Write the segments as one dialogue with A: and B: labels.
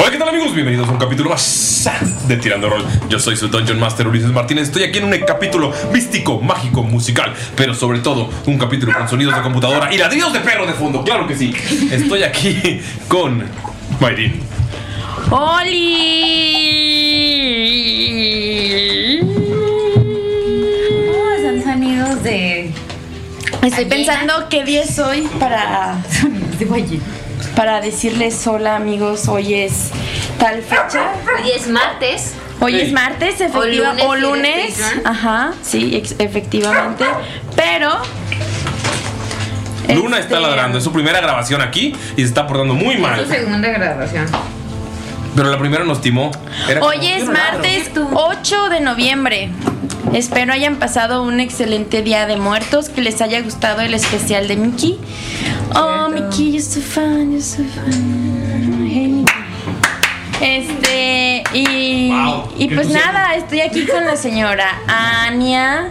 A: Hola, ¿qué tal amigos? Bienvenidos a un capítulo más de Tirando Rol. Yo soy su Dungeon Master Ulises Martínez. Estoy aquí en un capítulo místico, mágico, musical, pero sobre todo un capítulo con sonidos de computadora y ladridos de perro de fondo. Claro que sí. Estoy aquí con Mayrin.
B: ¡Holi! son sonidos de. Estoy pensando qué día es hoy para. Para decirles hola, amigos. Hoy es tal fecha.
C: Hoy es martes.
B: Hoy
C: Sí.
B: es martes,
C: O
B: efectiva.
C: lunes,
B: O
C: si eres
B: lunes.
C: patrón.
B: Ajá, sí, ex- efectivamente. Pero. Este
A: Luna está ladrando. Es su primera grabación aquí y se está portando muy mal.
B: segunda grabación.
A: Pero la primera nos timó. Era como,
B: Hoy es
A: "Yo no ladro".
B: martes 8 de noviembre. Espero hayan pasado un excelente día de muertos, que les haya gustado el especial de Mickey. Oh, Mickey, yo soy fan, yo soy fan. Hey, Mickey. Este, y,
D: Wow,
B: y
D: qué
B: pues
D: entusiasmo.
B: nada, estoy aquí con la señora Ania.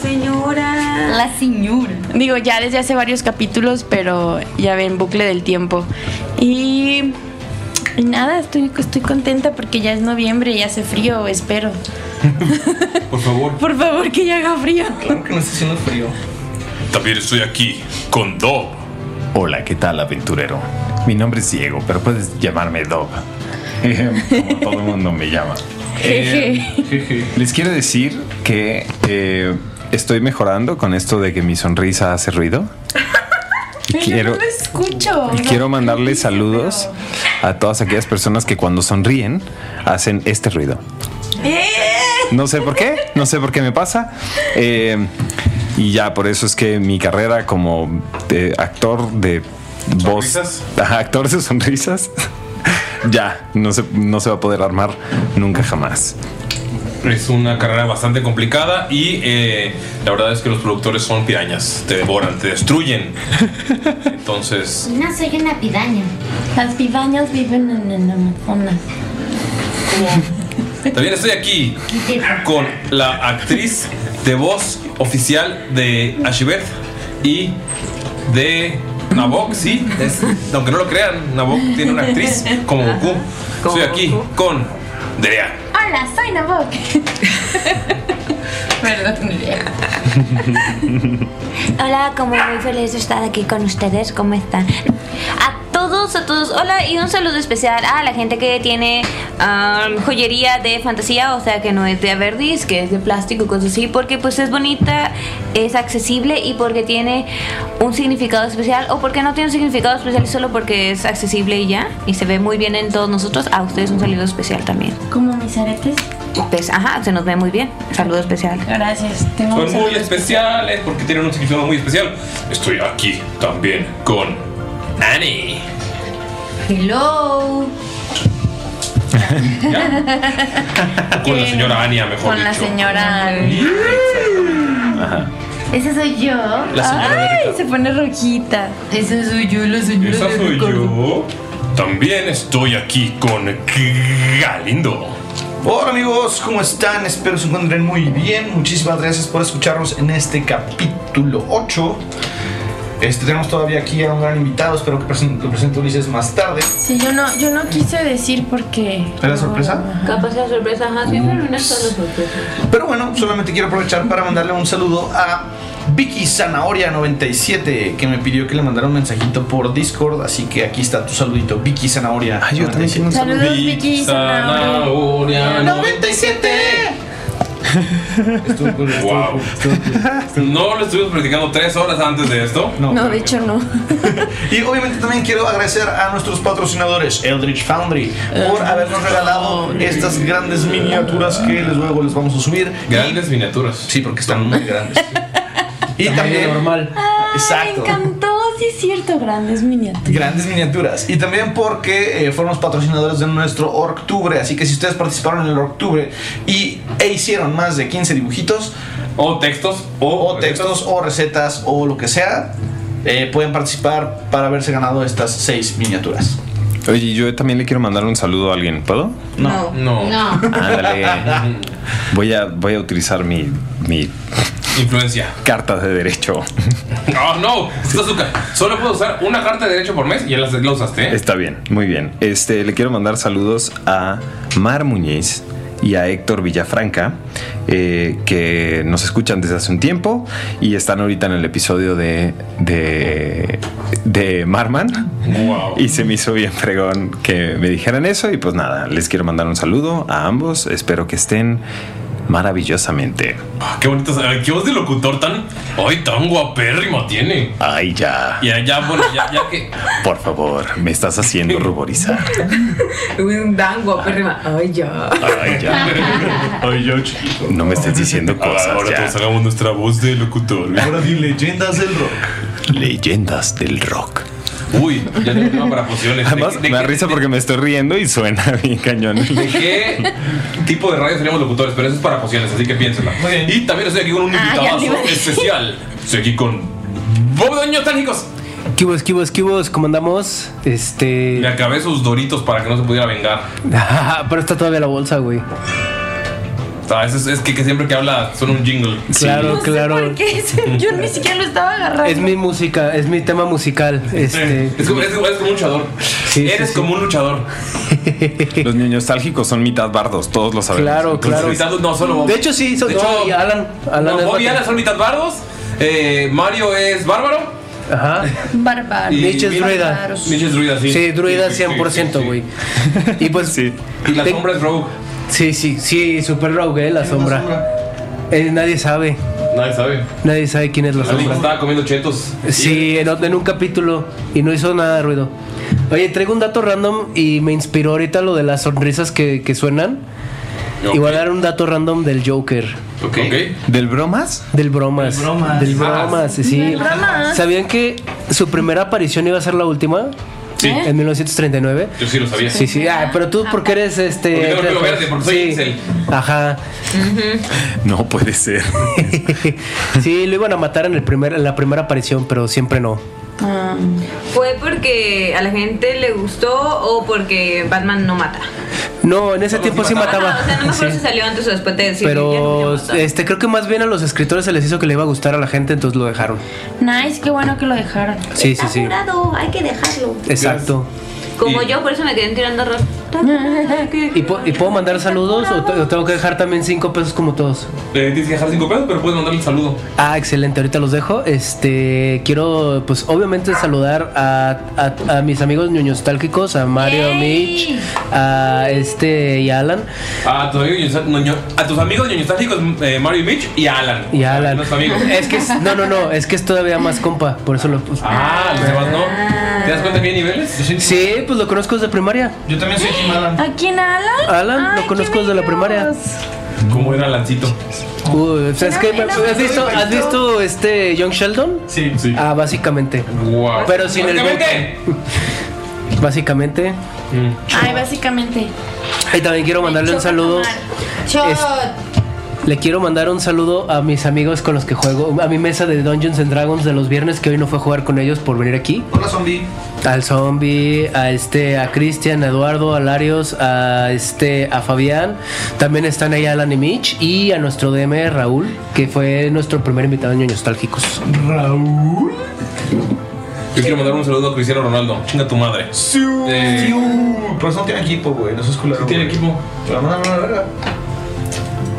B: señora. La señora. Digo, ya desde hace varios capítulos, pero ya ven, bucle del tiempo. Y y nada, estoy, estoy contenta porque ya es noviembre y hace frío, espero.
A: Por favor.
B: Por favor, que ya haga frío.
A: que no está haciendo frío. También estoy aquí con Dob.
E: Hola, ¿qué tal, aventurero? Mi nombre es Diego, pero puedes llamarme Dob. Como todo el mundo me llama. Eh,
D: Eh,
E: Les quiero decir que eh, estoy mejorando con esto de que mi sonrisa hace ruido. Y quiero,
B: No lo escucho.
E: y quiero mandarle saludos a todas aquellas personas que cuando sonríen hacen este ruido.
B: Eh.
E: No sé por qué, no sé por qué me pasa. Eh, y ya, por eso es que mi carrera como eh, actor de voz. Ajá, actor de sonrisas. ya, no se, no se va a poder armar nunca jamás.
A: Es una carrera bastante complicada y eh, la verdad es que los productores son pirañas, te devoran, te destruyen. Entonces,
B: No soy una pidaña. Las pidañas viven en el Amazonas.
A: también estoy aquí con la actriz de voz oficial de Ashibet y de Nabok, sí, es- aunque no lo crean, Nabok tiene una actriz como Goku. Estoy aquí con Derea.
B: Hola, soy Nabok. perdonaría.
C: Hola, como muy feliz de estar aquí con ustedes. ¿Cómo están? A todos, a todos. Hola y un saludo especial a la gente que tiene am, joyería de fantasía, o sea que no es de Averdis, que es de plástico, cosas así, porque pues es bonita, es accesible y porque tiene un significado especial, o porque no tiene un significado especial solo porque es accesible y ya, y se ve muy bien en todos nosotros. A ustedes un saludo especial también.
B: Como mis aretes.
C: Pues, ajá, se nos ve muy bien. Saludo especial.
B: Gracias. Tengo
A: Son
B: mis
A: muy
B: aretes.
A: especiales porque tienen un significado muy especial. Estoy aquí también con Annie.
B: Hello.
A: O Con la señora Ania, mejor
B: Eh, Con la
A: dicho.
B: señora. Esa soy yo.
A: La señora
B: Ay,
A: Rita.
B: se pone rojita. Esa soy yo, la señora.
A: Esa soy yo. También estoy aquí con Galindo.
D: Hola amigos, ¿cómo están? Espero se encuentren muy bien. Muchísimas gracias por escucharnos en este capítulo 8. Este, tenemos todavía aquí a un gran invitado, espero que presen- lo presente Ulises más tarde.
B: Sí, yo no, yo no quise decir porque.
D: ¿Era sorpresa?
C: Capaz la sorpresa, ajá, siempre una sola sorpresa.
D: Pero bueno, solamente quiero aprovechar para mandarle un saludo a Vicky Zanahoria97, que me pidió que le mandara un mensajito por Discord, así que aquí está tu saludito, Vicky Zanahoria.
E: Ay, Ah, yo también quiero un
B: Saludos, Vicky. Zanahoria.
A: Zanahoria.
D: 97. Estuvo cool, estuvo
A: Wow.
D: cool, estuvo cool.
A: No lo estuvimos platicando tres horas antes de esto.
B: No, de hecho no.
D: Y obviamente también quiero agradecer a nuestros patrocinadores, Eldritch Foundry, por habernos regalado estas grandes miniaturas que les- luego les vamos a subir.
A: Grandes miniaturas.
D: Sí, porque están muy grandes. Y también normal. Exacto.
B: Me encantó, sí es cierto, grandes miniaturas.
D: Grandes miniaturas. Y también porque eh, fueron los patrocinadores de nuestro Octubre. Así que si ustedes participaron en el Octubre y, e hicieron más de 15 dibujitos,
A: O textos. O,
D: o textos o recetas o lo que sea, eh, pueden participar para haberse ganado estas 6 miniaturas.
E: Oye, yo también le quiero mandar un saludo a alguien. ¿Puedo?
D: No.
A: No.
E: Ándale. Voy a, voy a utilizar mi, mi
A: Influencia.
E: carta de derecho.
A: Oh, no. Esta azúcar. Solo puedo usar una carta de derecho por mes y ya las la usaste. ¿eh?
E: Está bien, muy bien. Este, le quiero mandar saludos a Mar Muñiz y a Héctor Villafranca, eh, que nos escuchan desde hace un tiempo y están ahorita en el episodio de, de, de Marman.
A: Wow.
E: Y se me hizo bien fregón que me dijeran eso y pues nada, les quiero mandar un saludo a ambos. Espero que estén maravillosamente.
A: Ah, qué bonito. ah, Qué voz de locutor tan. Ay, tan guapérrimo tiene.
E: Ay ya,
A: Y allá, bueno, ya, ya que.
E: por favor, me estás haciendo ruborizar.
F: Un dango, perrima. Ay, ya.
E: Ay ya,
A: Ay, yo chiquito.
E: no me estés diciendo cosas.
A: ahora
E: ya.
A: todos hagamos nuestra voz de locutor.
D: Ahora di leyendas del rock.
E: Leyendas del rock.
A: Uy, ya tengo tema para fusiones.
E: Además, me da risa porque me estoy riendo y suena bien cañón.
A: ¿De qué tipo de radio seríamos locutores? Pero eso es para pociones, así que piénsela.
D: bien.
A: Y también estoy aquí con un
B: Ah, ya
A: invitado
B: te iba a decir.
A: especial. Estoy aquí con Bob de Niños Nostálgicos.
F: ¿Qué hubo, qué hubo, qué hubo? ¿Cómo andamos? Este.
A: Le acabé sus doritos para que no se pudiera vengar.
F: Pero está todavía la bolsa, güey.
A: O sea, es, es que, que siempre que habla son un jingle.
F: Claro,
B: No sé
F: claro.
B: por qué, yo ni siquiera lo estaba agarrando.
F: Es mi música, es mi tema musical. Este.
A: Es como, es como- es como un luchador.
F: sí,
A: Eres
F: sí.
A: como un luchador.
E: Los niños nostálgicos son mitad bardos, todos lo sabemos.
F: Claro, claro.
A: Mitad- no, solo Bob.
F: De hecho, sí, son-
A: De
F: no, y Alan- Alan
A: no,
F: es
A: Bob y
F: vato.
A: Alan son mitad bardos. eh, Mario es bárbaro.
F: Ajá.
B: Bárbaro.
A: Y
F: Mitch es
A: Mitch-
F: Ah, druida.
A: Mitch es druida, sí.
F: Sí, druida
A: Sí, sí, sí,
F: 100%,
A: sí, sí.
F: güey. Y pues.
E: Sí.
A: Y la
F: Te-
A: sombra es rogue.
F: Sí, sí, sí, super rogue, eh, la sombra. Eh, nadie sabe.
A: Nadie sabe.
F: Nadie sabe quién es la
A: Alguien
F: sombra.
A: estaba comiendo chetos.
F: Sí, en, en un capítulo y no hizo nada de ruido. Oye, traigo un dato random y me inspiró ahorita lo de las sonrisas que, que suenan.
A: Ok.
F: Y voy a dar un dato random del Joker,
A: Ok.
E: ¿Del bromas?
F: del bromas.
D: Del Bromas.
F: Del
A: Ah,
F: bromas, sí. ¿Sabían que su primera aparición iba a ser la última?
A: Sí.
F: En 1939.
A: Yo sí lo sabía.
F: Sí, sí, ah, pero tú porque eres este.
A: Porque tengo el pelo verde, porque soy incel.
F: Ajá.
E: No puede ser.
F: sí, lo iban a matar en el primer, en la primera aparición, pero siempre no.
B: Ah.
C: ¿Fue porque a la gente le gustó o porque Batman no mata?
F: No, en ese tiempo Pues sí mataba.
C: Ajá,
G: Ah,
C: o sea, no me acuerdo
F: Sí.
C: si salió antes o después de decir ya no voy
F: Pero
C: a matar.
F: este creo que más bien a los escritores se les hizo que le iba a gustar a la gente, entonces lo dejaron.
B: Nice, qué bueno que lo dejaron.
F: Sí, sí,
C: Está
F: sí.
C: jurado, hay que dejarlo.
F: Exacto.
C: Como yo, por eso me quedé tirando rol.
F: ¿Y, po- y puedo mandar saludos o, te- o tengo que dejar también cinco pesos como todos?
A: Eh, tienes que dejar 5 pesos, pero puedes mandarle el saludo.
F: Ah, excelente, ahorita los dejo. Este, quiero, pues, obviamente saludar a, a- a mis amigos ñoñostálgicos, a Mario, Mitch, a este y a Alan.
A: A tus amigos, ñoños- ñoño- a tus amigos ñoñostálgicos, eh, Mario y Mitch y a Alan.
F: Y a Alan.
A: Nuestros amigos.
F: Es que es, no, no, no, es que es todavía más compa, por eso lo puse.
A: Ah, los demás no. ¿Te das cuenta que hay niveles?
F: Sí, pues lo conozco desde primaria.
D: Yo también soy Tim Alan.
B: ¿A quién Alan?
F: Alan,
B: Ay,
F: lo conozco desde la primaria.
A: ¿Cómo era Lancito?
F: Uy, o sea, es que
B: Era- era
F: ¿has visto,
B: muy
F: ¿has visto este Young Sheldon?
D: Sí.
A: Sí.
F: Ah, básicamente.
A: Wow.
F: Pero sin el
A: Básicamente.
F: Básicamente.
B: Ay, básicamente.
F: Y también quiero mandarle un saludo.
B: Shot.
F: Es- Le quiero mandar un saludo a mis amigos con los que juego, a mi mesa de Dungeons and Dragons de los viernes que hoy no fue a jugar con ellos por venir aquí.
D: Hola, zombie.
F: Al zombie, a este, a Cristian, a Eduardo, a Larios, a este, a Fabián. También están ahí Alan y Mitch y a nuestro DM Raúl, que fue nuestro primer invitado en Nostálgicos.
D: Raúl.
A: Yo quiero mandar un saludo a Cristiano Ronaldo. Chinga tu madre. Eh,
D: Siu. Pero eso no tiene equipo, güey. No es culero.
A: Sí tiene
D: güey.
A: equipo.
D: Pero no, no, no, no, no.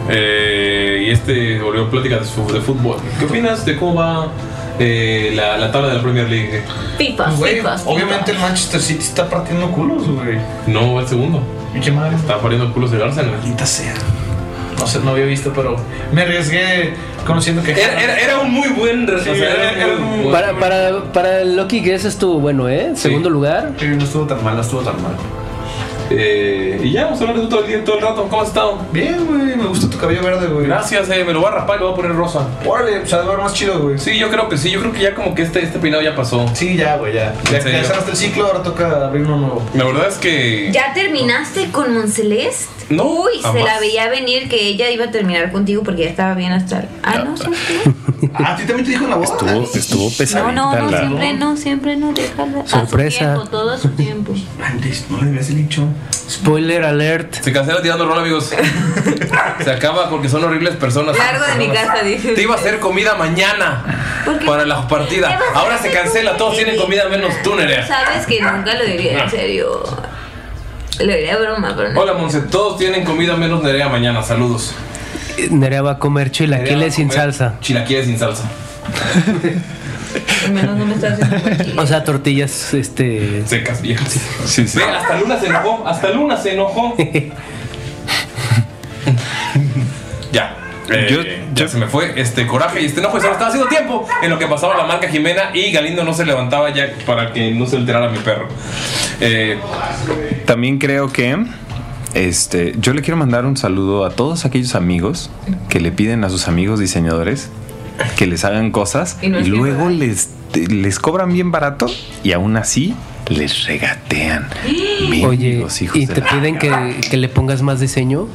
A: Eh, y este volvió a plática de, su- de fútbol. ¿Qué opinas de cómo va eh, la, la tabla de la Premier League?
C: Pipas,
D: Güey,
C: pipas.
D: obviamente el Manchester City está partiendo culos, güey.
A: No, va el segundo.
D: ¿Y qué madre?
A: Está pariendo culos el Arsenal.
D: Maldita sea. No sé, no había visto, pero me arriesgué conociendo que.
A: Era, era- era un muy buen re-
D: Sí,
A: o sea,
D: era- era un-
A: buen-
F: Para, para, para el Lucky Guess estuvo bueno, ¿eh? Segundo lugar.
D: Sí, no estuvo tan mal, no estuvo tan mal.
A: Eh, y ya, vamos a hablar de tú todo el día, todo el rato. ¿Cómo has estado?
D: Bien, güey, me gusta tu cabello verde, güey.
A: Gracias, eh, me lo voy a rapar y lo voy a poner rosa.
D: Órale, pues a ver más chido, güey.
A: Sí, yo creo que sí. Yo creo que ya como que este, este peinado ya pasó.
D: Sí, ya, güey, ya. Ya,
A: serio?
D: ya cerraste el ciclo, ahora toca abrir uno nuevo.
A: La verdad es que.
C: ¿Ya terminaste con Monceleste?
A: No,
C: Uy,
A: jamás.
C: se la veía venir que ella iba a terminar contigo porque ya estaba bien hasta el- Ah, no, siempre.
D: Ah, ¿A ti también te dijo en la boda?
E: Estuvo, estuvo
C: No,
E: pesadita
C: no, no,
E: la-
C: siempre no, siempre no. Déjala.
F: Sorpresa.
C: A su tiempo, todo a su tiempo.
D: Antes, no le habías dicho.
F: Spoiler alert.
A: Se cancela tirando rol, amigos. Se acaba porque son horribles personas.
C: Largo de mi casa, dije.
A: Te iba a hacer comida mañana
C: ¿Por qué?
A: para la partida.
C: ¿Qué vas a
A: Ahora se
C: hacer
A: cancela,
C: tú?
A: todos tienen comida menos tú, Nerea.
C: Sabes que nunca lo diría en serio. Lo diría de broma, pero no.
A: Hola, Monse, todos tienen comida menos Nerea mañana. Saludos.
F: Nerea va a comer
A: Nerea va a
F: chilaquiles sin
A: comer
F: salsa.
A: Chilaquiles sin salsa.
C: Al menos no me estás haciendo
F: O sea, tortillas, este.
A: Secas, viejas.
E: Sí, sí.
A: Ve, hasta Luna se enojó. Hasta Luna se enojó. ya. eh,
E: Yo-
A: ya
E: yo-
A: se me fue este coraje y este enojo y solo estaba haciendo tiempo en lo que pasaba la marca Jimena y Galindo no se levantaba ya para que no se alterara mi perro. Eh,
E: También creo que este, yo le quiero mandar un saludo a todos aquellos amigos que le piden a sus amigos diseñadores que les hagan cosas y,
C: Y no es
E: luego
C: verdad.
E: les, te- les cobran bien barato y aún así les regatean.
F: Oye,
E: Mendigos hijos
F: y
E: de
F: te
E: la-
F: piden que, que le pongas más diseño.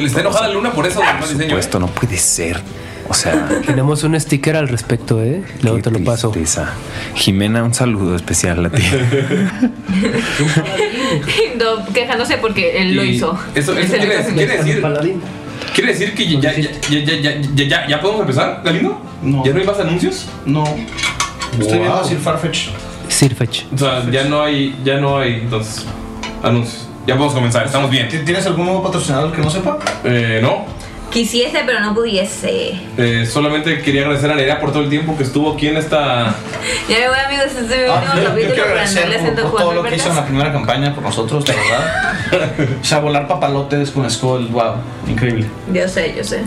A: está enojada Luna por eso.
E: Por
A: mal diseño.
E: supuesto, no puede ser. O sea,
F: Tenemos un sticker al respecto, ¿eh? Luego
E: qué
F: te lo paso.
E: tristeza. Jimena, un saludo especial a ti.
C: No, quejándose porque él lo
A: Y
C: hizo.
A: Eso, eso quiere, decir- quiere decir, quiere decir que ya, ya, ya, ya, ya, ya, ya- ya podemos empezar, Galindo.
D: No.
A: ¿Ya no hay más anuncios?
D: No. Estoy viendo
A: Wow.
D: decir Farfetch.
F: Sirfetch.
A: O sea, ya no hay, ya no hay entonces anuncios. Ya podemos comenzar, estamos bien.
D: ¿Tienes algún nuevo patrocinador que no sepa?
A: Eh, no,
C: Quisiese, pero no pudiese.
A: eh, solamente quería agradecer a Nerea por todo el tiempo que estuvo aquí en esta.
C: Ya me voy, amigos. Este es mi
D: Ah,
C: último
D: yo- yo
C: capítulo
D: quiero
C: para andarle
D: agradecer por,
C: haciendo
D: por
C: Juan
D: todo lo que hizo en la
C: Albertas.
D: primera campaña por nosotros, la verdad. o sea, volar papalotes con Skull, wow, increíble.
C: Yo sé, yo sé.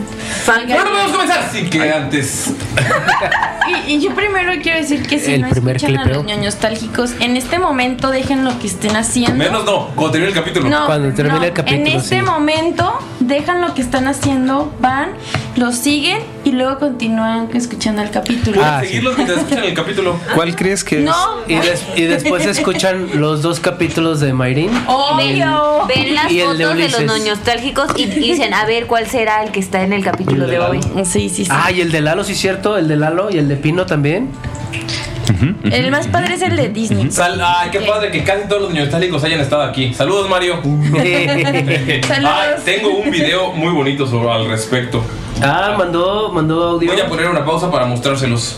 A: Bueno, podemos comenzar sin Pues que antes.
B: Y, y yo primero quiero decir que si
F: El
B: no
F: primer
B: escuchan a
F: clipeo.
B: los ñoñostálgicos, en este momento dejen lo que estén haciendo.
A: Menos no, cuando termine el capítulo.
B: No,
F: Cuando termine
B: no.
F: el capítulo,
B: En este
F: sí.
B: momento dejan lo que están haciendo, van, lo siguen y luego continúan escuchando el capítulo.
A: Pueden
F: Ah, sí.
A: seguirlos mientras escuchan el capítulo.
E: ¿Cuál crees que es?
B: no,
F: Y, des- y después escuchan los dos capítulos de Mayrin.
B: obvio.
C: Ven las
F: Y
C: fotos
F: el de
C: de, los
F: Ulises.
C: nostálgicos y dicen, a ver, ¿cuál será el que está en el capítulo de hoy?
B: Sí, sí, sí.
F: Ah, y el de Lalo, sí, cierto. El de Lalo y el de Pino también.
B: el más padre es el de Disney.
A: Sal- Ay, qué padre que casi todos los neostálicos hayan estado aquí. Saludos, Mario.
B: Saludos.
A: Ay, tengo un video muy bonito sobre, al respecto.
F: ah, mandó, mandó audio.
A: Voy a poner una pausa para mostrárselos.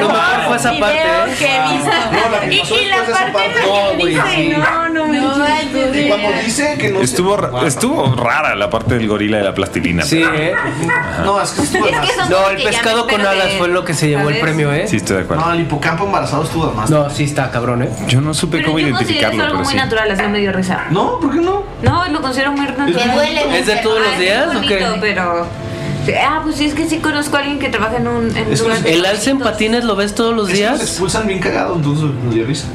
F: Lo fue esa
B: video
F: parte, ¿eh?
B: que he visto.
D: No, la que pasó
B: y, y la
D: después de esa
B: parte
D: parte.
B: donde
F: No, güey,
B: dice,
F: sí.
B: no, no, me
D: Y cuando dice que no. se-
E: Estuvo, ra-
D: Wow.
E: estuvo rara la parte del gorila de la plastilina.
F: Sí, ¿eh?
D: No, es que estuvo de
C: Es que
D: más.
C: son
F: No,
C: cosas
F: el
C: que ya
F: pescado
C: me
F: con
C: espero
F: alas
C: de-
F: fue lo que se llevó el
C: ¿sabes?
F: premio, ¿eh?
E: Sí, estoy de acuerdo.
D: No, el hipocampo embarazado estuvo de más.
F: No, sí está cabrón, ¿eh?
E: Yo no supe
C: Pero
E: cómo
C: yo considero eso
E: identificarlo,
C: algo
E: pero
C: muy
E: sí.
C: natural, así no me dio risa.
D: No, ¿por qué no?
C: No, lo considero muy natural. Ah,
D: Que huele
F: ¿Es de todos los días o qué?
C: bonito, pero... Ah, pues sí, es que sí conozco a alguien que trabaja en un... En un
D: Es-
C: lugar de
F: ¿El alce en
C: bonitos.
F: patines lo ves todos los
D: Es que Los
F: días?
D: expulsan bien cagados, entonces nos dio risa.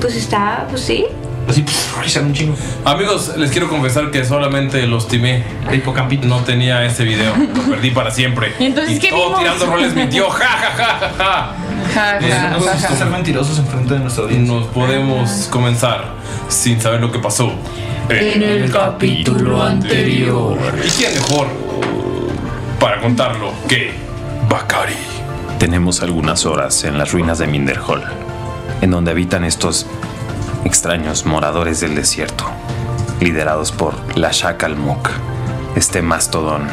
C: Pues está, pues sí.
D: Así, pff, risa un chingo.
A: Amigos, les quiero confesar que solamente los timé.
D: El hipocampito.
A: No tenía ese video, lo perdí para siempre.
B: Entonces,
A: y
B: ¿qué
A: todo
B: vimos?
A: tirando roles mintió. Ja, ja, ja, ja, Eh, ja.
B: Ja, ja,
D: No
B: ja,
D: nos
B: ja.
D: gusta ser mentirosos enfrente de nuestra audiencia.
A: Nos podemos comenzar sin saber lo que pasó. Eh,
F: el capítulo anterior.
A: ¿Y quién mejor para contarlo que Bakari?
E: Tenemos algunas horas en las ruinas de Minderhall, en donde habitan estos extraños moradores del desierto, liderados por la Shakalmuk, este mastodón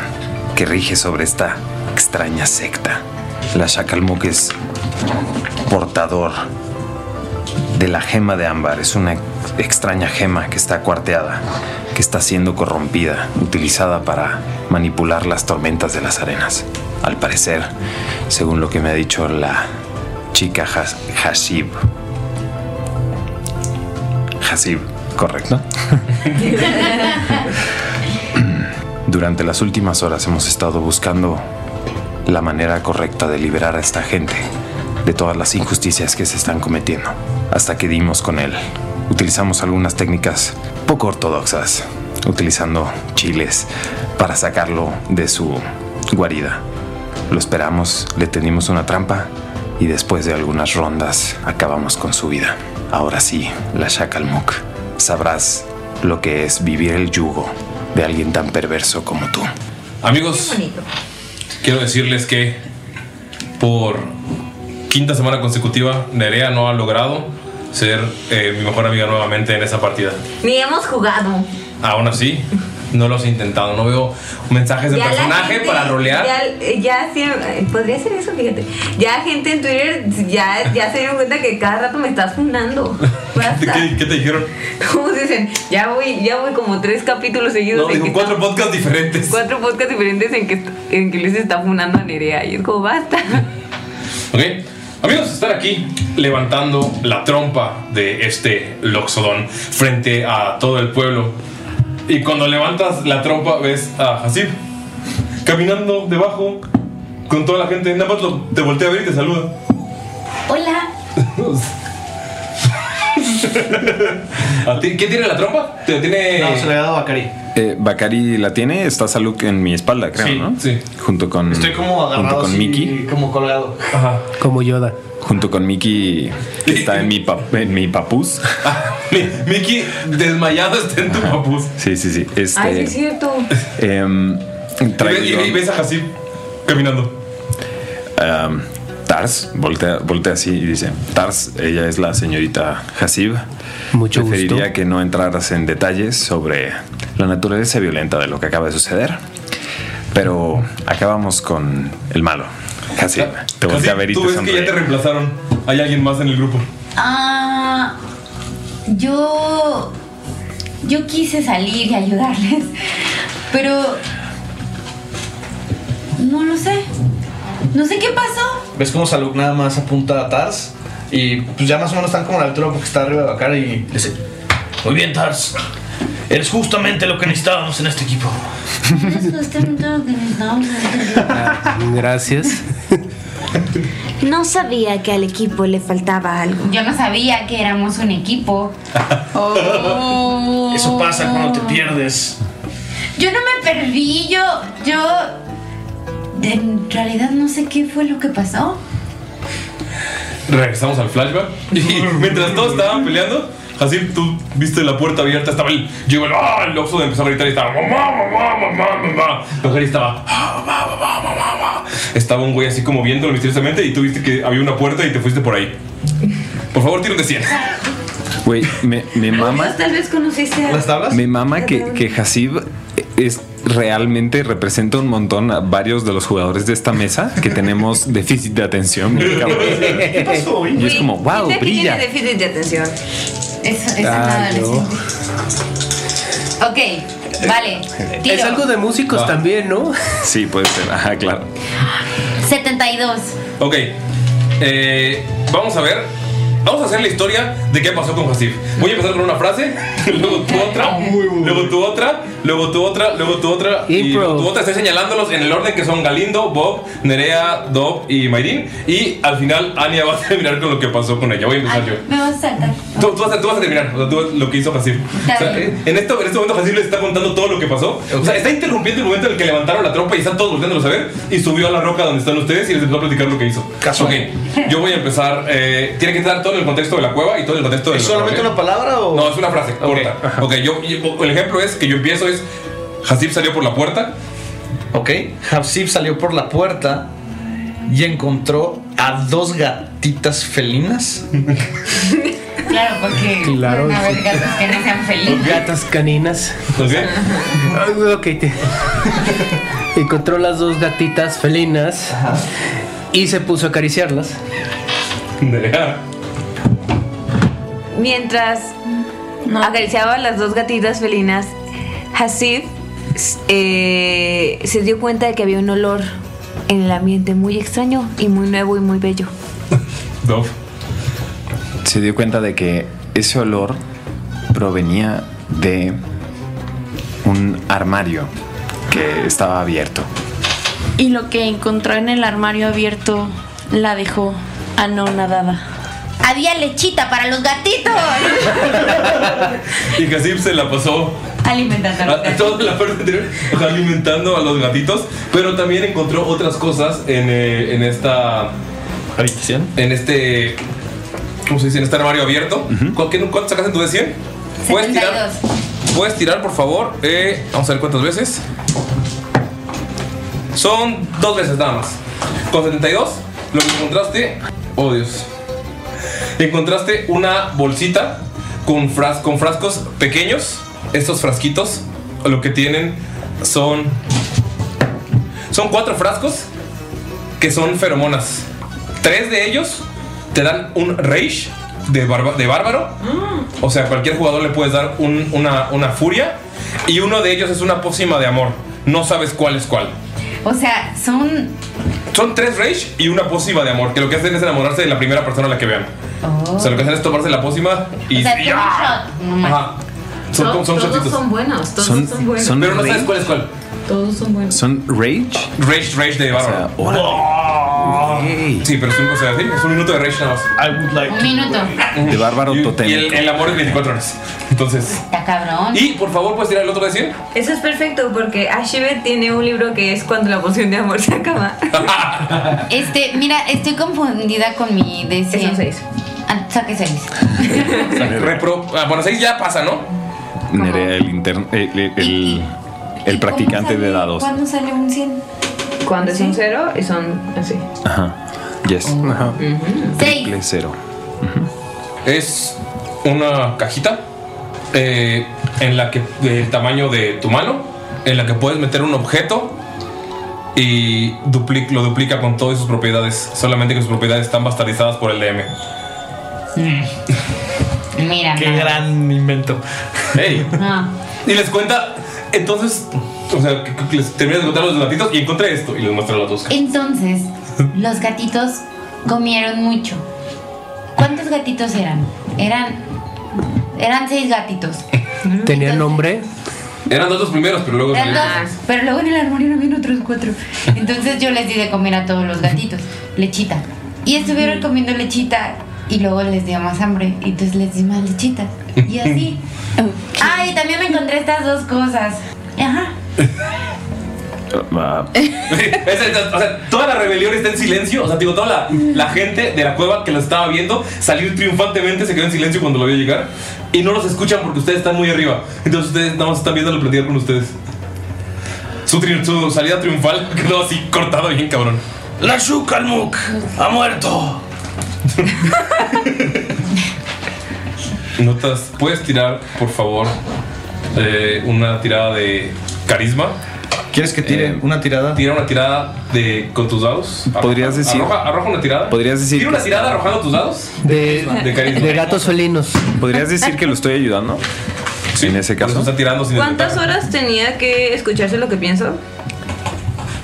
E: que rige sobre esta extraña secta. La Shakalmuk es portador de la gema de ámbar, es una extraña gema que está cuarteada, que está siendo corrompida, utilizada para manipular las tormentas de las arenas. Al parecer, según lo que me ha dicho la chica Has- Hashib. Hashib, correcto. Durante las últimas horas hemos estado buscando la manera correcta de liberar a esta gente de todas las injusticias que se están cometiendo. Hasta que dimos con él. Utilizamos algunas técnicas poco ortodoxas, utilizando chiles para sacarlo de su guarida. Lo esperamos, le tendimos una trampa y después de algunas rondas acabamos con su vida. Ahora sí, la Shakalmuk, sabrás lo que es vivir el yugo de alguien tan perverso como tú.
A: Amigos, quiero decirles que por quinta semana consecutiva Nerea no ha logrado ser eh, mi mejor amiga nuevamente en esa partida.
C: Ni hemos jugado.
A: Aún así, no lo has intentado. No veo mensajes de
C: Ya la
A: personaje
C: gente-
A: para rolear.
C: Ya, ya siempre- podría ser eso, fíjate. Ya gente en Twitter ya, ya se dieron cuenta que cada rato me estás fundando.
A: ¿Qué,
C: Basta.
A: qué- qué te dijeron?
C: ¿Cómo se dicen? Ya voy, ya voy como tres capítulos seguidos
A: No,
C: en
A: digo,
C: que
A: cuatro
C: estamos-
A: podcasts diferentes.
C: cuatro podcasts diferentes en que, en que Luis está funando a Nerea. Y es como basta.
A: Ok. Amigos, están aquí levantando la trompa de este Loxodón frente a todo el pueblo. Y cuando levantas la trompa ves a Hasib caminando debajo con toda la gente. Nada más lo- te voltea a ver y te saluda.
C: Hola.
A: ¿A ti- ¿Quién tiene la trompa? ¿Te la tiene...?
D: No, se le ha dado a Cari.
E: Eh, Bakari la tiene, está Saluk en mi espalda, creo,
A: Sí,
E: ¿no?
A: sí.
E: Junto con.
D: Estoy como agarrado
E: Junto con
D: así,
E: Mickey.
D: como colgado.
A: Ajá.
F: Como Yoda.
E: Junto con Mickey, que está en mi, pa- en mi papús.
A: Mi- Mickey desmayado está en Ah, tu papus.
E: Sí, sí, sí. Este,
C: Ay, sí es cierto.
E: em,
A: Y
E: traigo
A: ves, y-
E: yo-
A: y ves a Hasib caminando.
E: Um, Tars voltea, voltea así y dice: Tars, ella es la señorita Hasib.
F: Mucho
E: Preferiría
F: gusto.
E: que no entraras en detalles sobre la naturaleza violenta de lo que acaba de suceder. Pero acabamos con el malo. Hasib, te voltea a
A: Hasib,
E: ver y
A: Tú
E: te
A: ves que ya
E: sonríe.
A: te reemplazaron. Hay alguien más en el grupo.
B: Ah, yo. Yo quise salir y ayudarles, pero. No lo sé. No sé qué pasó.
D: ¿Ves cómo Saluk nada más apunta a Tars? Y pues ya más o menos están como a la altura porque está arriba de Bakar y le dice: Muy bien, Tars. Eres justamente lo que necesitábamos en este equipo.
B: Es justamente lo que necesitábamos hacer.
F: Gracias.
C: No sabía que al equipo le faltaba algo.
B: Yo no sabía que éramos un equipo.
D: Eso pasa cuando te pierdes.
B: Yo no me perdí, yo. Yo. En realidad no sé qué fue lo que pasó.
A: Regresamos al flashback. Y mientras todos estaban peleando, así tú viste la puerta abierta, estaba el. Llegó el. ¡Ah! El Oxford empezó a gritar y estaba. ¡Mamá, mamá, mamá, mamá! La mujer estaba. ¡Ah, mamá, mamá, mamá, mamá! Estaba un güey así como viéndolo misteriosamente y tú viste que había una puerta y te fuiste por ahí. Por favor, tiro un de 100.
E: Güey, me, me mama.
C: Tal vez conociste a...
D: ¿Las tablas?
E: Me mama que, que Hasib es realmente representa un montón a varios de los jugadores de esta mesa que tenemos déficit de atención. bien cabrón.
C: ¿Qué
D: pasó?
E: Y es como, wow,
C: Dice que
E: brilla.
C: tiene déficit de atención. Eso, eso
F: Ah,
C: nada le
F: yo.
C: sirve. Ok, vale. Tiro.
F: Es algo de músicos
E: Va.
F: también, ¿no?
E: Sí, puede ser. Ajá, claro.
C: 72.
A: Ok. eh, vamos a ver. Vamos a hacer la historia de qué pasó con Hasif. Voy a empezar con una frase, luego tu otra, luego tu otra, luego tu otra, luego tu otra y luego tu otra. Estoy señalándolos en el orden que son Galindo, Bob, Nerea, Dob y Mayrin. Y al final Ania va a terminar con lo que pasó con ella. Voy a empezar yo.
C: Me vas a saltar.
A: Tú, tú vas a, tú vas a terminar o sea, tú- lo que hizo Hasif.
C: Está
A: O sea,
C: bien.
A: eh, en, esto, en este momento Hasif les está contando todo lo que pasó. O sea, está interrumpiendo el momento en el que levantaron la tropa y están todos volviéndolos a ver. Y subió a la roca donde están ustedes y les empezó a platicar lo que hizo. Caso. yo voy a empezar. eh, tiene que estar todo en el contexto de la cueva y todo en el contexto de
D: ¿Es
A: la
D: solamente
A: cueva,
D: una palabra
A: ¿eh?
D: o.?
A: No, es una frase corta. Ok, yo, yo- el ejemplo es que yo empiezo es. Hasif salió por la puerta.
D: Ok. Hafsib salió por la puerta y encontró a dos gatitas felinas.
H: Claro, porque
F: Claro,
H: pueden haber
F: sí.
H: gatos que no sean felices.
F: Gatas caninas. Ah, ok. te- Encontró las dos gatitas felinas y se puso a acariciarlas.
C: Mientras acariciaba a las dos gatitas felinas, Hasif eh, se dio cuenta de que había un olor en el ambiente muy extraño y muy nuevo y muy bello.
A: Dove.
E: Se dio cuenta de que ese olor provenía de un armario que estaba abierto.
B: Y lo que encontró en el armario abierto la dejó anonadada.
H: Había lechita para los gatitos.
A: Y Hasif se la pasó
H: Alimentando a los
A: A-
H: gatitos.
A: Ah, toda la parte anterior, o sea, alimentando a los gatitos, pero también encontró otras cosas en, eh, en esta. En este. ¿Cómo se dice? En este armario abierto. ¿Cu- qué- ¿Cuánto sacaste en tu de 100? Puedes tirar,
H: 72.
A: puedes tirar, por favor. eh, vamos a ver cuántas veces. Son dos veces nada más. Con 72, lo que encontraste. Oh Dios. Encontraste una bolsita con, fras- con frascos pequeños. Estos frasquitos lo que tienen son. Son cuatro frascos que son feromonas. Tres de ellos te dan un rage de, barba- de bárbaro.
C: Mm.
A: O sea, a cualquier jugador le puedes dar un- una, una furia. Y uno de ellos es una pócima de amor. No sabes cuál es cuál.
H: O sea, son.
A: Son tres rage y una pócima de amor. Que lo que hacen es enamorarse de la primera persona a la que vean. O sea, lo que hacen es tomarse la pócima y.
H: O sea,
A: y-
H: como un
A: ¡ah!
H: shot. No manches.
A: Ajá. Son,
G: Todos-
A: son
G: todos
A: shotsitos.
G: son buenos, todos
E: Son-
G: son, buenos.
E: son
A: Pero no sabes
E: rage.
A: cuál es cuál.
G: Todos son buenos.
E: ¿Son rage?
A: Rage, rage de bárbaro. Sí, pero es un, o sea, sí, es un minuto de rage nada más.
H: Un minuto.
E: De bárbaro
A: Y el,
E: totémico.
A: el amor es 24 horas. Entonces.
H: Está cabrón.
A: Y por favor, puedes tirar el otro de 100.
C: Eso es perfecto porque Ashibe tiene un libro que es Cuando la poción de amor se acaba.
H: Este, mira, estoy confundida con mi de 100.
C: Son seis.
H: Ah, saque 6.
A: Repro. Ah, bueno, 6 ya pasa, ¿no?
E: Nerea, el, interno- el, el- el- el practicante de dados.
H: ¿Cuándo sale un 100?
G: Cuando es un cero y son así.
E: Ajá. Yes. Ajá.
H: 6.
E: Triple cero.
A: Es una cajita eh, en la que del tamaño de tu mano, en la que puedes meter un objeto y dupli- lo duplica con todas sus propiedades, solamente que sus propiedades están bastardizadas por el DM.
H: Mira.
D: Qué
H: nada.
D: gran invento.
A: Ey.
B: Ah.
H: No.
A: Y les cuenta, entonces, o sea, que- que les terminas de contar los gatitos y encontré esto y les muestra las dos.
H: Entonces, los gatitos comieron mucho. ¿Cuántos gatitos eran? Eran. Eran seis gatitos.
F: ¿Tenía nombre?
A: Eran los dos primeros, pero luego...
H: Eran dos, pero luego en el armario no habían otros cuatro. Entonces yo les di de comer a todos los gatitos, lechita. Y estuvieron comiendo lechita y luego les dio más hambre. Y entonces les di más lechita. Y así. Ay, también me encontré estas dos cosas. Ajá.
E: Ah,
A: Es- es- o sea, toda la rebelión está en silencio. O sea, digo, toda la, la gente de la cueva que los estaba viendo salir triunfantemente se quedó en silencio cuando lo vio llegar. Y no los escuchan porque ustedes están muy arriba. Entonces ustedes nada más están viendo platicar con ustedes. Su, tri- su salida triunfal quedó así cortado bien, cabrón.
D: La Shukalmuk ha muerto.
A: Notas, puedes tirar, por favor, eh, una tirada de carisma.
D: ¿Quieres que tire una tirada?
A: Tira una tirada de, con tus dados.
E: Podrías decir-
A: Arroja, arroja una tirada.
E: Podrías decir
A: Tira una
E: que-
A: tirada arrojando tus dados.
F: De,
A: De carisma.
F: de gatos felinos.
E: ¿Podrías decir que lo estoy ayudando? Sí, en ese caso.
A: está tirando sin
G: ¿Cuántas horas tenía que escucharse lo que pienso?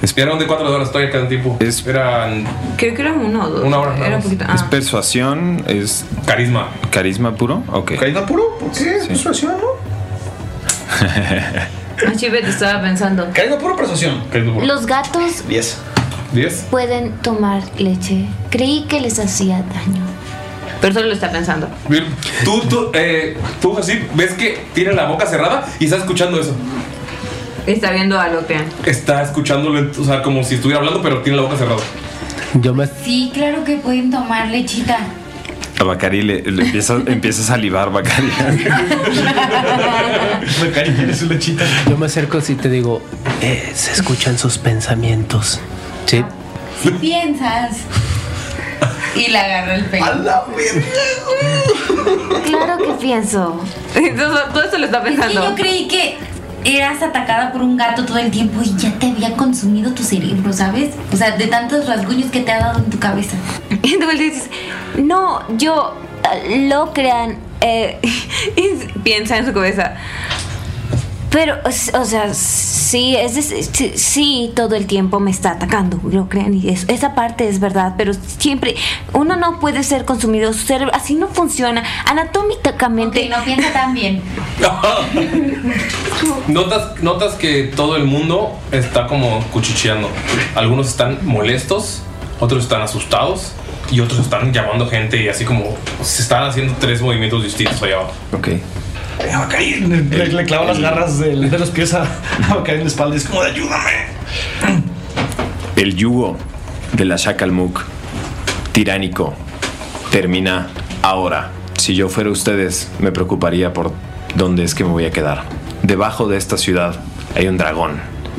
A: Esperaron de cuatro horas todavía cada tiempo. Eran
G: Creo que era uno o dos.
A: Una hora,
G: Era
A: nada
G: un
A: más.
G: poquito.
E: Es
G: Ah.
E: persuasión, es.
A: Carisma.
E: ¿Carisma puro? Ok.
D: ¿Carisma puro? ¿Por qué?
E: Sí.
D: ¿Persuasión, no?
G: Ah, Chivet estaba pensando.
D: Carisma puro o persuasión.
A: Carisma
C: Los gatos
D: 10.
A: 10.
C: pueden tomar leche. Creí que les hacía daño.
G: Pero solo lo está pensando.
A: Bien. Tú, tú, eh, tú, así ves que tiene la boca cerrada y está escuchando eso.
G: Está viendo a Lotean.
A: Está escuchándolo, o sea, como si estuviera hablando, pero tiene la boca cerrada.
F: Yo me.
H: Sí, claro que pueden tomar lechita.
E: A Bacari le, le empieza, empieza a salivar, Bacari.
D: Bacari, eres una chita.
F: Yo me acerco y te digo, eh, se escuchan sus pensamientos. Sí.
H: Si piensas. Y le agarró el pelo.
C: Claro que pienso.
G: Entonces, todo esto lo está
H: Es que
G: pensando.
H: yo creí que eras atacada por un gato todo el tiempo y ya te había consumido tu cerebro, ¿sabes? O sea, de tantos rasguños que te ha dado en tu cabeza.
C: Y tú dices, no, yo eh, lo crean. eh,
G: Y piensa en su cabeza.
C: pero, o s- o sea, sí, es dec- sí, sí, todo el tiempo me está atacando, lo crean. Y es- esa parte es verdad, pero siempre uno no puede ser consumido, su cerebro así no funciona anatómicamente.
H: no piensa tan bien.
A: Notas, notas que todo el mundo está como cuchicheando. Algunos están molestos, otros están asustados y otros están llamando gente y así como se están haciendo tres movimientos distintos allá abajo.
E: Ok.
D: Bacari, le, le- le clavo las garras del- de los pies a, a Bacari en la espalda. Es como de ayúdame.
E: El yugo de la Shakalmuk tiránico termina ahora. Si yo fuera ustedes, me preocuparía por dónde es que me voy a quedar. Debajo de esta ciudad hay un dragón.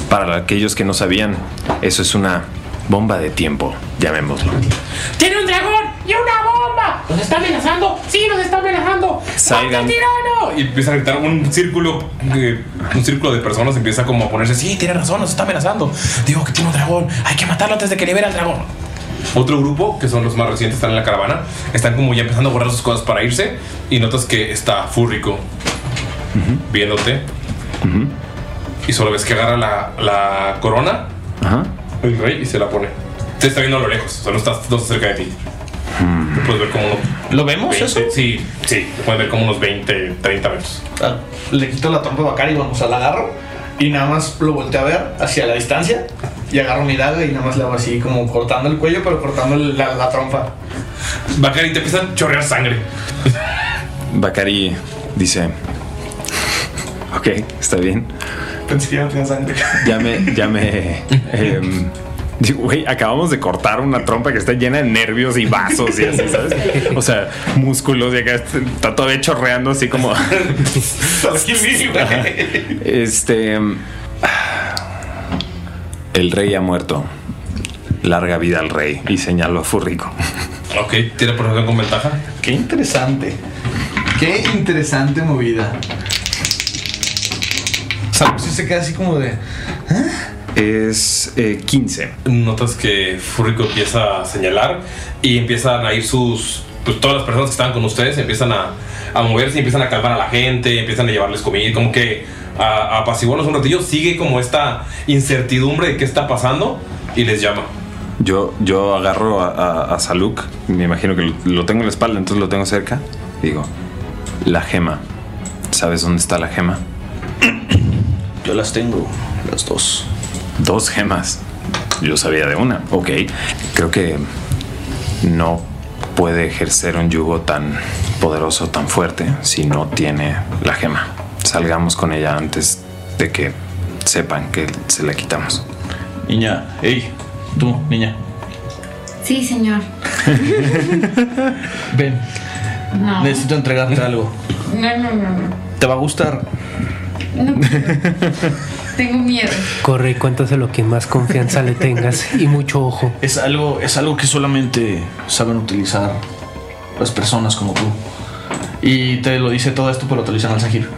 E: Para aquellos que no sabían, eso es una bomba de tiempo, llamémoslo.
I: ¡Tiene un dragón y una bomba! ¡Nos está amenazando! ¡Sí, nos está amenazando!
E: Salgan.
I: ¡Mata al
A: Y empieza a gritar un círculo, eh, un círculo de personas empieza como a ponerse, sí, tiene razón, nos está amenazando. Digo que tiene un dragón, hay que matarlo antes de que libere al dragón. Otro grupo, que son los más recientes, están en la caravana, están como ya empezando a borrar sus cosas para irse y notas que está Furrico viéndote y solo ves que agarra la, la corona
E: Ajá.
A: el rey y se la pone. Te está viendo a lo lejos, o sea, no estás, no estás cerca de ti. Te puedes ver como unos.
D: ¿Lo vemos eso?
A: Sí, sí, te puedes ver como unos 20, 30 metros.
D: Ah, Le quito la trompa a Bacari, vamos al agarro. Y nada más lo volteo a ver hacia la distancia. Y agarro mi daga y nada más le hago así, como cortando el cuello, pero cortando la, la trompa.
A: Bacari te empieza a chorrear sangre.
E: Bakari dice, ok, está bien.
D: Pensé que ya no tenía sangre.
E: Ya me, ya me... em, digo, Güey, acabamos de cortar una trompa que está llena de nervios y vasos y así, ¿sabes? O sea, músculos y acá está todavía chorreando así como... Ajá. Este... em, El rey ha muerto. Larga vida al rey. Y señalo a Furrico.
A: Ok, tiene protección con ventaja.
D: Qué interesante. Qué interesante movida. Salud si se queda así como de.
E: Es eh, 15.
A: Notas que Furrico empieza a señalar y empiezan a ir sus. Pues todas las personas que estaban con ustedes empiezan a, a moverse, empiezan a calmar a la gente, empiezan a llevarles comida, como que a, a apaciguarlos un ratillo. Sigue como esta incertidumbre de qué está pasando y les llama.
E: Yo, yo agarro a, a- a Saluk, me imagino que lo, lo tengo en la espalda, entonces lo tengo cerca. Digo, la gema. ¿Sabes dónde está la gema?
D: Yo las tengo, las dos.
E: Dos gemas. Yo sabía de una. Ok. Creo que no puede ejercer un yugo tan poderoso, tan fuerte, si no tiene la gema. Salgamos con ella antes de que sepan que se la quitamos.
D: Niña, ey, tú, niña.
H: Sí, señor.
D: Ven,
H: No.
D: necesito entregarte algo.
H: No, no, no, no.
D: ¿Te va a gustar?
H: Tengo miedo.
F: Corre y cuéntaselo a quien más confianza le tengas y mucho ojo.
D: Es algo, es algo que solamente saben utilizar las personas como tú. Y te lo dice todo esto, pero te lo dicen al Sahir.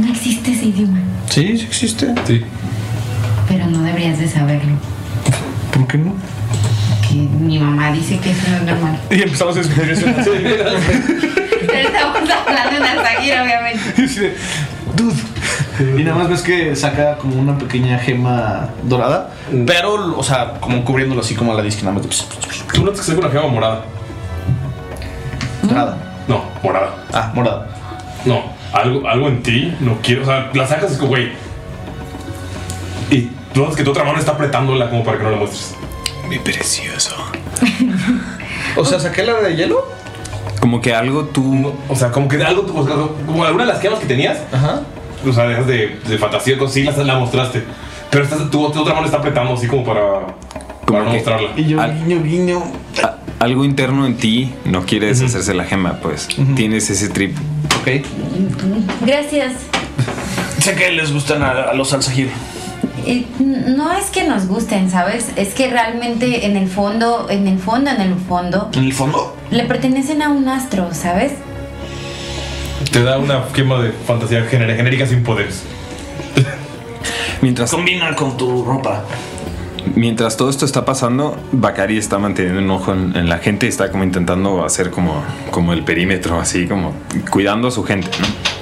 H: No existe ese idioma.
D: Sí, sí existe.
A: Sí.
H: Pero no deberías de saberlo.
D: ¿Por qué no?
H: Que mi mamá dice que eso no es normal.
D: Y empezamos a escribir eso.
H: Pero estamos hablando de Nazagir, obviamente.
D: Dude. Y nada más ves que saca como una pequeña gema dorada, pero, o sea, como cubriéndolo así como a la disque. Nada más de-
A: ¿Tú notas que saca una gema morada?
D: Dorada.
A: No, morada.
D: Ah, morada.
A: No, algo, algo en ti no quiero. O sea, la sacas y es como, güey. Y tú notas que tu otra mano está apretándola como para que no la muestres.
D: Mi precioso. O sea, saqué la de hielo.
A: Como que algo tú. O sea, como que algo. o sea, como alguna de las quemas que tenías.
D: Ajá.
A: O sea, dejas de, de fantasía con sí, las- la, mostraste. Pero esta- tu, tu otra mano está apretando así como para. para no mostrarla.
D: Y yo, guiño, guiño.
E: Algo interno en ti no quiere deshacerse la gema, pues. Tienes ese trip.
D: Ok.
C: Gracias.
D: Sé que les gustan a, a los alzajir.
H: Eh, No es que nos gusten, ¿sabes? Es que realmente en el fondo, en el fondo, en el fondo,
D: En el fondo.
H: le pertenecen a un astro, ¿sabes?
A: Te da una quema de fantasía gener- genérica sin poderes.
E: Mientras,
D: Combina con tu ropa.
E: Mientras todo esto está pasando, Bakari está manteniendo un ojo en, en la gente y está como intentando hacer como, como el perímetro, así como cuidando a su gente,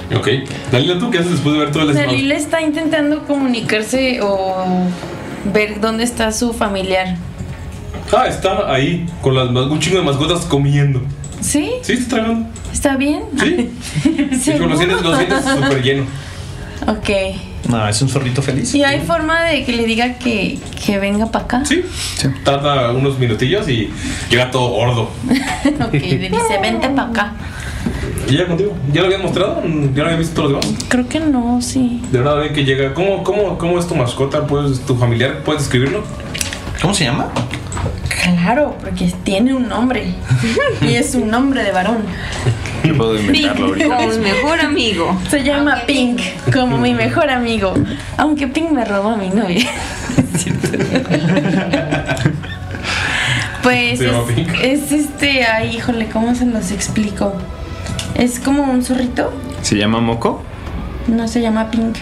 E: ¿no?
A: Ok. Dalila, ¿tú qué haces después de ver todo
B: Dalila está intentando comunicarse o ver dónde está su familiar.
A: Ah, está ahí con las, ma- un chingo de mascotas comiendo.
B: ¿Sí?
A: Sí, está tragando.
B: ¿Está bien?
A: Sí. Y con
B: ¿Seguro?
A: los dientes, los dientes súper lleno.
B: Ok.
D: No, es un zorrito feliz.
B: ¿Y hay forma de que le diga que, que venga para acá?
A: Sí. Tarda unos minutillos y llega todo gordo.
B: ok, le dice, vente para acá.
A: ¿Y llega contigo? ¿Ya lo habían mostrado? ¿Ya lo habían visto todos los demás?
B: Creo que no, sí.
A: De verdad ven que llega. ¿Cómo, cómo, cómo es tu mascota? ¿Puedes, ¿Tu familiar? ¿Puedes describirlo?
D: ¿Cómo se llama?
B: Claro, porque tiene un nombre. y es un nombre de varón.
E: puedo inventarlo ahorita.
B: Como mi mejor amigo. Se llama Pink, como mi mejor amigo. Aunque Pink me robó a mi novia. pues
G: Se
B: es,
G: llama Pink.
B: es este, ay, híjole, ¿cómo se los explico? Es como un zorrito,
E: ¿Se llama Moco?
B: no se llama Pink,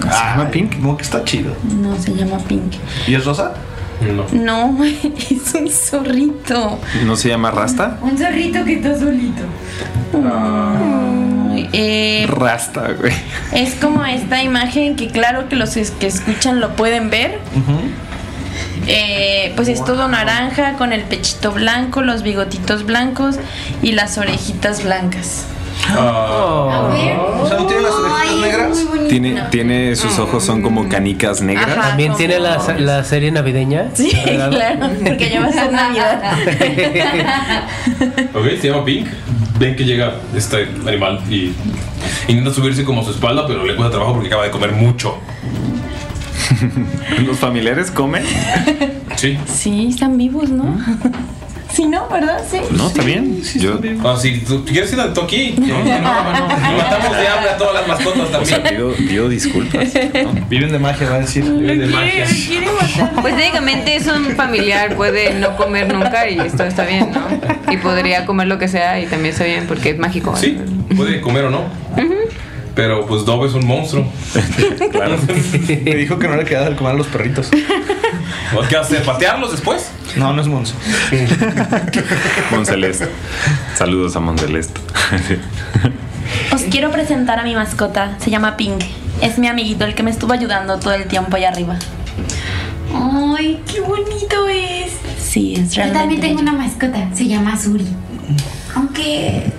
E: ¿Se llama Pink?
D: Moco está chido.
B: no se llama Pink.
D: ¿Y es rosa?
A: No.
B: No, es un zorrito.
E: ¿No se llama Rasta?
H: Un zorrito que está solito.
B: Eh,
E: Rasta, güey.
B: es como esta imagen que claro que los es- que escuchan lo pueden ver, Eh, pues es todo naranja con el pechito blanco, los bigotitos blancos y las orejitas blancas.
D: O sea, no tiene las orejitas negras.
E: Tiene, tiene sus ojos son como canicas negras.
B: Ajá, También
F: tiene la, la serie navideña.
B: Sí,
F: ¿verdad?
B: claro, porque ya va a ser Navidad.
A: Ok, se llama Pink. Ven que llega este animal y intenta subirse como a su espalda, pero le cuesta trabajo porque acaba de comer mucho.
E: ¿Los familiares comen?
A: Sí.
B: sí, están vivos, ¿no? Sí, no, ¿verdad? Sí.
E: No, está bien. Yo-
A: Ah, sí, ¿tú tú quieres ir a Toki? No, no, no, matamos de hambre a todas las mascotas
E: o
A: también.
E: sea, pido, pido disculpas.
D: Viven de magia, va a decir.
A: Viven de
G: Quiere-
A: magia.
G: quiere matar. Pues técnicamente es un familiar, puede no comer nunca y esto está bien, ¿no? Y podría comer lo que sea y también está bien porque es mágico. ¿eh?
A: Sí, puede comer o no. Pero pues Dove es un monstruo. claro.
D: Me dijo que no le quedaba el comer a los perritos.
A: ¿Qué hacer? ¿Patearlos después?
D: No, no es monzo.
E: Monceleste. Saludos a Monceleste.
B: Os quiero presentar a mi mascota, se llama Pink. Es mi amiguito, el que me estuvo ayudando todo el tiempo allá arriba.
H: Ay, qué bonito es.
B: Sí, es
H: Yo
B: realmente.
H: también tengo una mascota, se llama Suri. Aunque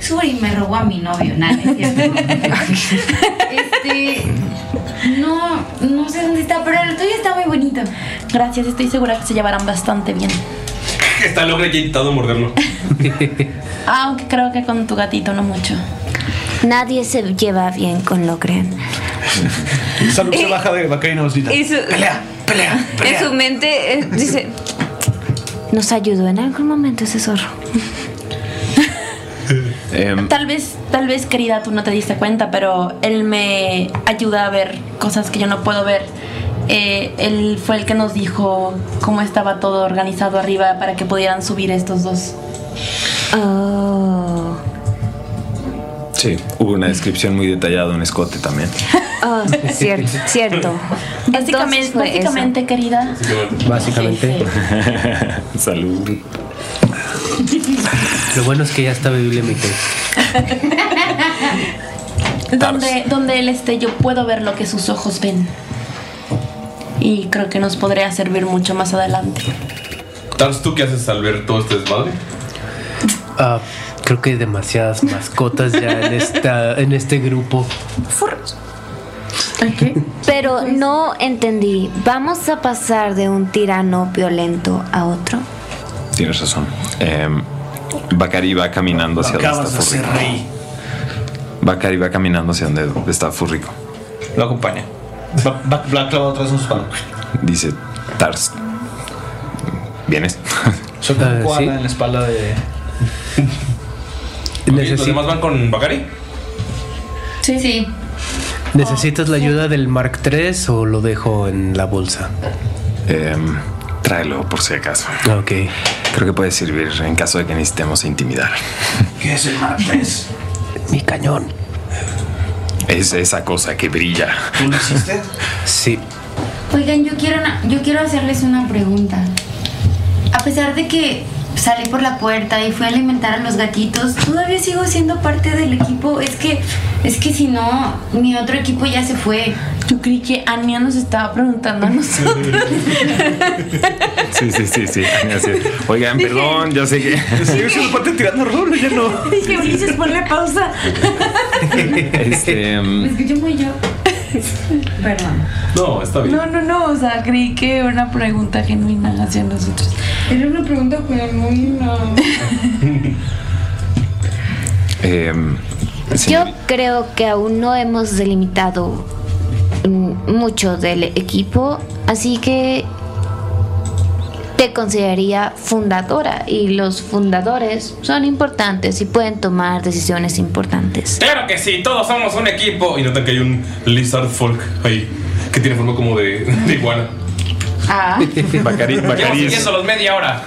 H: Suri me robó a mi novio, nada, es cierto. este, no, no sé dónde está, pero el tuyo está muy bonito.
B: Gracias, estoy segura que se llevarán bastante bien.
A: Está logra que ha intentado morderlo.
B: Aunque creo que con tu gatito no mucho.
C: Nadie se lleva bien con Logren.
D: Salud se baja de Bacari Nausita.
C: y su-
D: Pelea, pelea, pelea.
C: En su mente eh, dice, nos ayudó en algún momento ese zorro.
E: Em,
B: Tal vez, tal vez, querida, tú no te diste cuenta, pero él me ayuda a ver cosas que yo no puedo ver. Eh, él fue el que nos dijo cómo estaba todo organizado arriba para que pudieran subir estos dos.
C: Oh.
E: Sí, hubo una descripción muy detallada de un escote también.
C: Ah, cierto, cierto. Entonces
B: Básicamente,
C: fue eso.
B: básicamente, querida.
F: Básicamente.
E: Salud.
F: Lo bueno es que ya está bebible mi té.
B: Donde, donde él esté, yo puedo ver lo que sus ojos ven. Y creo que nos podría servir mucho más adelante.
A: Tars, ¿tú qué haces al ver todo este desmadre?
F: Ah, creo que hay demasiadas mascotas ya en, esta, en este grupo.
C: Pero no entendí. ¿Vamos a pasar de un tirano violento a otro?
E: Tienes razón. Em, Bacari va caminando hacia donde
D: Acabas de
E: está
D: ser
E: Furrico.
D: rey.
E: Bacari va caminando hacia donde está Furrico.
D: Lo acompaña. Va, va, va clavado atrás de sus palos.
E: Dice Tars. ¿Vienes?
D: Soy
E: Ah,
D: un koala
E: sí.
D: en la espalda de.
A: ¿Los demás van con Bakari?
H: Sí. Sí.
F: ¿Necesitas la ayuda del Mark III o lo dejo en la bolsa?
E: Em, tráelo por si acaso.
F: Ok.
E: Creo que puede servir en caso de que necesitemos intimidar.
D: ¿Qué es el martes?
F: Mi cañón.
E: Es esa cosa que brilla.
D: ¿Tú lo hiciste?
F: Sí.
H: Oigan, yo quiero, una- yo quiero hacerles una pregunta. A pesar de que salí por la puerta y fui a alimentar a los gatitos, todavía sigo siendo parte del equipo. Es que, es que si no, mi otro equipo ya se fue.
B: Yo creí que Ania nos estaba preguntando a nosotros.
E: Sí, sí, sí, sí. Así es. Oigan, perdón, ya sé que.
D: Sigo siendo parte tirando rol, ya no.
B: Dije, Ulises, ponle pausa.
E: Este, em,
B: Me escucho muy yo. Perdón.
A: No, Mm. está bien.
B: No, no, no. O sea, creí que era una pregunta genuina hacia nosotros.
H: Era una pregunta genuina.
E: em,
C: Yo creo que aún no hemos delimitado mm, mucho del equipo, así que te consideraría fundadora y los fundadores son importantes y pueden tomar decisiones importantes.
A: Claro que sí, todos somos un equipo. Y notan que hay un Lizard Folk ahí que tiene forma como de, de iguana.
H: Ah.
E: Bacari,
A: Llevo
E: Bacari,
A: siguiéndolos media hora.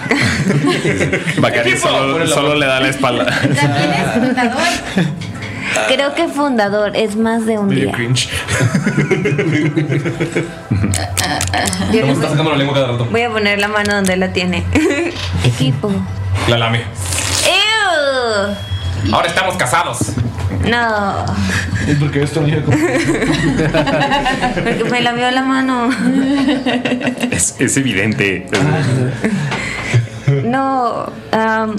E: Bacari
A: Equipo.
E: solo, solo le da la espalda.
C: Creo que fundador es más de un día.
E: cringe.
A: ¿Cómo está sacando la lengua cada rato?
C: Voy a poner la mano donde la tiene. Equipo.
A: La lame.
C: ¡Ew!
A: Ahora estamos casados.
C: No,
D: Es porque esto me como.
C: porque me lameó la mano.
E: Es, es evidente.
C: No,
G: um,
C: am,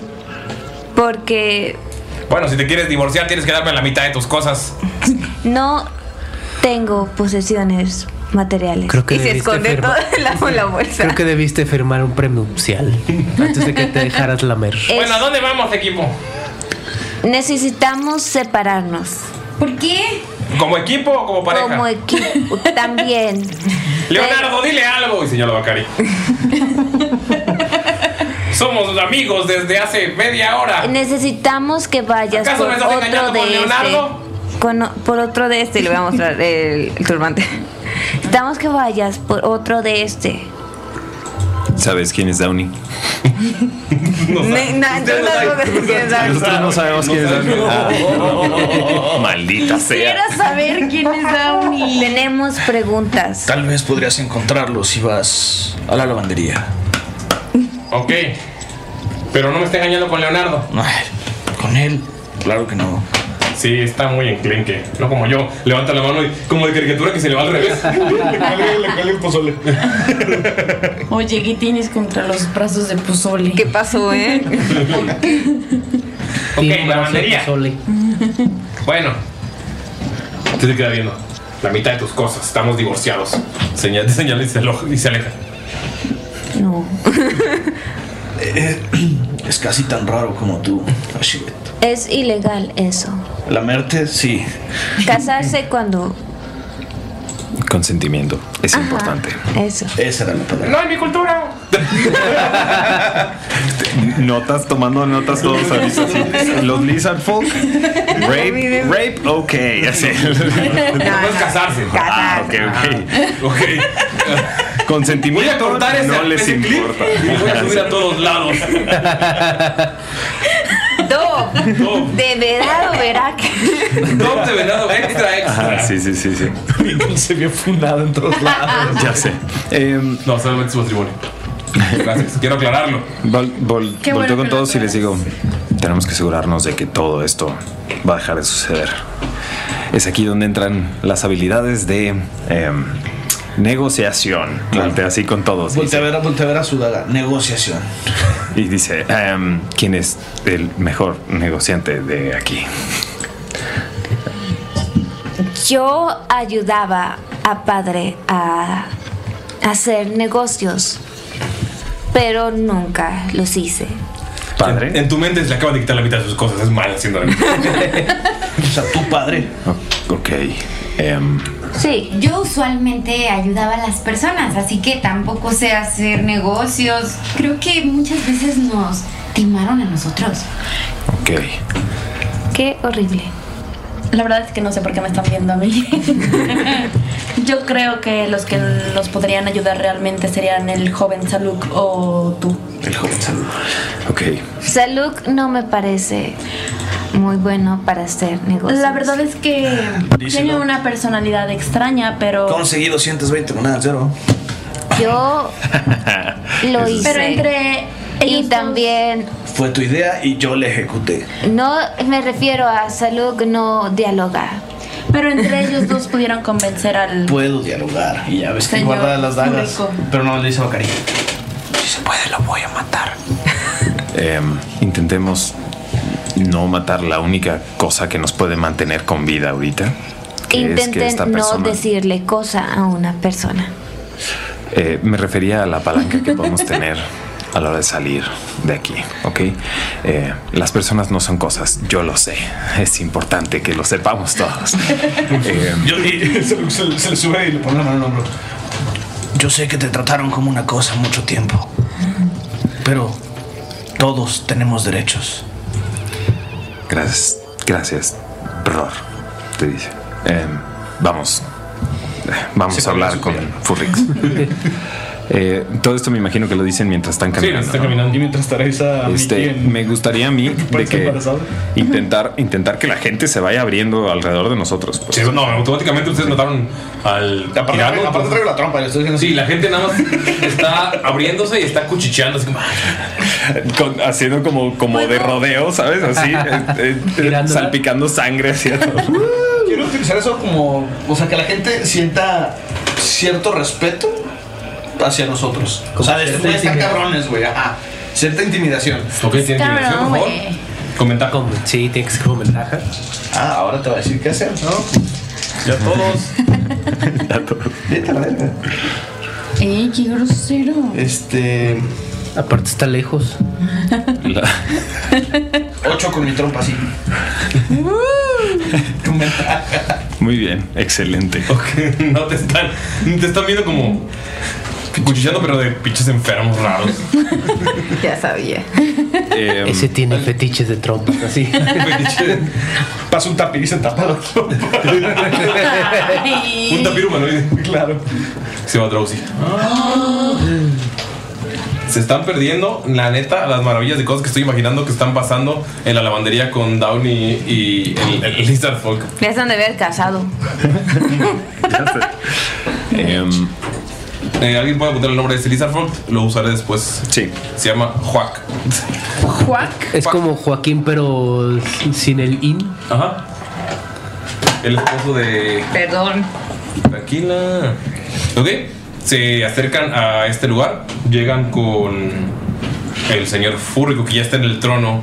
C: porque
A: Bueno, si te quieres divorciar, tienes que darme la mitad de tus cosas.
C: No tengo posesiones materiales.
F: Creo que Y se debiste esconde firmar. todo
C: en la, bolsa.
F: Creo que debiste firmar un prenupcial antes de que te dejaras lamer.
A: Bueno, ¿a dónde vamos, equipo?
C: Necesitamos separarnos.
H: ¿Por qué?
A: ¿Como equipo o como pareja?
C: Como equipo también.
A: Leonardo, dile algo. Y señala a Bacari. Somos amigos desde hace media hora.
C: Necesitamos que vayas
A: ¿Acaso
C: por
A: me estás
C: otro
A: engañando
C: de
A: con Leonardo?
C: este. Con- por otro de este, le voy a mostrar el, el turbante. Necesitamos que vayas por otro de este.
E: ¿Sabes quién es Downey?
C: Ne- na- yo tampoco sé quién es Downey.
E: Nosotros no sabemos quién es Downey. Ah. Maldita sea.
C: saber quién es Downey. Tenemos preguntas.
D: Tal vez podrías encontrarlo si vas a la lavandería.
A: Ok. Pero no me esté engañando con Leonardo.
D: Ay, con él, claro que no.
A: Sí, está muy enclenque. No como yo. Levanta la mano y como de caricatura que se le va al revés. le cuelga- le cuelga el pozole.
B: Oye, ¿qué tienes contra los brazos de pozole?
G: ¿Qué pasó, eh?
A: Ok, lavandería. Bueno. Te te queda viendo. La mitad de tus cosas. Estamos divorciados. Señal, te señala y se, alo- y se aleja.
C: No.
D: Eh, es casi tan raro como tú, Ashibet.
C: Es ilegal eso.
D: Lamerte, sí.
C: Casarse cuando
E: Consentimiento. Es
C: Ajá.
E: importante.
C: Eso.
D: Esa era la palabra.
A: es mi cultura.
E: Notas, tomando notas todos ahorita, así. Los lizard folk. Rape, rape, ok. Así.
A: No puedes casarse.
E: Ah, ok, ok.
A: Voy a
E: Consentimiento
A: cortar ese,
E: no les
A: ese clip
E: importa.
A: y lo voy a subir a todos lados.
C: Dos. De verdad o verá
A: Top de venado extra extra.
E: Ajá, sí, sí, sí, sí.
D: Se vio fundado en todos lados.
E: Ya sé. Em,
A: no, solamente su matrimonio. Gracias, quiero aclararlo.
E: Vol, vol-
A: Qué
E: volteo
A: bueno que
E: con
A: lo
E: todos y les digo, tenemos que asegurarnos de que todo esto va a dejar de suceder. Es aquí donde entran las habilidades de em, negociación. Voltea así con todos. y
D: Voltea a ver, a- voltea a ver a su daga. Negociación.
E: Y dice, em, ¿quién es el mejor negociante de aquí?
C: Yo ayudaba a padre a hacer negocios, pero nunca los hice.
A: Padre. En, en tu mente le acaban de quitar la mitad de sus cosas. Es mal haciendo O
D: sea, tu padre.
E: Ok. em,
H: Sí. Yo usualmente ayudaba a las personas, así que tampoco sé hacer negocios. Creo que muchas veces nos timaron a nosotros.
E: ok.
C: Qué horrible.
B: La verdad es que no sé por qué me están viendo a mí. Yo creo que los que nos podrían ayudar realmente serían el joven Saluk o tú.
E: El joven salud. Ok.
C: Saluk no me parece muy bueno para hacer negocios.
B: La verdad es que tiene
D: Díselo.
B: una personalidad extraña, pero...
D: Conseguí 220 con nada cero.
C: Yo lo hice.
B: Pero entre
C: y también
D: Fue tu idea y yo la ejecuté.
C: no me refiero a Saluk no dialoga.
B: Pero entre ellos dos pudieron convencer al...
D: Puedo dialogar. Y ya ves que
B: Señor
D: guarda las dagas.
B: público.
D: Pero no le dice a Bacari.
E: Si se puede, lo voy a matar. Em, intentemos no matar la única cosa que nos puede mantener con vida ahorita. Que es
C: Intenten
E: que esta
C: no
E: persona.
C: decirle cosa a una persona.
E: Eh, me refería a la palanca que podemos tener a la hora de salir de aquí, ¿ok? Eh, las personas no son cosas, yo lo sé. Es importante que lo sepamos todos. Em,
D: Yo- y se, se- se le sube y le pone la mano en el hombro. Yo sé que te trataron como una cosa mucho tiempo. Pero todos tenemos derechos.
E: Gracias, gracias, bror, te dice. Em, vamos, eh, vamos a hablar con Furrix. Eh, todo esto me imagino que lo dicen mientras están caminando. ¿no?
D: Y mientras estaréis a
E: Este, me gustaría a mí de
D: parece
E: que
D: embarazado.
E: intentar, intentar que la gente se vaya abriendo alrededor de nosotros. pues.
A: Sí, no, automáticamente ustedes notaron al. tirado,
D: aparte traigo la trompa, le estoy diciendo
A: Sí, la gente nada más está abriéndose y está cuchicheando. Así como,
E: Con- haciendo como, como de rodeo, ¿sabes? Así, eh, eh, salpicando sangre hacia todo.
D: Quiero utilizar eso como. O sea, que la gente sienta cierto respeto hacia nosotros. O sea, estos güeyes están cabrones, güey. Ajá. Cierta intimidación.
A: Ok, tiene
B: Cabrón, güey.
J: eh,
A: Comentar.
F: Sí, tienes que comentar.
D: Ah, ahora te va a decir qué hacer, ¿no? Ya todos.
E: ya todos.
D: Vete a la verga.
J: eh,
H: ¡Ey, qué grosero!
D: Este.
F: Aparte está lejos.
D: Ocho con mi trompa, sí.
E: Muy bien, excelente.
A: Ok, no te están. Te están viendo como. Cuchicheando, pero de pinches enfermos raros.
G: Ya sabía.
E: Em,
F: Ese tiene fetiches de trompas, así.
D: Pasa un tapir y se tapa la
A: Un tapir humanoide. Claro. Se va Drowsy. Se están perdiendo, la neta, las maravillas de cosas que estoy imaginando que están pasando en la lavandería con Downey y el, el Lizard Folk.
K: Les han de ver casado.
E: Em,
A: Eh, ¿Alguien puede apuntar el nombre de este Lizard Folk? Lo usaré después.
E: Sí.
A: Se llama Juac.
F: Es como Joaquín, pero sin el in.
A: Ajá. El esposo de.
G: Perdón.
A: Tranquila. Ok. Se acercan a este lugar. Llegan con el señor Fúrico que ya está en el trono.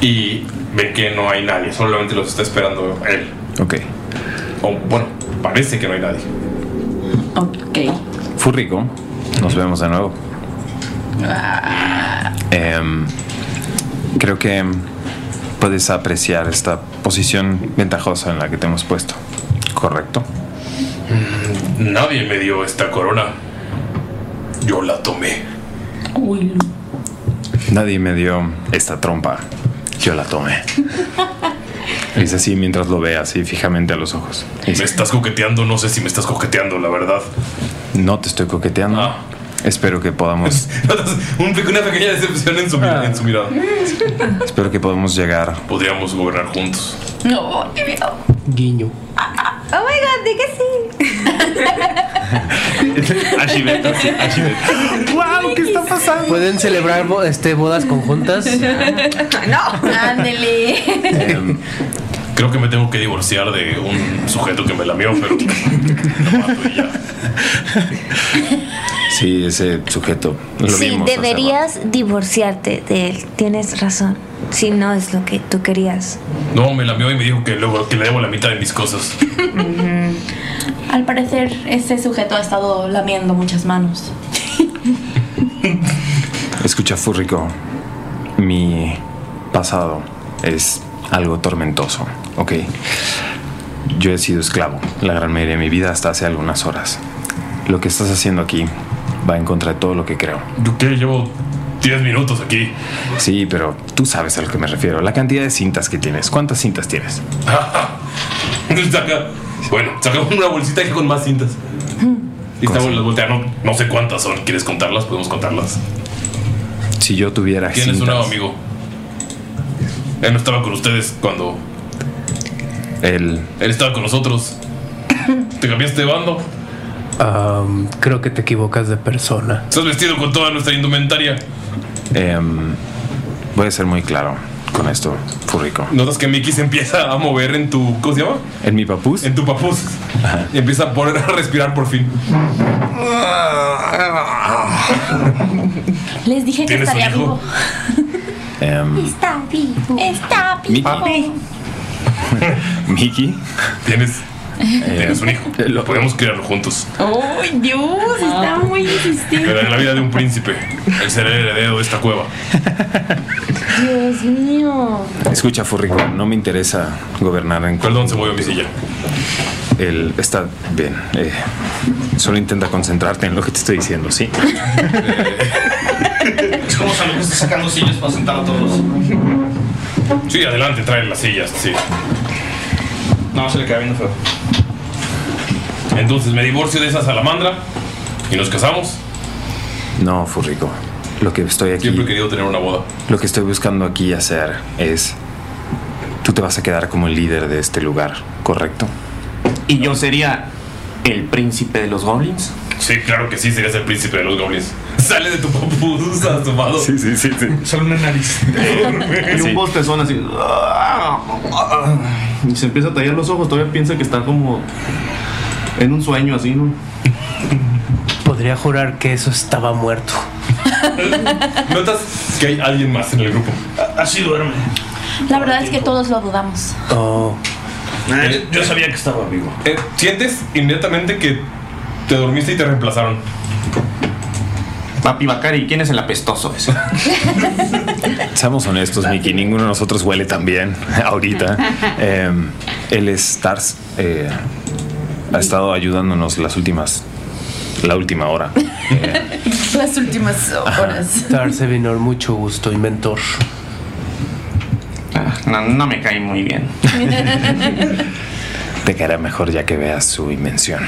A: Y ven que no hay nadie. Solamente los está esperando él.
E: Ok.
A: O bueno, parece que no hay nadie.
G: Ok.
E: Furrico, nos vemos de nuevo. Em, creo que em, puedes apreciar esta posición ventajosa en la que te hemos puesto, ¿correcto?
A: Nadie me dio esta corona. Yo la tomé.
E: Nadie me dio esta trompa, yo la tomé. Es así mientras lo ve así fijamente a los ojos.
A: Me estás coqueteando. No sé si me estás coqueteando, la verdad. Ah.
E: No te estoy coqueteando. Espero que podamos.
A: Un pe- una pequeña decepción en su, mi- en su mirada.
E: espero que podamos llegar.
A: Podríamos gobernar juntos.
C: No, qué miedo.
E: Guiño.
C: Oh my god, di que
A: Ashibet, Ashibet.
F: ¡Wow! ¿Qué está pasando? ¿Pueden celebrar bo- este, bodas conjuntas?
B: no. Ándele.
A: Em, creo que me tengo que divorciar de un sujeto que me lamió, pero.
E: Sí, ese sujeto. Lo
C: sí. Sí,
E: vimos hace
C: deberías divorciarte de él. Tienes razón. Si no es lo que tú querías.
A: No, me lamió y me dijo que, luego, que le debo la mitad de mis cosas.
J: Al parecer, este sujeto ha estado lamiendo muchas manos.
E: Escucha, Furrico, mi pasado es algo tormentoso, ¿ok? Yo he sido esclavo la gran mayoría de mi vida hasta hace algunas horas. Lo que estás haciendo aquí va en contra de todo lo que creo.
A: ¿Yo qué? Llevo 10 minutos aquí.
E: Sí, pero tú sabes a lo que me refiero. La cantidad de cintas que tienes. ¿Cuántas cintas tienes?
A: Saca- bueno, sacamos una bolsita aquí con más cintas.
E: Mm.
A: Y esta las voltea. No, no sé cuántas son. ¿Quieres contarlas? Podemos contarlas.
E: Si yo tuviera
A: ¿Quién es un
E: cintas-
A: nuevo amigo? Él no estaba con ustedes cuando.
E: Él.
A: Él estaba con nosotros. ¿Te cambiaste de bando?
F: Am, creo que te equivocas de persona.
A: Estás vestido con toda nuestra indumentaria.
E: Em, voy a ser muy claro con esto, Furrico.
A: Notas que Mickey se empieza a mover en tu. ¿Cómo se llama?
E: ¿En mi papús?
A: En tu papús. Y empieza a, poner, a respirar por fin.
J: Les dije que
A: ¿Tienes un
J: estaría
A: hijo?
J: vivo.
A: Mm.
E: Em,
J: Está vivo. Está
E: vivo. Mickey.
A: Tienes.
B: Eh,
A: Tienes un hijo. Lo podemos criarlo juntos.
J: ¡Oh, Dios! Está muy insistente.
A: Pero en la vida de un príncipe. El ser el heredero de esta cueva.
J: Dios mío.
E: Escucha, Furrico, no me interesa gobernar en. Perdón, se movió mi silla. Él está bien. eh, solo intenta concentrarte en lo que te estoy diciendo, ¿sí?
D: Es como San Luis está sacando sillas para sentar a todos.
A: Sí, adelante, trae las sillas, sí.
D: No, se le queda viendo feo.
A: Entonces me divorcio de esa salamandra y nos casamos.
E: No, Furrico. Lo que estoy aquí.
A: Siempre he querido tener una boda.
E: Lo que estoy buscando aquí hacer es. Tú te vas a quedar como el líder de este lugar, ¿correcto?
L: ¿Y yo sería el príncipe de los goblins?
A: Sí, claro que sí, serías el príncipe de los goblins. Sale de tu papus asomado. Sí,
E: sí, sí.
D: Sale una nariz.
L: Y un bostezón así. Y se empieza a tallar los ojos. Todavía piensa que está como en un sueño así, ¿no?
F: Podría jurar que eso estaba muerto.
A: Notas que hay alguien más en el grupo.
D: Así duerme.
J: La verdad es que todos lo dudamos.
A: Oh. yo sabía que estaba vivo. Eh, Sientes inmediatamente que te dormiste y te reemplazaron.
L: Papi Bacari, ¿quién es el apestoso ese?
E: Seamos honestos, Mickey, ninguno de nosotros huele tan bien ahorita. Em, él es Tars. eh, ha estado ayudándonos las últimas. La última hora.
J: Las últimas horas.
F: Tarsevinor, mucho gusto y mentor.
L: Ah, No, no me cae muy bien.
E: Te caerá mejor ya que veas su invención.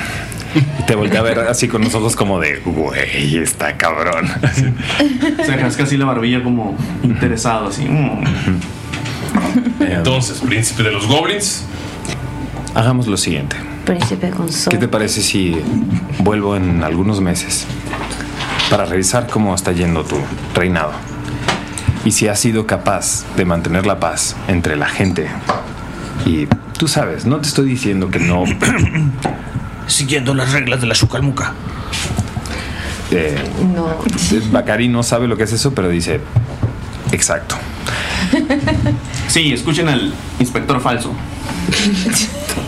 E: Y te voltea a ver así con nosotros como de, güey, está cabrón.
L: Se rasca así la barbilla como interesado, así. mm.
A: Entonces, príncipe de los goblins.
E: Hagamos lo siguiente.
C: Príncipe con
E: ¿Qué te parece si vuelvo en algunos meses para revisar cómo está yendo tu reinado? Y si has sido capaz de mantener la paz entre la gente. Y tú sabes, no te estoy diciendo que no...
L: Siguiendo las reglas de la Shukalmuka.
E: eh,
G: No.
E: Bacari no sabe lo que es eso, pero dice... Exacto.
L: Sí, escuchen al inspector falso.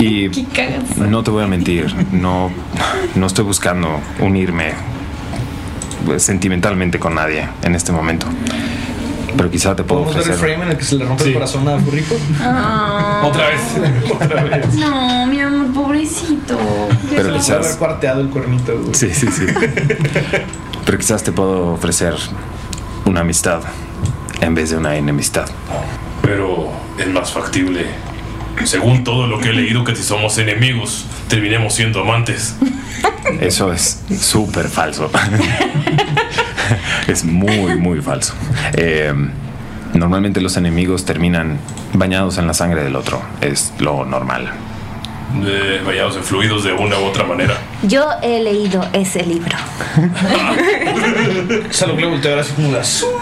E: Y No te voy a mentir, no, no estoy buscando unirme pues, sentimentalmente con nadie en este momento. Pero quizá te puedo
D: ¿Podemos ver el
E: ofrecer.
D: frame en el que se le rompe el corazón a Burrico?
A: Otra vez. Otra vez.
J: Ah, No, mi amor, pobrecito.
E: Pero quizás-
D: haber cuarteado el cuernito. güey.
E: Sí, sí, sí. Pero quizás te puedo ofrecer una amistad en vez de una enemistad.
A: Pero es más factible Según todo lo que he leído, que si somos enemigos, terminemos siendo amantes.
E: Eso es súper falso. es muy, muy falso. Eh, normalmente los enemigos terminan bañados en la sangre del otro. Es lo normal.
A: Eh, vayados en fluidos de una u otra manera.
C: Yo he leído ese libro.
D: Salud, le volteo ahora así como la su madre,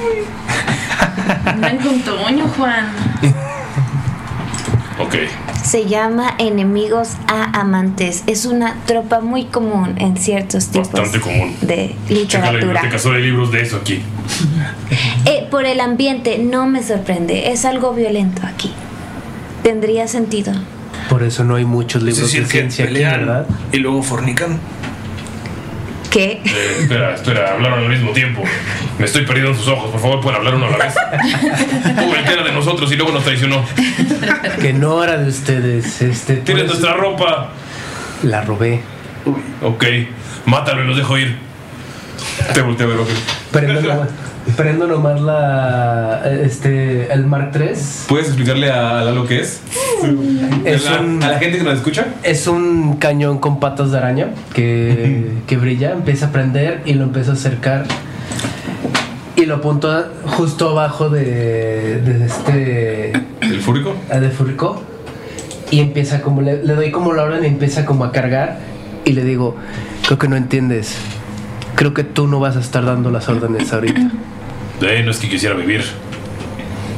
J: güey. Ven con Toño, Juan.
A: Ok.
C: Se llama Enemigos a Amantes. Es una tropa muy común en ciertos tipos
A: Bastante común.
C: de
A: Checa la
C: literatura.
A: biblioteca solo hay libros de eso aquí.
C: Eh, por el ambiente no me sorprende. Es algo violento aquí. Tendría sentido.
F: Por eso no hay muchos libros de ciencia aquí, ¿verdad?
D: Y luego fornican.
C: ¿Qué?
A: Eh, espera, espera, hablaron al mismo tiempo. Me estoy perdiendo en sus ojos. Por favor, pueden hablar uno a la vez. Hubo el que era de nosotros y luego nos traicionó.
F: Que no era de ustedes. Este,
A: Tienes nuestra ropa.
F: La robé.
A: Ok, mátalo y los dejo ir. Te volteo a ver, ok.
F: Prendo nomás, prendo nomás la, este, el Mark III.
A: ¿Puedes explicarle a Lalo qué es?
F: Es
A: ¿A la-
F: un-
A: ¿A la gente que nos escucha?
F: Es un cañón con patas de araña que, que brilla, empieza a prender y lo empieza a acercar. Y lo apunta justo abajo de, de este.
A: ¿El fúrico?
F: De fúrico. Y empieza como. Le, le doy como la orden y empieza como a cargar. Y le digo: Creo que no entiendes. Creo que tú no vas a estar dando las órdenes ahorita.
A: Eh, no es que quisiera vivir.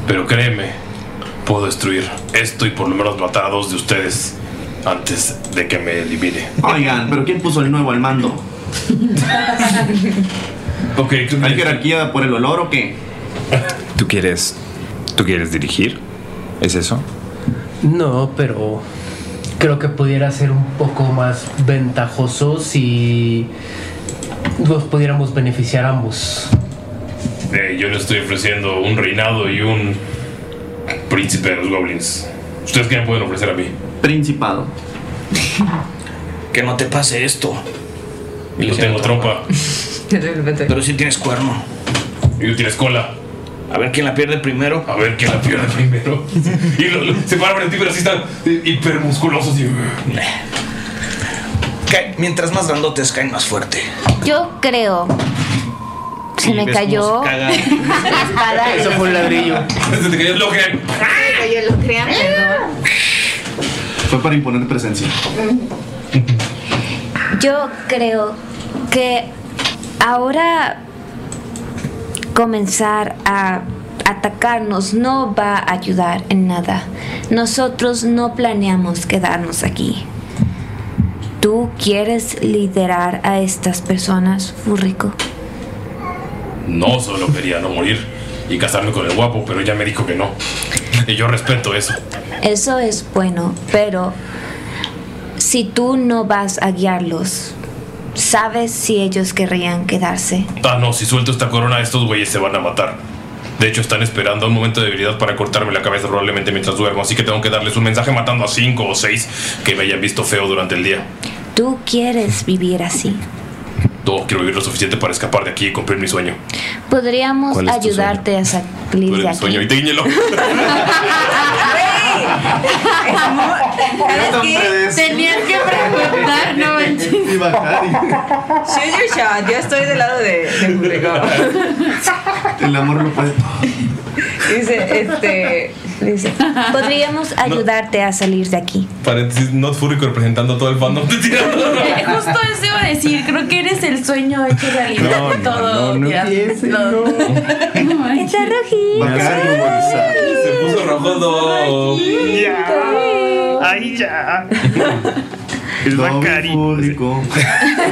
A: Pero créeme, puedo destruir esto y por lo menos matar a dos de ustedes antes de que me elimine.
L: Oigan, pero ¿quién puso el nuevo al mando?
A: ok,
L: ¿Hay jerarquía por el olor o qué?
E: ¿Tú quieres, ¿Tú quieres dirigir? ¿Es eso?
F: No, pero creo que pudiera ser un poco más ventajoso si nos pudiéramos beneficiar ambos.
A: Eh, yo les estoy ofreciendo un reinado y un príncipe de los goblins. ¿Ustedes qué me pueden ofrecer a mí?
L: Principado.
D: Que no te pase esto.
A: Yo tengo trompa. Este.
D: Pero si tienes cuerno.
A: Y tú tienes cola.
D: A ver quién la pierde primero.
A: A ver quién la pierde primero. y lo- lo- se paran frente a ti, pero así están eh, hipermusculosos. Y...
D: Cae- mientras más grandotes caen más fuerte.
C: Yo creo. Se
D: Y
C: me
D: ves cómo
C: cayó
D: se caga.
C: la espada.
F: Eso fue un ladrillo.
A: Se te cayó el locker.
C: Yo lo crean, perdón.
L: Fue para imponer presencia.
C: Yo creo que ahora comenzar a atacarnos no va a ayudar en nada. Nosotros no planeamos quedarnos aquí. ¿Tú quieres liderar a estas personas, Furrico?
A: No, solo quería no morir y casarme con el guapo, pero ella me dijo que no. Y yo respeto eso.
C: Eso es bueno, pero si tú no vas a guiarlos, ¿sabes si ellos querrían quedarse?
A: Ah, no, si suelto esta corona, estos güeyes se van a matar. De hecho, están esperando un momento de debilidad para cortarme la cabeza probablemente mientras duermo, así que tengo que darles un mensaje matando a cinco o seis que me hayan visto feo durante el día.
C: ¿Tú quieres vivir así?
A: No, quiero vivir lo suficiente para escapar de aquí y cumplir mi sueño.
C: Podríamos
A: ¿Cuál es tu
C: ayudarte a salir de
A: Mi
C: aquí.
A: sueño, y te guiñelo.
G: ¿Sabes qué? Tenías que preguntar, no manches. Shoot your shot, yo estoy del lado de, de Julio.
L: El amor lo puede todo.
G: Dice, este.
C: Dice, Podríamos ayudarte a salir de aquí.
A: Paréntesis, Not Furrico representando todo el fandom.
J: Justo eso iba a decir, creo que eres el sueño hecho realidad
A: No,
J: de
A: no,
J: todo.
A: no, no
J: ya.
C: Está
A: Se puso rojo no.
I: Ahí ya.
L: El Bacarito.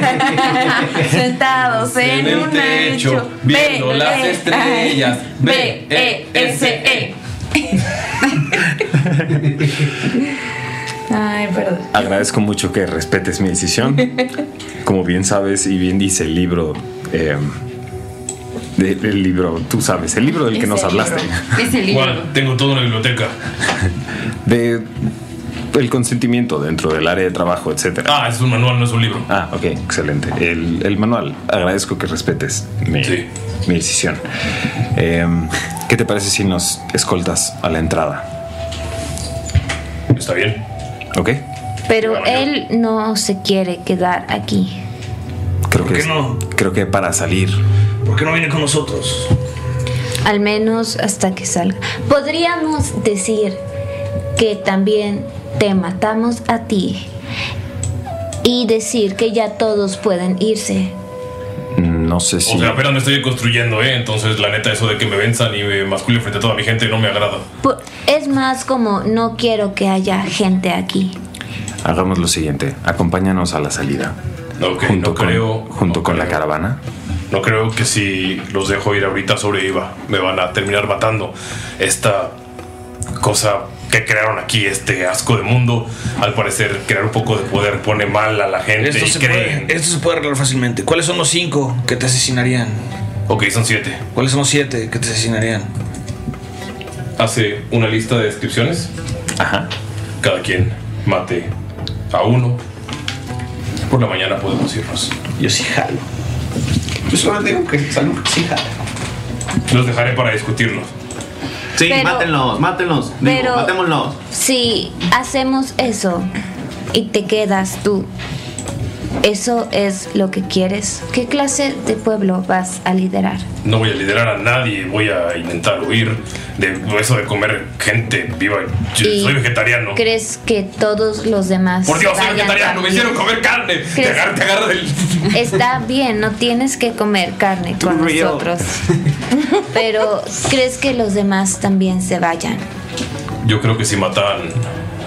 J: Sentados en,
A: En el
J: un
A: techo,
J: techo,
A: viendo las estrellas.
J: B E S E. Ay, perdón.
E: Agradezco mucho que respetes mi decisión. Como bien sabes y bien dice el libro, eh, de- el libro, tú sabes, el libro del que nos hablaste,
H: Es el libro.
A: Juan, tengo toda una biblioteca.
E: de el consentimiento dentro del área de trabajo, etcétera.
A: Ah, es un manual, no es un libro.
E: Ah, ok, excelente. El, el manual, agradezco que respetes mi, mi decisión. Em, Eh, ¿Qué te parece si nos escoltas a la entrada?
A: Está bien.
E: Ok.
C: Pero él no se quiere quedar aquí.
E: Creo que no? Creo que para salir.
D: ¿Por qué no viene con nosotros?
C: Al menos hasta que salga. Podríamos decir que también te matamos a ti. Y decir que ya todos pueden irse.
E: No sé si.
A: O sea, apenas me estoy construyendo, ¿eh? Entonces, la neta, eso de que me venzan y me masculen frente a toda mi gente no me agrada.
C: Pu- Es más como no quiero que haya gente aquí.
E: Hagamos lo siguiente. Acompáñanos a la salida. junto con, Junto con la caravana.
A: No creo que si los dejo ir ahorita sobreviva. Me van a terminar matando. Esta cosa que crearon aquí, este asco de mundo, al parecer crear un poco de poder pone mal a la gente
D: Esto
A: y
D: se,
A: creen.
D: puede, esto se puede arreglar fácilmente. ¿Cuáles son los cinco que te asesinarían?
A: Ok, son siete.
D: ¿Cuáles son los siete que te asesinarían?
A: Hace una lista de descripciones. Ajá. Cada quien mate a uno. Por la mañana podemos irnos.
D: Yo sí jalo. Yo solo digo que salud, sí jalo.
A: Los dejaré para discutirlo.
L: Sí,
C: Pero-
L: mátenlos, mátenlos. Digo,
C: pero-
L: matémoslos.
C: Si hacemos eso y te quedas tú, ¿eso es lo que quieres? ¿Qué clase de pueblo vas a liderar?
A: No voy a liderar a nadie, voy a intentar huir de eso de comer gente viva. Yo
C: Y-
A: soy vegetariano.
C: ¿Crees que todos los demás
A: Por Dios, soy
C: vayan
A: vegetariano, me
C: también?
A: hicieron comer carne. Te agarra, te agarra del.
C: Está bien, no tienes que comer carne con nosotros, pero ¿crees que los demás también se vayan?
A: Yo creo que si matan.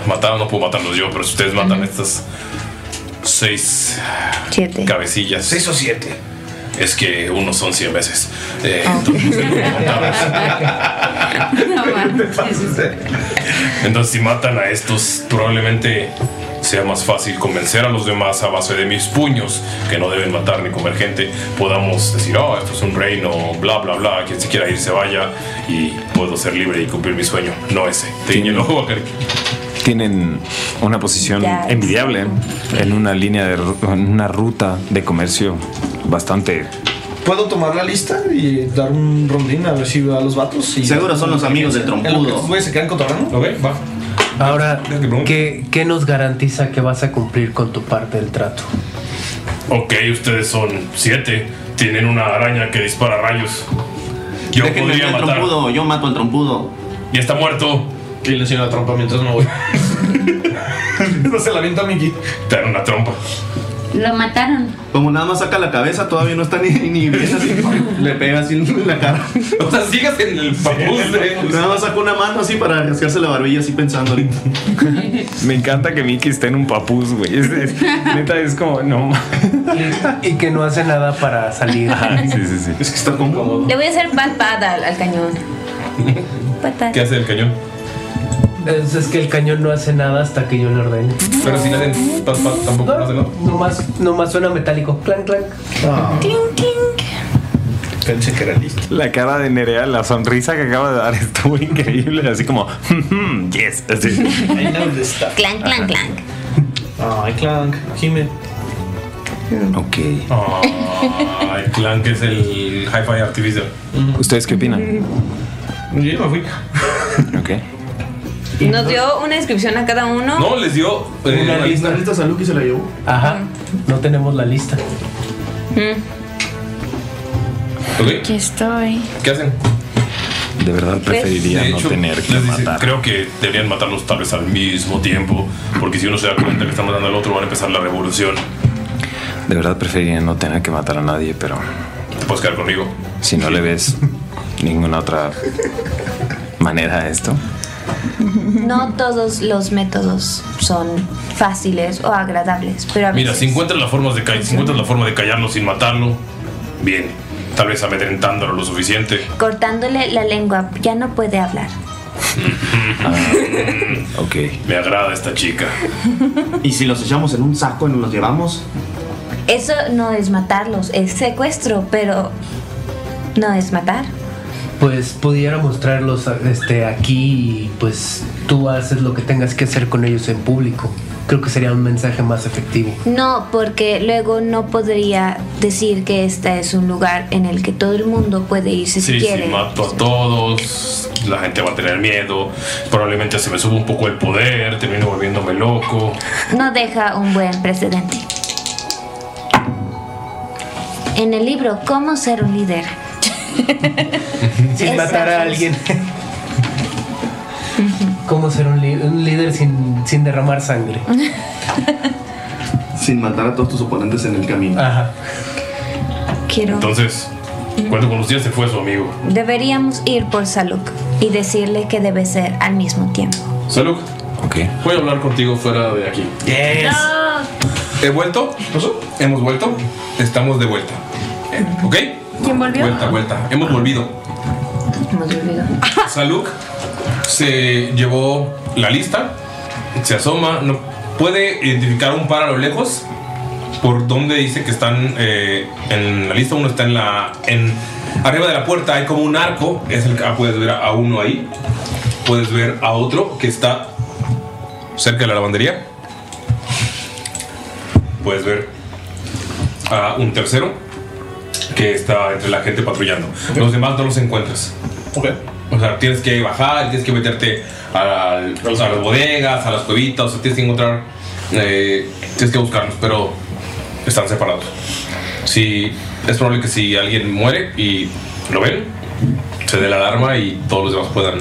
A: Mataron, no puedo matarlos yo, pero si ustedes matan estas. Seis.
C: Siete.
A: Cabecillas. Seis
D: o siete.
A: Es que unos son cien veces. Eh,
C: Ah,
A: Entonces, si matan a estos, probablemente sea más fácil convencer a los demás a base de mis puños que no deben matar ni comer gente. Podamos decir, oh, esto es un reino, bla, bla, bla, quien se quiera ir se vaya y puedo ser libre y cumplir mi sueño. No ese. Te guiño el ojo, Bacari.
E: Tienen una posición envidiable ¿eh? en una línea de ru- en una ruta de comercio bastante.
D: ¿Puedo tomar la lista y dar un rondín a ver si a los vatos? Y
L: Seguro son los amigos del trompudo.
D: En lo que estos güeyes se quedan cotorreando?
A: Ok, va.
F: Ahora, ¿qué, qué nos garantiza que vas a cumplir con tu parte del trato?
A: Ok, ustedes son siete. Tienen una araña que dispara rayos. Yo
L: Déjenme
A: podría
L: al
A: matar.
L: trompudo, yo mato al trompudo.
A: Y está muerto.
D: Y le enseño la trompa mientras me voy.
L: no se la avienta a Miki.
A: Te dan una trompa.
J: Lo mataron.
L: Como nada más saca la cabeza, todavía no está ni, ni bien así. le pega así en la cara.
A: O sea, sigas en el papus
L: Nada más saca una mano así para rascarse la barbilla así pensando.
E: Me encanta que Mickey esté en un papús, güey. Es- es- neta es como no.
F: y que no hace nada para salir.
E: sí, sí, sí.
L: Es que está cómodo.
C: Le voy a hacer bad patada al, al cañón. Patada.
A: hace el cañón?
F: Es, es que el cañón no hace nada hasta que yo le ordene.
A: Pero si le hacen tampoco hace nada.
F: Nomás, nomás suena metálico. Clank, clank.
D: Pensé que era listo.
E: La cara de Nerea, la sonrisa que acaba de dar estuvo increíble, así como "Hmm, yes. así.
C: Clank, clank, clank.
D: Ay, Clank, Jime.
E: Ok.
A: Ah, el clan que es el Hi-Fi Artificial.
E: ¿Ustedes qué opinan?
A: Yo me fui.
E: Ok.
G: Nos dio una descripción a cada uno.
A: No, les dio eh,
L: una lista. lista salud que se la llevó.
F: Ajá. No tenemos la lista.
A: Ok.
B: Mm, estoy.
A: ¿Qué hacen?
E: De verdad preferiría
A: De
E: no
A: hecho,
E: tener que
A: les dice,
E: matar.
A: Creo que deberían matarlos tal vez al mismo tiempo. Porque si uno se da cuenta que están matando al otro, van a empezar la revolución.
E: De verdad preferiría no tener que matar a nadie, pero
A: Puedes quedar conmigo.
E: si no le ves ninguna otra manera a esto.
C: No todos los métodos son fáciles o agradables, pero a
A: Mira,
C: veces
A: si encuentras la forma de, ca- si encuentras la forma de callarlo sin matarlo, bien. Tal vez amedrentándolo lo suficiente.
C: cortándole la lengua ya no puede hablar.
A: Ah,
E: ok.
A: Me agrada esta chica.
L: Y si los echamos en un saco y nos los llevamos,
C: Eso no es matarlos, es secuestro, pero no es matar.
F: Pues pudiera mostrarlos este, aquí y pues tú haces lo que tengas que hacer con ellos en público. creo que sería un mensaje más efectivo.
C: No, porque luego no podría decir que este es un lugar en el que todo el mundo puede irse si
A: Sí,
C: quiere.
A: si mato a todos, la gente va a tener miedo. Probablemente se me suba un poco el poder, termino volviéndome loco.
C: No deja un buen precedente. En el libro Cómo ser un líder.
F: Sin matar a alguien. ¿Cómo ser un, li- un líder sin, sin derramar sangre?
L: Sin matar a todos tus oponentes en el camino.
C: Quiero.
A: Entonces, cuento con ustedes, se fue su amigo.
C: Deberíamos ir por Saluk y decirle que debe ser al mismo tiempo.
A: Salud. Ok. Voy a hablar contigo fuera de aquí. Yes. He vuelto. Hemos vuelto. Estamos de vuelta. Eh, ¿Ok?
B: ¿Quién volvió?
A: Vuelta, vuelta. Hemos volvido. Saluk se llevó la lista, se asoma, no puede identificar un par a lo lejos por donde dice que están eh, en la lista. Uno está en la. En, arriba de la puerta hay como un arco, es el que ah, puedes ver a uno ahí. Puedes ver a otro que está cerca de la lavandería. Puedes ver a un tercero que está entre la gente patrullando. Los demás no los encuentras. O sea, tienes que bajar, tienes que meterte al- a, las bodegas, a las cuevitas, o sea, tienes que encontrar, eh, tienes que buscarlos, pero están separados. Si, es probable que si alguien muere y lo ven, se dé la alarma y todos los demás puedan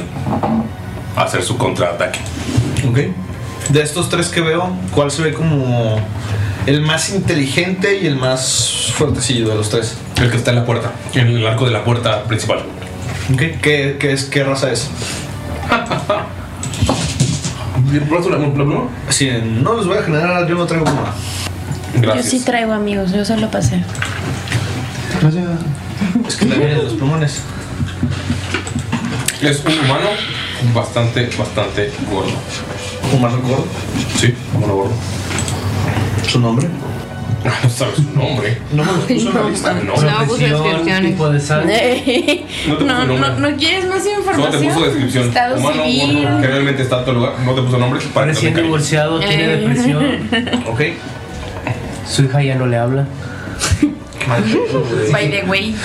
A: hacer su contraataque.
D: Ok. De estos tres que veo, ¿cuál se ve como el más inteligente y el más fuertecillo de los tres?
A: El que está en la puerta, en el arco de la puerta principal.
D: Ok, ¿Qué, qué es, ¿Qué raza es?
A: ¿Llevas una, pluma?
D: Sí, no les voy a generar, yo no traigo pluma.
J: Yo sí traigo amigos, yo solo pasé.
D: Es que la vienen los plumones.
A: Es un humano bastante, bastante gordo.
D: ¿Humano gordo?
A: Sí, humano gordo.
D: ¿Su nombre?
A: No sabes su nombre.
D: No me lo puso en la lista.
A: No,
G: No, puso descripciones.
A: No te puso
G: No, no,
A: nombre.
G: no quieres más
A: Solo te
G: información.
A: puso descripción.
G: Estado
A: humano
G: civil.
A: gordo, que realmente está en todo lugar. No te puso nombre. Parecía
F: divorciado, tiene
G: Eh.
B: Eh,
F: depresión.
D: Ok.
F: Su hija ya no le habla.
G: By the way.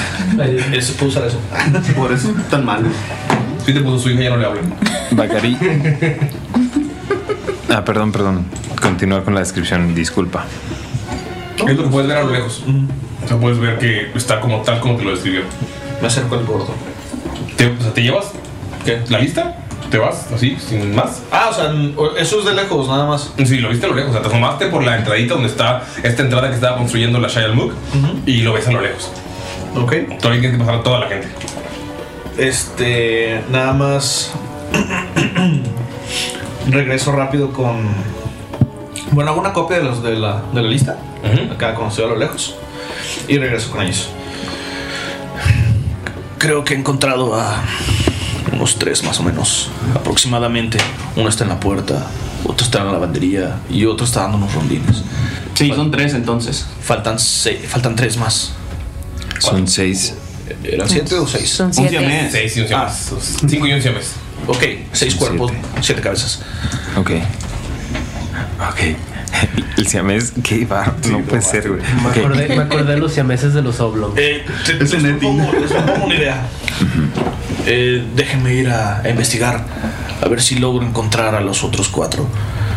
D: Eso puedo usar eso.
A: Por eso tan mal. Si te puso su hija, ya no le hablo.
E: Bacari. Ah, perdón, perdón. Continúa con la descripción, disculpa.
A: Es lo que puedes ver a lo lejos. O sea, puedes ver que está como tal como te lo describió.
D: Me acerco al gordo.
A: Te, o sea, ¿te llevas? ¿La lista? ¿Te vas así, sin más?
D: Ah, o sea, eso es de lejos, nada más.
A: Sí, lo viste a lo lejos. O sea, te asomaste por la entradita donde está esta entrada que estaba construyendo la Shia Mook y lo ves a lo lejos.
D: Ok.
A: Todavía tienes que pasar a toda la gente.
D: Este, nada más regreso rápido con bueno, hago una copia de los de la, de la lista, acá con Ciudad a lo lejos y regreso con ellos. Creo que he encontrado a unos tres más o menos, aproximadamente. Uno está en la puerta, otro está en la lavandería y otro está dando unos rondines. Sí, son tres entonces. Faltan seis, faltan tres más.
E: Son seis.
D: Eh, ¿Eran siete o seis? Ah,
E: Son Un siete. siamés.
A: Seis y un siamés. Cinco y un siamés.
D: Ok, seis cuerpos, siete cabezas.
E: Ok. Ok. El siamés, qué bar. No puede ser, güey.
F: Me
E: Ok.
F: acordé, me acordé de los siameses de los oblong.
D: Eh, les, propongo, les propongo una idea. Eh, déjenme ir a, a investigar, a ver si logro encontrar a los otros cuatro.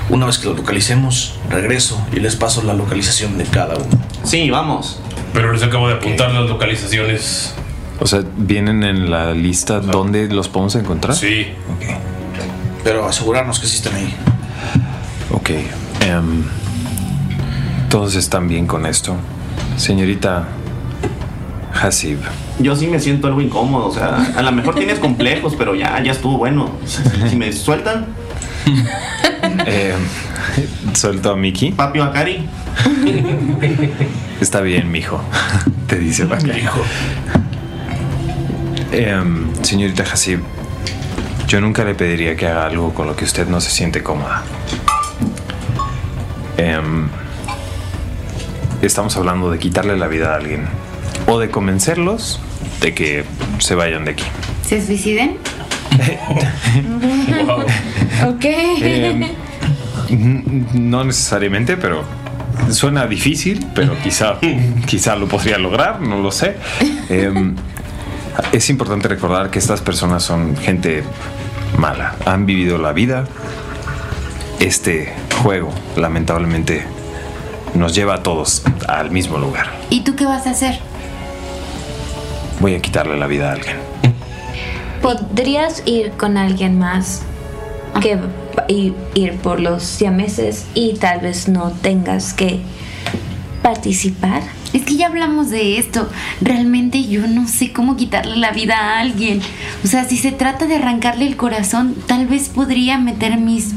D: Una vez que los localicemos, regreso y les paso la localización de cada uno.
A: Sí, vamos. Pero les acabo de apuntar las localizaciones.
E: O sea, vienen en la lista dónde los podemos encontrar.
A: Sí.
D: Pero asegurarnos que sí están ahí.
E: Ok. em, Todos están bien con esto. Señorita Hasib.
L: Yo sí me siento algo incómodo, o sea, a lo mejor tienes complejos, pero ya, ya estuvo bueno. Si me sueltan.
E: Eh. Suelto a Miki.
L: Papi Bacari.
E: Está bien, mijo. Te dice Bacari. Em, señorita Hasib, yo nunca le pediría que haga algo con lo que usted no se siente cómoda. Em, estamos hablando de quitarle la vida a alguien o de convencerlos de que se vayan de aquí.
H: ¿Se suiciden? ok.
E: Em, No necesariamente, pero suena difícil, pero quizá, quizá lo podría lograr, no lo sé. Em, es importante recordar que estas personas son gente mala, han vivido la vida. Este juego, lamentablemente, nos lleva a todos al mismo lugar.
H: ¿Y tú qué vas a hacer?
E: Voy a quitarle la vida a alguien.
C: Podrías ir con alguien más que
H: Ah.
C: i- ir por los siameses y tal vez no tengas que participar.
H: Es que ya hablamos de esto. Realmente yo no sé cómo quitarle la vida a alguien. O sea, si se trata de arrancarle el corazón, tal vez podría meter mis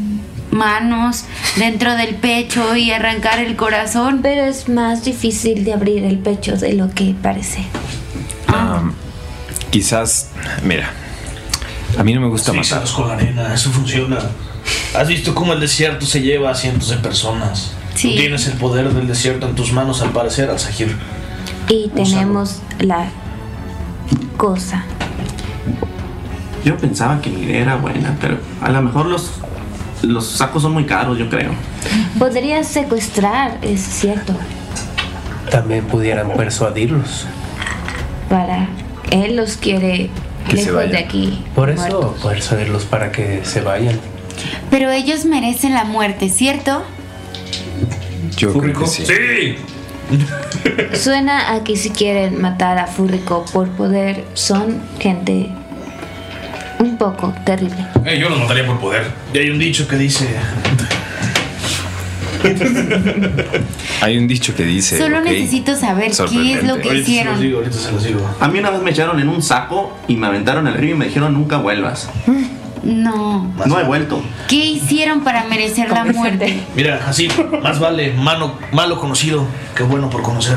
H: manos dentro del pecho y arrancar el corazón.
C: Pero es más difícil de abrir el pecho de lo que parece.
D: Ah.
E: Am, quizás, mira, a mí no me gusta
D: Sí,
E: matar.
D: se los Pues con la arena, eso funciona. ¿Has visto cómo el desierto se lleva a cientos de personas?
C: Sí.
D: Tú tienes el poder del desierto en tus manos al parecer, al Sahir.
C: Y tenemos la cosa.
L: Yo pensaba que mi idea era buena, pero a lo mejor los, los sacos son muy caros, yo creo.
C: Podrías secuestrar, es cierto,
F: También pudieran persuadirlos.
C: para él los quiere lejos de aquí.
F: Por eso, persuadirlos para que se vayan.
H: Pero ellos merecen la muerte, ¿cierto?
E: Yo creo que sí.
C: Suena a que si quieren matar a Furrico por poder, son gente un poco terrible.
A: Eh,
D: yo los mataría por poder. Y hay un dicho que dice...
E: Hay un dicho que dice.
H: Solo necesito saber qué es lo que hicieron.
L: ahorita se los digo. A mí una vez me echaron en un saco y me aventaron al río y me dijeron nunca vuelvas.
H: No.
L: No he vuelto.
H: ¿Qué hicieron para merecer la muerte?
D: Mira, así, más vale mano, malo conocido que bueno por conocer.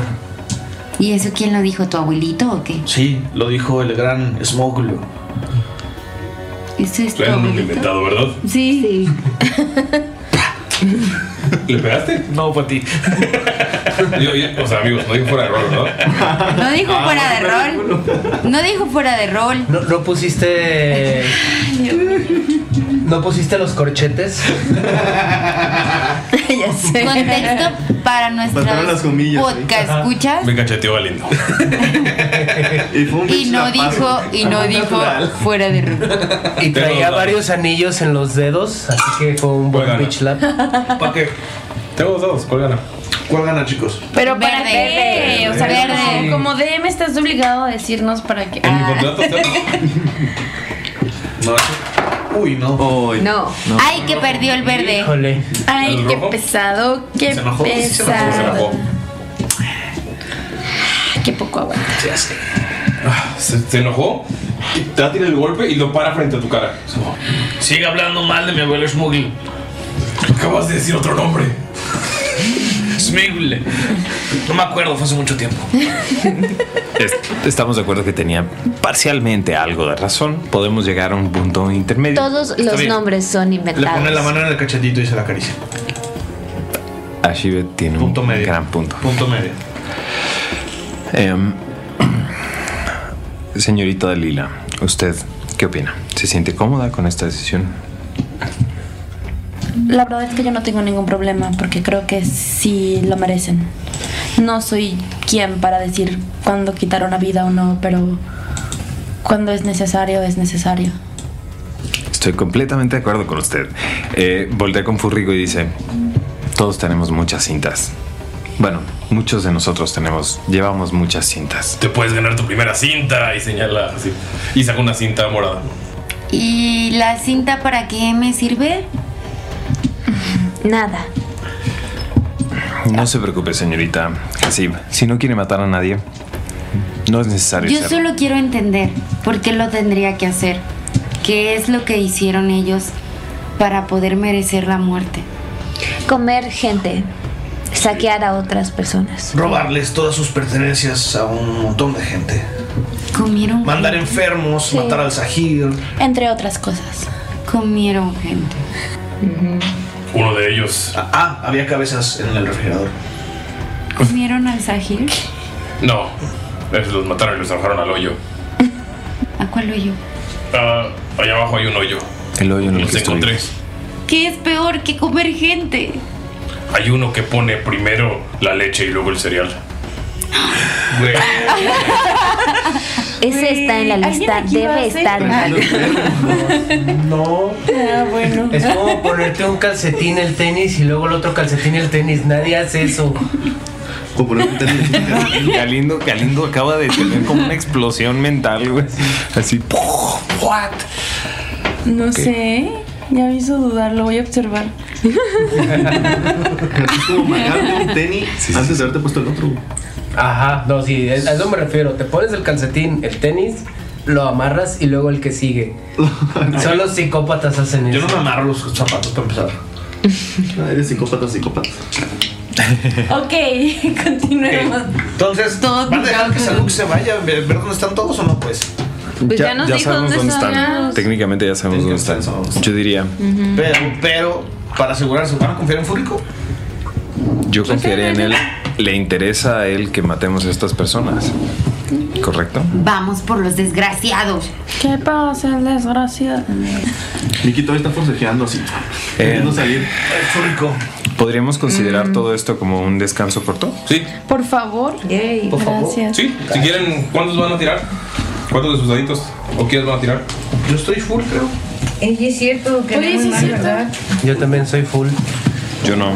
H: ¿Y eso quién lo dijo? ¿Tu abuelito o qué?
D: Sí, lo dijo el gran Smoglio.
H: Eso es tu
A: Claro, no lo he
H: abuelito.
A: inventado, ¿verdad?
H: Sí.
A: ¿Le pegaste? No, para ti. o sea, amigos, no digo fuera de rol, ¿no?
H: No dijo
F: Ah,
H: fuera de rol. No dijo fuera de rol.
F: No, no pusiste. No pusiste los corchetes.
H: ya sé. Contexto para
F: Faltaron las
H: nuestros
F: comillas, ¿eh?
H: podcast
F: Ajá.
H: escuchas.
A: Me cacheteó valiendo. y
H: Y no dijo, y no dijo fuera de rol.
F: Y traía varios anillos en los dedos, así que fue un buen pitch lap.
A: ¿Para qué? Tengo dos dados, ¿cuál gana?
D: ¿Cuál gana, chicos?
B: Pero para
A: Verde.
B: qué? O sea,
A: Verde.
B: como- como DM estás obligado a decirnos para
J: ah,
B: qué.
A: En mi contrato
D: No, Uy, no.
B: No.
H: Ay, que perdió el verde.
F: Híjole.
B: Ay, qué pesado, qué
A: "Pues,
B: pesado. Qué poco aguanta.
A: Este, Ah, Se, se enojó, y te va a tirar el golpe y lo para frente a tu cara.
D: Sigue hablando mal de mi abuelo Smoglio. Acabas de decir otro nombre. Smoglio. No me acuerdo, fue hace mucho tiempo.
E: Es- Estamos de acuerdo que tenía parcialmente algo de razón. Podemos llegar a un punto intermedio.
C: Todos los nombres son inventados.
D: en el cachetito y se la acaricia.
E: Ashivet tiene un gran punto.
D: Punto medio.
E: Em, señorita Dalila, ¿usted qué opina? ¿Se siente cómoda con esta decisión?
J: La verdad es que yo no tengo ningún problema porque creo que sí lo merecen. No soy quien para decir cuándo quitar una vida o no, pero cuando es necesario, es necesario.
E: Estoy completamente de acuerdo con usted. Eh, voltea con Furrico y dice: Todos tenemos muchas cintas. Bueno, muchos de nosotros tenemos, llevamos muchas cintas.
A: Te puedes ganar tu primera cinta y señala así. Y saca una cinta morada.
H: ¿Y la cinta para qué me sirve?
C: Nada.
E: No se preocupe, señorita Hasib. Si no quiere matar a nadie, no es necesario.
H: Yo
E: hacerlo.
H: solo quiero entender por qué lo tendría que hacer. ¿Qué es lo que hicieron ellos para poder merecer la muerte?
C: Comer gente, saquear a otras personas.
D: Robarles todas sus pertenencias a un montón de gente.
H: Comieron
D: Mandar enfermos, matar al Sahir.
J: Entre otras cosas.
H: Comieron gente.
A: Uno de ellos.
D: Ah, ah, había cabezas en el refrigerador.
H: ¿Comieron al Sahir?
A: No, esos los mataron y los arrojaron al hoyo.
H: ¿A cuál lo yo?
A: Ah, allá abajo hay un hoyo.
E: El hoyo en el
A: los
E: que
A: encontré.
H: ¿Qué es peor que comer gente?
A: Hay uno que pone primero la leche y luego el cereal. Güey.
C: Ese está en la lista, debe estar en la lista.
F: No.
H: bueno.
F: Es como ponerte un calcetín el tenis y luego el otro calcetín el tenis. Nadie hace eso.
E: Galindo, Galindo acaba de tener como una explosión mental, güey. Así. ¡puf!
J: What? No
E: Ok.
J: sé. Ya me hizo dudar, lo voy a observar.
L: Como magar un tenis antes de haberte puesto el otro.
F: Ajá, no, sí, a eso me refiero. Te pones el calcetín, el tenis, lo amarras y luego el que sigue. Solo psicópatas hacen eso. Yo no me amarro los zapatos para empezar.
L: Eres psicópata, psicópata.
J: ok, continuemos.
D: Entonces, ¿van a dejar que Saluk se vaya? ¿Ve- ¿Ver dónde están todos o no, pues?
J: Pues ya nos dijo
E: sabemos
J: dónde
E: dónde están.
J: están.
E: Técnicamente ya sabemos dónde están. Yo diría,
D: Pero, pero, para asegurarse, ¿van a confiar en Fúrico?
J: Pues
E: yo confiaré en él. Le interesa a él que matemos a estas personas. ¿Correcto?
H: Vamos por los desgraciados.
J: ¿Qué pasa, desgraciado?
E: Miki todavía está forcejeando así.
D: Eh,
E: Queriendo salir.
D: Fúrico.
E: ¿Podríamos considerar
M: Mm.
E: todo esto como un descanso corto?
A: Sí.
J: Por favor.
A: Por favor.
J: Gracias.
A: Sí, si quieren, ¿cuántos van a tirar? ¿Cuántos de sus daditos? ¿O quiénes van a tirar?
D: Yo estoy full, creo.
M: Ella es cierto que
H: Oye,
M: no es muy
H: sí es
M: mal,
H: cierto.
M: ¿verdad?
F: Yo también soy full.
E: Yo no.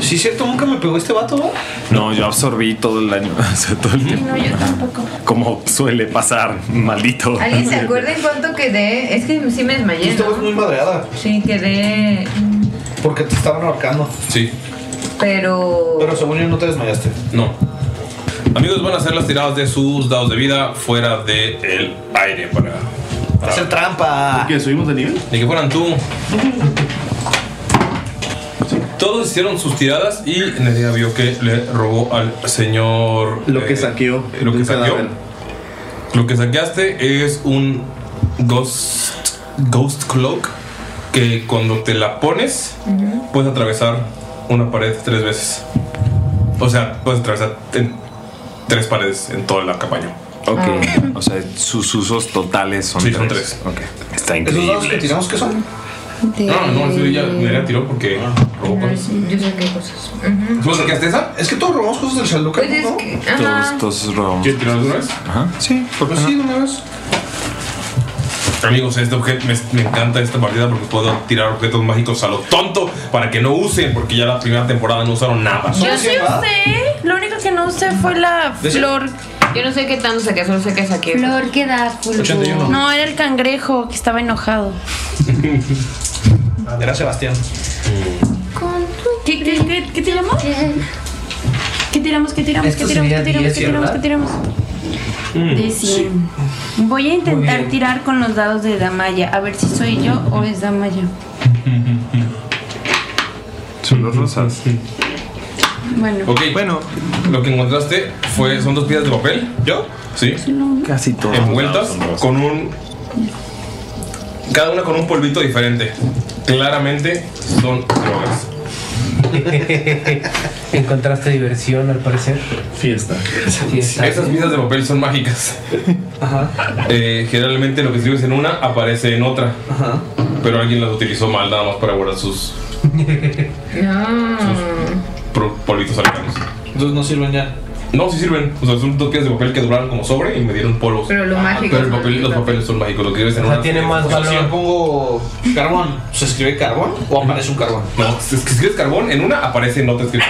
D: Sí, cierto, nunca me pegó este vato, ¿no?
E: No, yo absorbí todo el año. O sea, todo el tiempo.
M: yo tampoco.
E: Como suele pasar, maldito.
M: ¿Alguien se acuerda en cuánto quedé? Es que sí me desmayé.
D: Oh. Tú estabas
M: ¿no?
D: muy madreada
M: Sí, quedé.
D: porque te estaban ahorcando.
A: Sí.
M: Pero.
D: Pero según yo no te desmayaste.
A: No. Amigos, van a hacer las tiradas de sus dados de vida fuera del aire para.
D: hacer trampa.
A: ¿Qué?
L: ¿Subimos de nivel?
A: Ni que fueran tú. Todos hicieron sus tiradas y Nerea vio que le robó al señor. Lo que
L: saqueó.
A: Lo que saqueó. Lo que saqueaste es un Ghost, ghost Cloak que cuando te la pones puedes atravesar una pared tres veces. O sea, puedes atravesar en tres paredes en toda la campaña.
E: Ok. O sea, sus usos totales son
A: Sí,
E: tres.
A: son
E: Ok. Está
D: ¿Esos dados que
E: increíble.
D: tiramos qué son?
A: No, no, eso ya Nerea tiró porque
E: Ah.
A: robó cosas.
M: Yo sé qué cosas.
A: ¿Tú saqueaste esa?
D: Es que todos robamos cosas del Shaluca,
M: Pues es
D: ¿no?
M: que- ajá.
E: Todos robamos.
A: ¿Quieres tirar alguna vez?
E: Ajá. Sí,
D: ¿por qué Pues sí, de una vez.
A: Pues Amigos, este objeto, me, me encanta esta partida porque puedo tirar objetos mágicos a lo tonto para que no usen, porque ya la primera temporada no usaron nada.
J: Yo sí usé. Lo único que no usé fue la
A: ¿De ese?
J: flor.
G: Yo no sé qué tanto saqué, solo sé que saqué.
J: Flor que das,
G: Fulvio? 81.
J: No, era el cangrejo que estaba enojado.
D: Era Sebastián.
J: ¿Qué, qué, qué, qué tiramos? ¿Qué tiramos? ¿Qué tiramos? ¿Qué
F: Esto
J: tiramos? ¿Qué
F: sería
J: tiramos?
F: 10,
J: ¿Qué tiramos? ¿Qué
F: ¿verdad? Hmm.
J: tiramos?
F: Mm.
J: De cien. Voy a
F: Muy
J: intentar
F: bien.
J: tirar con los dados de Damaya, a ver si soy yo o es Damaya.
E: Son dos rosas.
J: Bueno.
A: Ok, bueno, lo que encontraste fue, son dos piezas de papel. ¿Yo? Sí.
E: Casi todas.
A: Envueltas con un. Cada una con un polvito diferente. Claramente son drogas.
F: Encontraste diversión al parecer. Fiesta. Fiesta.
A: Esas piezas de papel son mágicas. Eh, generalmente lo que escribes en una aparece en otra. Pero alguien las utilizó mal nada más para guardar sus
M: No.
A: pro- polvitos arcanos. Entonces no sirven ya. No, sí sirven. O sea, son dos piezas de papel que duraron como sobre y me dieron polvos.
M: Pero lo mágico
A: Pero el
M: es
A: papel, los papeles son mágicos. Lo que escribes en una.
D: O sea, Si yo pongo carbón, ¿se escribe carbón o aparece un carbón?
A: No, si es que escribes carbón en una, aparece en otra escrito.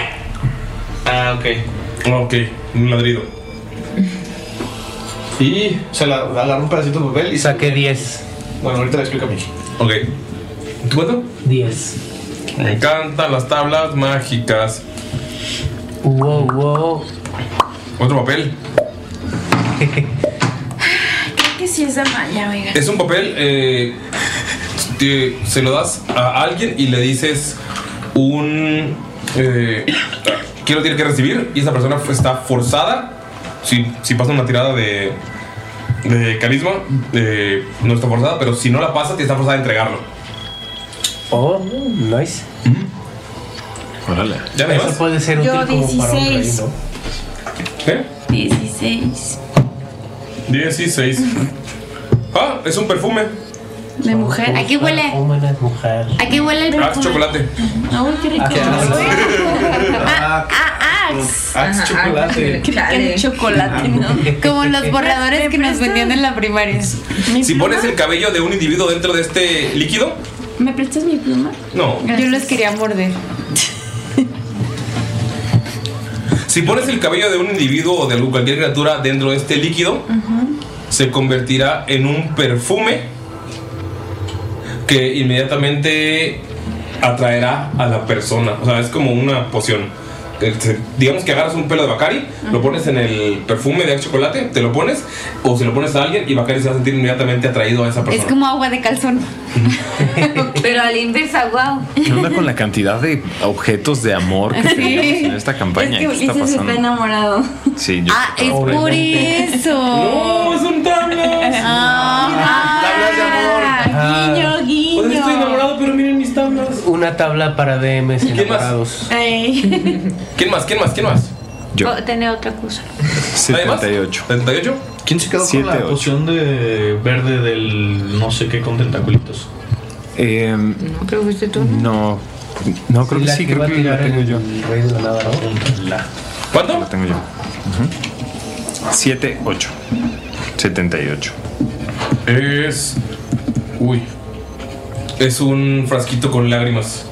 D: Ah, ok.
A: Ok, un ladrido.
D: Y se la agarró un pedacito de papel y
F: saqué 10.
D: Bueno, ahorita le explico a mí.
A: Ok. ¿Tú cuánto?
F: 10.
A: Me encantan las tablas mágicas.
F: Wow, wow.
A: Otro papel.
J: Creo que sí es Damaya, oiga.
A: Es un papel, eh, te- se lo das a alguien y le dices un... eh, quiero tiene que recibir y esa persona fue- está forzada. Si, si pasa una tirada de, de carisma, eh, no está forzada, pero si no la pasa, te está forzada a entregarlo.
F: Oh, nice.
E: Órale.
A: ¿Ya me
F: Eso
A: vas?
F: puede ser útil
J: Yo
F: como para un rey,
J: 16.
F: ¿no?
A: ¿Qué?
J: 16.
A: 16. Ah, es un perfume.
J: de mujer.
H: ¿A qué huele?
F: Húmedas, mujer.
H: ¿A qué huele el
A: Ah, es
H: perfume?
A: chocolate.
J: Ay, qué rico.
H: Ah, ah, Axe.
A: Axe
H: Ajá,
A: chocolate.
H: Axe.
J: Chale.
H: chocolate, ¿no? Como los borradores que nos vendían en la primaria.
A: Si pones el cabello de un individuo dentro de este líquido,
J: ¿Me prestas mi pluma?
A: no.
J: Yo los quería morder.
A: Si pones el cabello de un individuo o de algún- cualquier criatura dentro de este líquido, se convertirá en un perfume que inmediatamente atraerá a la persona. O sea, es como una poción. Eh, se- Digamos que agarras un pelo de Bacari, lo pones en el perfume de chocolate, te lo pones, o se lo pones a alguien y Bacari se va a sentir inmediatamente atraído a esa
H: Es
A: persona.
H: como agua de calzón. Pero a la inversa, wow.
E: ¿Qué onda con la cantidad de objetos de amor que
H: Sí.
E: tenemos en esta campaña? ¿Qué está pasando?
H: enamorado.
E: Sí, yo
H: Ah, es por
E: Obviamente.
H: eso.
A: No, es un tablas.
H: Ah, guiño, guiño.
F: Pues
A: estoy enamorado, pero miren mis tablas.
F: Una tabla para DMs enamorados.
A: ¿Quién más? ¿Quién más? ¿Quién más? Yo.
B: Oh,
C: Puedo tener otra cosa.
A: ¿Además? 78. ¿78?
D: ¿Quién se quedó con la poción de verde del no sé qué con tentaculitos?
G: No creo que fuiste tú.
E: Eh, No. No, creo que
F: la
E: sí,
F: que
E: creo
F: va a
E: que la
F: tirar
E: tengo yo.
A: ¿Cuánto?
E: La tengo yo. 7, 8. 78.
A: Es. Uy. Es un frasquito con lágrimas.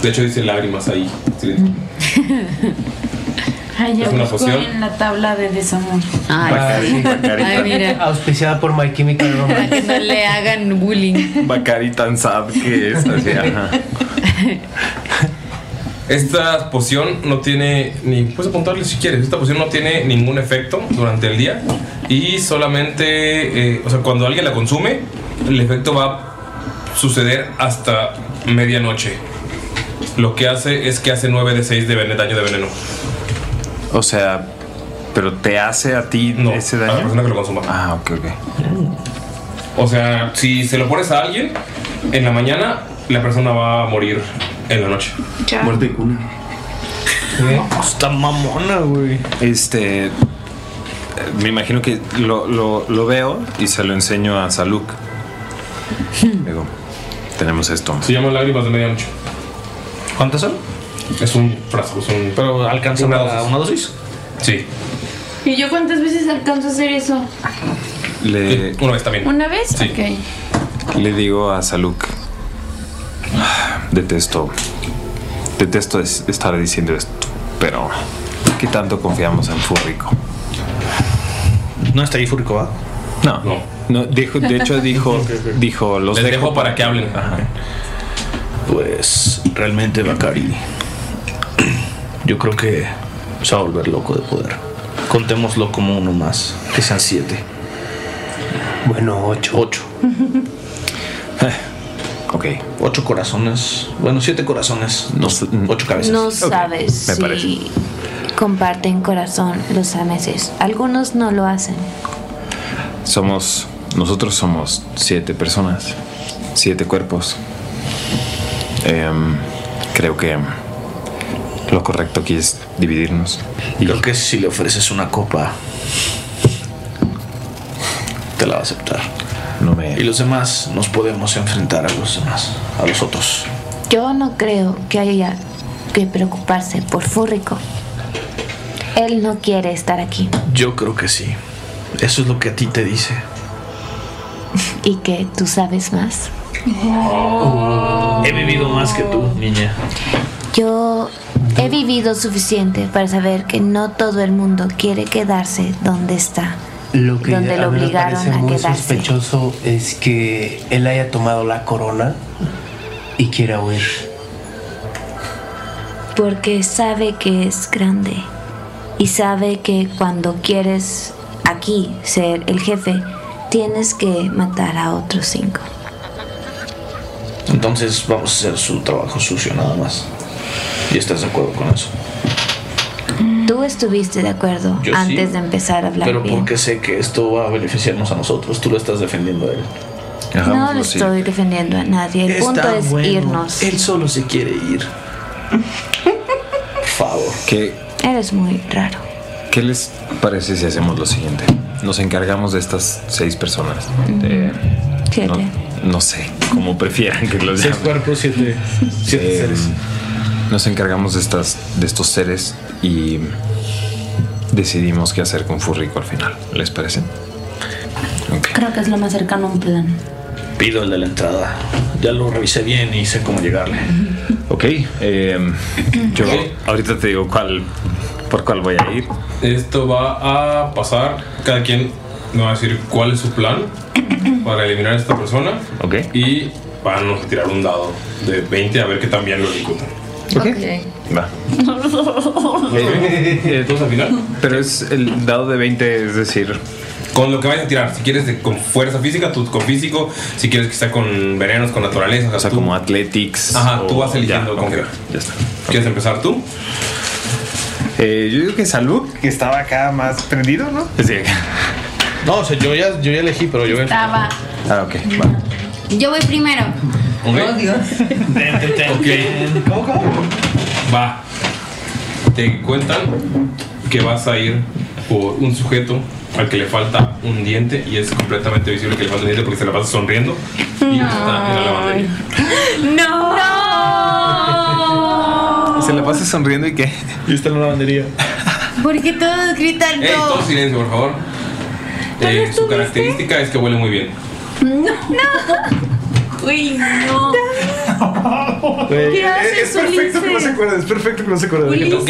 A: De hecho, dice lágrimas ahí. Sí.
J: Ay, ya
A: ¿Es una
J: busco
A: poción?
J: en la tabla de desamor.
F: Bacari.
J: Ay, mira.
F: Auspiciada por My Chemical Romance.
H: Para que no le hagan bullying.
E: Bacari tan sad que es. Así, ajá.
A: Esta poción no tiene ni. Puedes apuntarle si quieres. Esta poción no tiene ningún efecto durante el día. Y solamente. eh, o sea, cuando alguien la consume, el efecto va a suceder hasta medianoche. Lo que hace es que hace 9 de 6 de vene- daño de veneno.
E: O sea, pero te hace a ti ese daño. A la persona
A: que lo consuma.
E: Ah, ok, ok.
A: O sea, si se lo pones a alguien, en la mañana la persona va a morir en la noche.
G: Ya.
A: Muerte cuna. pues,
E: Pues, Está mamona, güey. Este. eh, Me imagino que lo, lo- lo veo y se lo enseño a Saluk. Luego, tenemos esto.
A: Se llama lágrimas de medianoche.
D: ¿Cuántas son?
A: Es un frasco, es un.
D: Pero alcanza para una dosis.
A: Sí.
J: ¿Y yo cuántas veces alcanzo a hacer eso?
E: Le,
A: Una vez también.
J: ¿Una vez?
E: Sí.
J: Ok.
E: Le digo a Saluk. Detesto. Detesto es- estar diciendo esto. Pero. ¿Qué tanto confiamos en Furrico?
D: No está ahí Furrico, ¿va?
E: No. No. dijo, de hecho dijo. dijo los
A: Les dejo, para que hablen.
D: Pues realmente Bakari. Yo creo que se va a volver loco de poder. Contémoslo como uno más. Que sean siete.
F: Bueno, ocho.
D: Ocho. Eh,
E: ok.
D: Ocho corazones. Bueno, siete corazones. ocho cabezas.
C: No sabes
D: Me parece.
C: si comparten corazón los ameses. Algunos no lo hacen.
E: Somos. Nosotros somos siete personas. Siete cuerpos. Em, creo que. Lo correcto aquí es dividirnos.
D: Creo que si le ofreces una copa, te la va a aceptar. Y los demás nos podemos enfrentar a los demás, a los otros.
C: Yo no creo que haya que preocuparse por Furrico. Él no quiere estar aquí.
D: Yo creo que sí. Eso es lo que a ti te dice.
C: Y que tú sabes más.
D: He vivido más que tú, niña.
C: Yo he vivido suficiente para saber que no todo el mundo quiere quedarse donde está.
F: Lo que
C: Donde
F: a
C: lo
F: mí me
C: obligaron
F: parece
C: a
F: muy
C: quedarse.
F: sospechoso es que él haya tomado la corona y quiera huir.
C: Porque sabe que es grande. Y sabe que cuando quieres aquí ser el jefe, tienes que matar a otros cinco.
D: Entonces vamos a hacer su trabajo sucio nada más. ¿Y estás de acuerdo con eso?
C: Tú estuviste de acuerdo
D: Yo sí,
C: antes de empezar a hablar
D: Pero
C: bien.
D: porque sé que esto va a beneficiarnos a nosotros. Tú lo estás defendiendo a él. pues,
C: No lo estoy defendiendo a nadie. El punto es irnos.
D: Él solo se quiere ir. favor.
E: ¿Qué,
C: Eres muy raro.
E: ¿Qué les parece si hacemos lo siguiente? Nos encargamos de estas seis personas. Eh,
C: Siete.
E: no- No sé, como prefieran que los
D: Seis
E: llamen.
D: cuerpos, siete, siete
E: Eh,
D: seres.
E: Nos encargamos de, estas, de estos seres y decidimos qué hacer con Furrico al final. ¿Les parece?
B: Creo que es lo más cercano a un plan.
N: Pido el de la entrada. Ya lo revisé bien y sé cómo llegarle.
E: Ok, eh, yo ahorita te digo cuál, por cuál voy a ir.
A: Esto va a pasar. Cada quien nos va a decir cuál es su plan para eliminar a esta persona.
E: Ok.
A: Y van a tirar un dado de 20 a ver qué tan bien lo ejecutan.
E: Va.
A: ¿Todos al final?
E: Pero es el dado de 20, es decir.
A: Con lo que vayas a tirar, si quieres de- con fuerza física, tú con físico, si quieres que sea con venenos, con naturaleza. O sea, como
E: athletics.
A: Ajá,
E: o-
A: tú vas eligiendo
E: ya,
A: con
E: ok,
A: qué.
E: Ya está.
A: ¿Quieres empezar tú?
E: Eh, yo digo que Salud, que estaba acá más prendido, ¿no? Sí.
D: No, o sea, yo ya, yo ya elegí, pero yo voy a-
O: Estaba.
E: Ah, ok.
O: Yo voy primero.
A: Oh,
O: Dios.
A: Ok. ¿Cómo, Va. Te cuentan que vas a ir por un sujeto al que le falta un diente y es completamente visible que le falta un diente porque se la pasa sonriendo. Está en la lavandería.
P: No.
E: Se la pasa sonriendo y qué.
D: Y está en una lavandería.
O: Porque todos gritan
A: ¡Ey, todo
O: no.
A: silencio, por favor! Eh, su característica es que huele muy bien.
O: No.
P: Uy, no.
D: Güey, eh,
P: haces,
D: es, es perfecto que no
P: Ulises?
D: se acuerde, es perfecto que no se acuerde.
B: Ulises,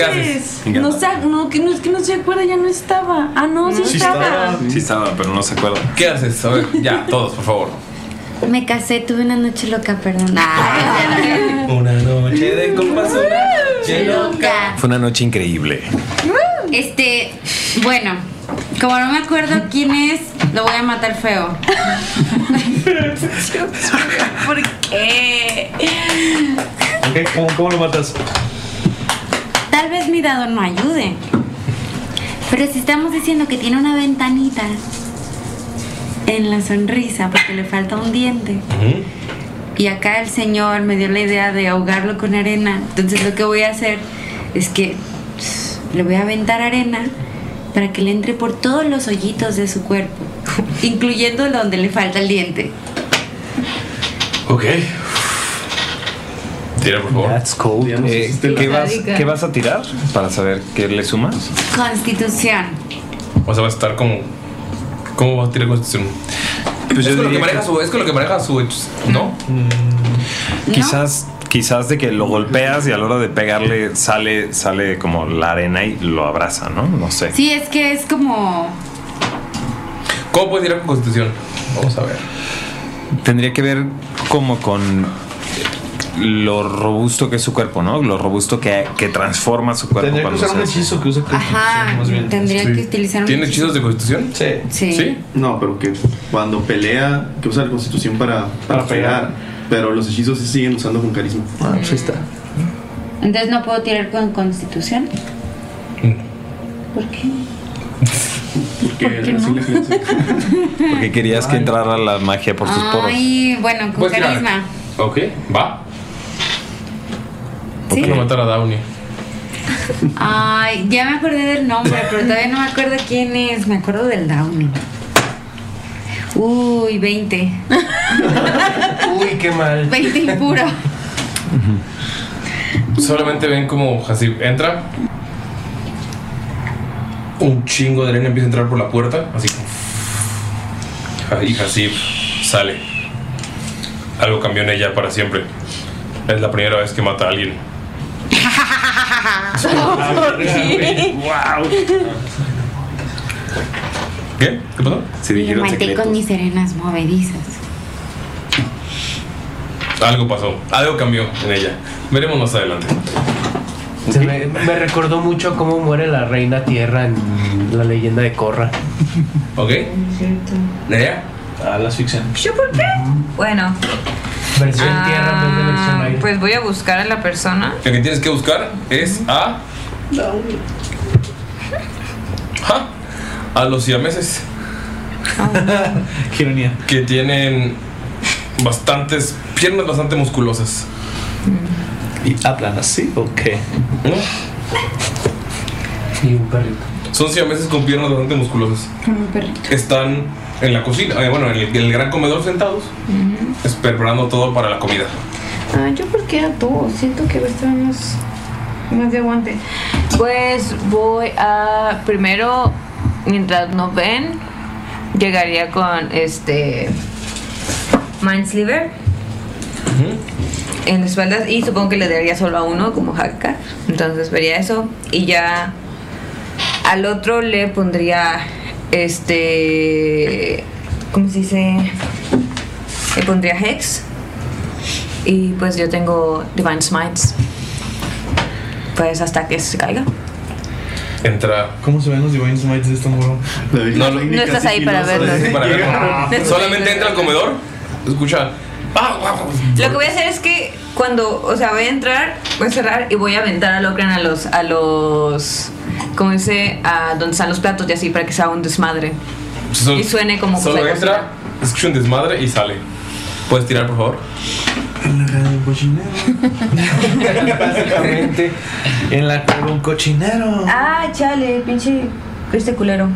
B: no, se, no, que no, es que no se acuerda, ya no estaba. Ah, no, sí, estaba.
E: Sí estaba, pero no se acuerda.
A: ¿Qué haces? A ver, ya, todos, por favor.
O: Me casé, tuve una noche loca, perdón. Ah.
A: Una noche de copas, una noche
O: loca.
E: Fue una noche increíble.
H: Este, bueno, como no me acuerdo quién es, lo voy a matar feo. ¿Por qué?
D: Ok, ¿Cómo, cómo lo matas?
H: Tal vez mi dado no ayude.
O: Pero si estamos diciendo que tiene una ventanita
H: En la sonrisa, porque le falta un diente. Y acá el señor me dio la idea de ahogarlo con arena. Entonces lo que voy a hacer es que pss, le voy a aventar arena para que le entre por todos los hoyitos de su cuerpo, incluyendo donde le falta el diente.
A: Ok. Tira, por favor. este,
E: That's cold. ¿qué, vas, ¿Qué vas a tirar para saber qué le sumas?
H: Constitución.
A: O sea, va a estar como. ¿Cómo va a tirar constitución? es, con lo que maneja su, es con lo que maneja su hecho, ¿no?
E: Quizás, quizás de que lo golpeas y a la hora de pegarle sale, sale como la arena y lo abraza, ¿no? No sé.
H: Sí, es que es como...
A: ¿Cómo puedes tirar con constitución? Vamos a ver.
E: Tendría que ver como con lo robusto que es su cuerpo, ¿no? Lo robusto que, que transforma su cuerpo
D: Tendría que usar un hechizo que use
H: Ajá, tendría que utilizar un...
A: hechizos de constitución?
D: Sí.
H: Sí.
L: No, pero que cuando pelea, que usa la constitución para, para,
D: Para pegar.
L: pegar. Pero los hechizos se siguen usando con carisma. Ah, pues está.
H: Entonces no puedo tirar con constitución.
E: Mm.
H: ¿Por qué?
E: Porque, querías que entrara la magia por sus poros.
H: Ay, bueno, con
A: Puedes tirar.
H: carisma.
A: Ok, va.
H: ¿Sí?
A: Quiero matar a Downey.
H: Ay, ya me acordé del nombre, pero todavía no me acuerdo quién es. Me acuerdo del Downey. Uy, 20.
F: Uy, qué mal.
H: 20 impuro.
A: Solamente ven como Hasib entra. Un chingo de arena empieza a entrar por la puerta. Así como. Y Hasib sale. Algo cambió en ella para siempre. Es la primera vez que mata a alguien.
Q: ¡Wow!
A: ¿Qué? ¿Qué pasó?
E: Se
H: Lo maté con mis serenas movedizas.
A: Algo pasó. Algo cambió en ella. Veremos más adelante.
F: Se me, me recordó mucho cómo muere la reina tierra en la leyenda de Corra.
A: ¿Ok? ¿Nerea?
D: A Ah, la asfixia.
G: ¿Yo por qué? Bueno,
F: Versión
G: Ah,
F: tierra en vez de versión aire.
G: pues voy a buscar a la persona.
A: El que tienes que buscar es a. Ja, a los siameses.
D: Ironía.
A: Que tienen bastantes piernas bastante musculosas.
D: ¿Y hablan así o qué?
A: ¿No?
F: Y un perrito.
A: Son siameses con piernas bastante musculosas.
M: Como un perrito.
A: Están en la cocina, eh, bueno, en el, en el gran comedor sentados, esperando todo para la comida.
M: Ah, yo por qué a todos. Siento que estaban más, más de aguante.
G: Pues voy a. Primero, mientras nos ven, llegaría con este. Mindsliver. En las espaldas. Y supongo que le daría solo a uno, como Hakka. Entonces vería eso. Y ya. Al otro le pondría. Este. ¿Cómo se dice? Le pondría Hex. Y pues yo tengo Divine Smites. Pues hasta que se caiga.
A: Entra.
D: ¿Cómo se ven los Divine Smites de este muro?
A: No, no,
G: No estás ahí para verlo.
A: Para verlo.
G: Ah.
A: Solamente entra al comedor, escucha. "Ah, ah, ah".
G: Lo que voy a hacer es que cuando, o sea, voy a entrar, voy a cerrar y voy a aventar a Locran a los, a los, como dice, a donde están los platos y así para que sea un desmadre.
A: Solo-
G: Y suene como cosa
A: Solo
G: de cocina.
A: entra, escucha un desmadre y sale. ¿Puedes tirar, por favor?
D: pues, Básicamente, en la cara de un cochinero.
G: Ah, chale, pinche, este culero.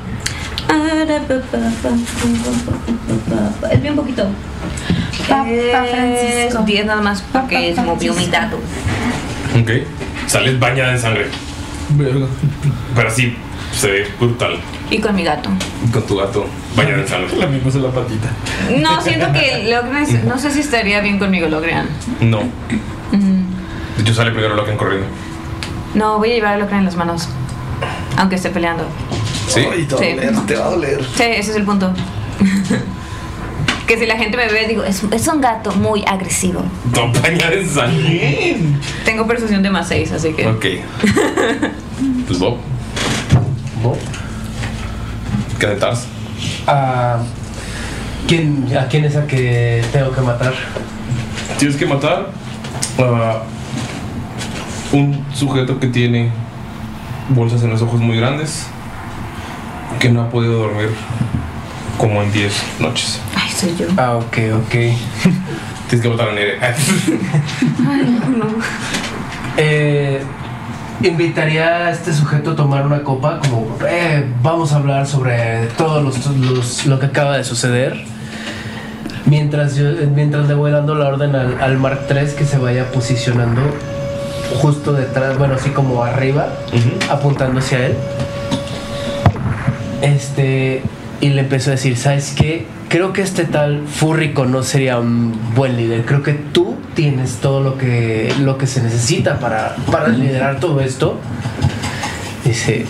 C: Es bien poquito.
G: Es 10 nada más porque se movió mi dato.
A: Ok. Sales bañada en sangre. Pero sí, se ve brutal.
G: Y con mi gato.
A: Con tu gato bañada en sangre. La misma es la patita.
G: No, siento que Locran, es- no sé si estaría bien conmigo Locran.
A: No.
G: Mm,
A: De hecho, sale primero Logan corriendo.
G: No, voy a llevar a Locran en las manos. Aunque esté peleando.
A: ¿Sí?
G: te va a Sí. doler,
D: te va a doler.
G: Sí, ese es el punto. que si la gente me ve, digo, es, es un gato muy agresivo.
A: No, bañada en sangre.
G: Tengo percepción de más 6, así que.
A: Ok. Pues Bob.
F: Bob.
A: ¿Qué de Tars?
F: ¿A Ah, quién, ¿A quién es a que tengo que matar?
A: Tienes que matar a un sujeto que tiene bolsas en los ojos muy grandes que no ha podido dormir como en 10 noches.
G: Ay, soy yo.
F: Ah, ok, ok.
A: Tienes que matar a Nere.
G: Ay, no, no.
F: Eh, invitaría a este sujeto a tomar una copa, como eh, vamos a hablar sobre todo los, los- lo que acaba de suceder. Mientras, yo, mientras le voy dando la orden al, al Mark III que se vaya posicionando justo detrás, bueno, así como arriba, apuntando hacia él. Este, y le empezó a decir, ¿sabes qué? Creo que este tal Furrico no sería un buen líder. Creo que tú tienes todo lo que, lo que se necesita para, para liderar todo esto. Dice,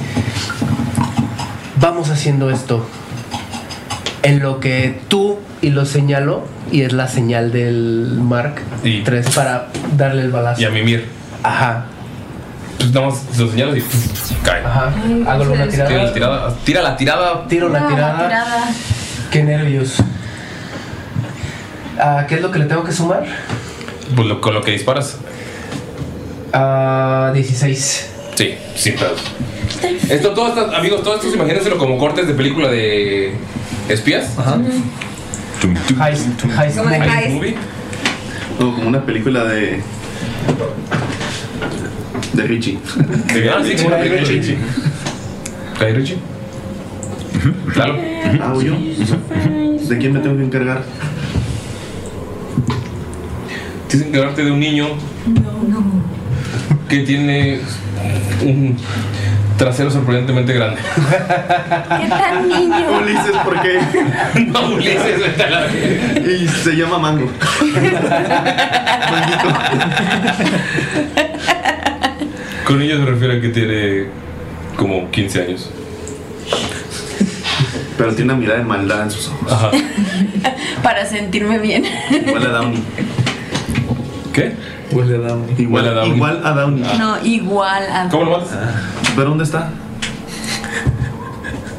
F: vamos haciendo esto. En lo que tú y lo señalo, y es la señal del Mark 3 para darle el balazo.
A: Y a Mimir.
F: Ajá.
A: Pues nada más lo señalas y cae.
F: Ajá. Hago una tirada.
A: Tira la tirada. Tira la tirada.
F: Tiro la tirada. Qué nervios. Ah, ¿Qué es lo que le tengo que sumar?
A: Pues lo- con lo que disparas.
F: Ah, 16.
A: Sí, sin pedos. Esto, todo esto, amigos, todo esto imagínenselo como cortes de película de espías. Ajá.
F: Heist, heist
A: Como de
F: movie.
A: heist. movie.
L: O como una película de. de Richie.
A: De Ah, sí, como una película de Richie. ¿Cae Richie? Claro.
L: Ah, ¿o yo? ¿De quién me tengo que encargar?
A: Tienes que encargarte de un niño que tiene un trasero sorprendentemente grande.
L: ¿Qué tan niño? Ulises, ¿por qué?
A: no, Ulises, está la
L: Y se llama Mango.
A: Con niño se refiere a que tiene como 15 años.
L: Pero tiene una mirada de maldad en sus ojos.
A: Ajá.
J: Para sentirme bien.
L: Huele a Downey.
A: ¿Qué?
L: Huele a Downey. Igual, a Downey. Igual a Ah. Downey.
J: No, igual a.
A: ¿Cómo lo matas?
L: ¿Pero dónde está?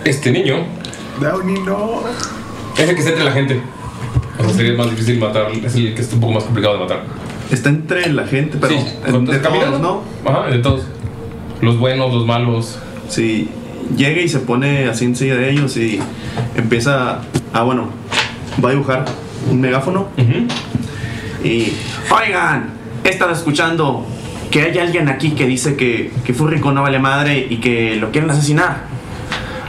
A: Este niño
L: Downey no.
A: es el que está entre la gente. O sea, sería más difícil matar. Es el que es un poco más complicado de matar.
L: Está entre la gente, pero entre todos, ¿no?
A: Ajá, de todos. Los buenos, los malos.
L: Sí, llega y se pone así encima de ellos y empieza Ah, bueno, va a dibujar un megáfono y... Oigan, he estado escuchando que hay alguien aquí que dice que, que Furrico no vale madre y que lo quieren asesinar.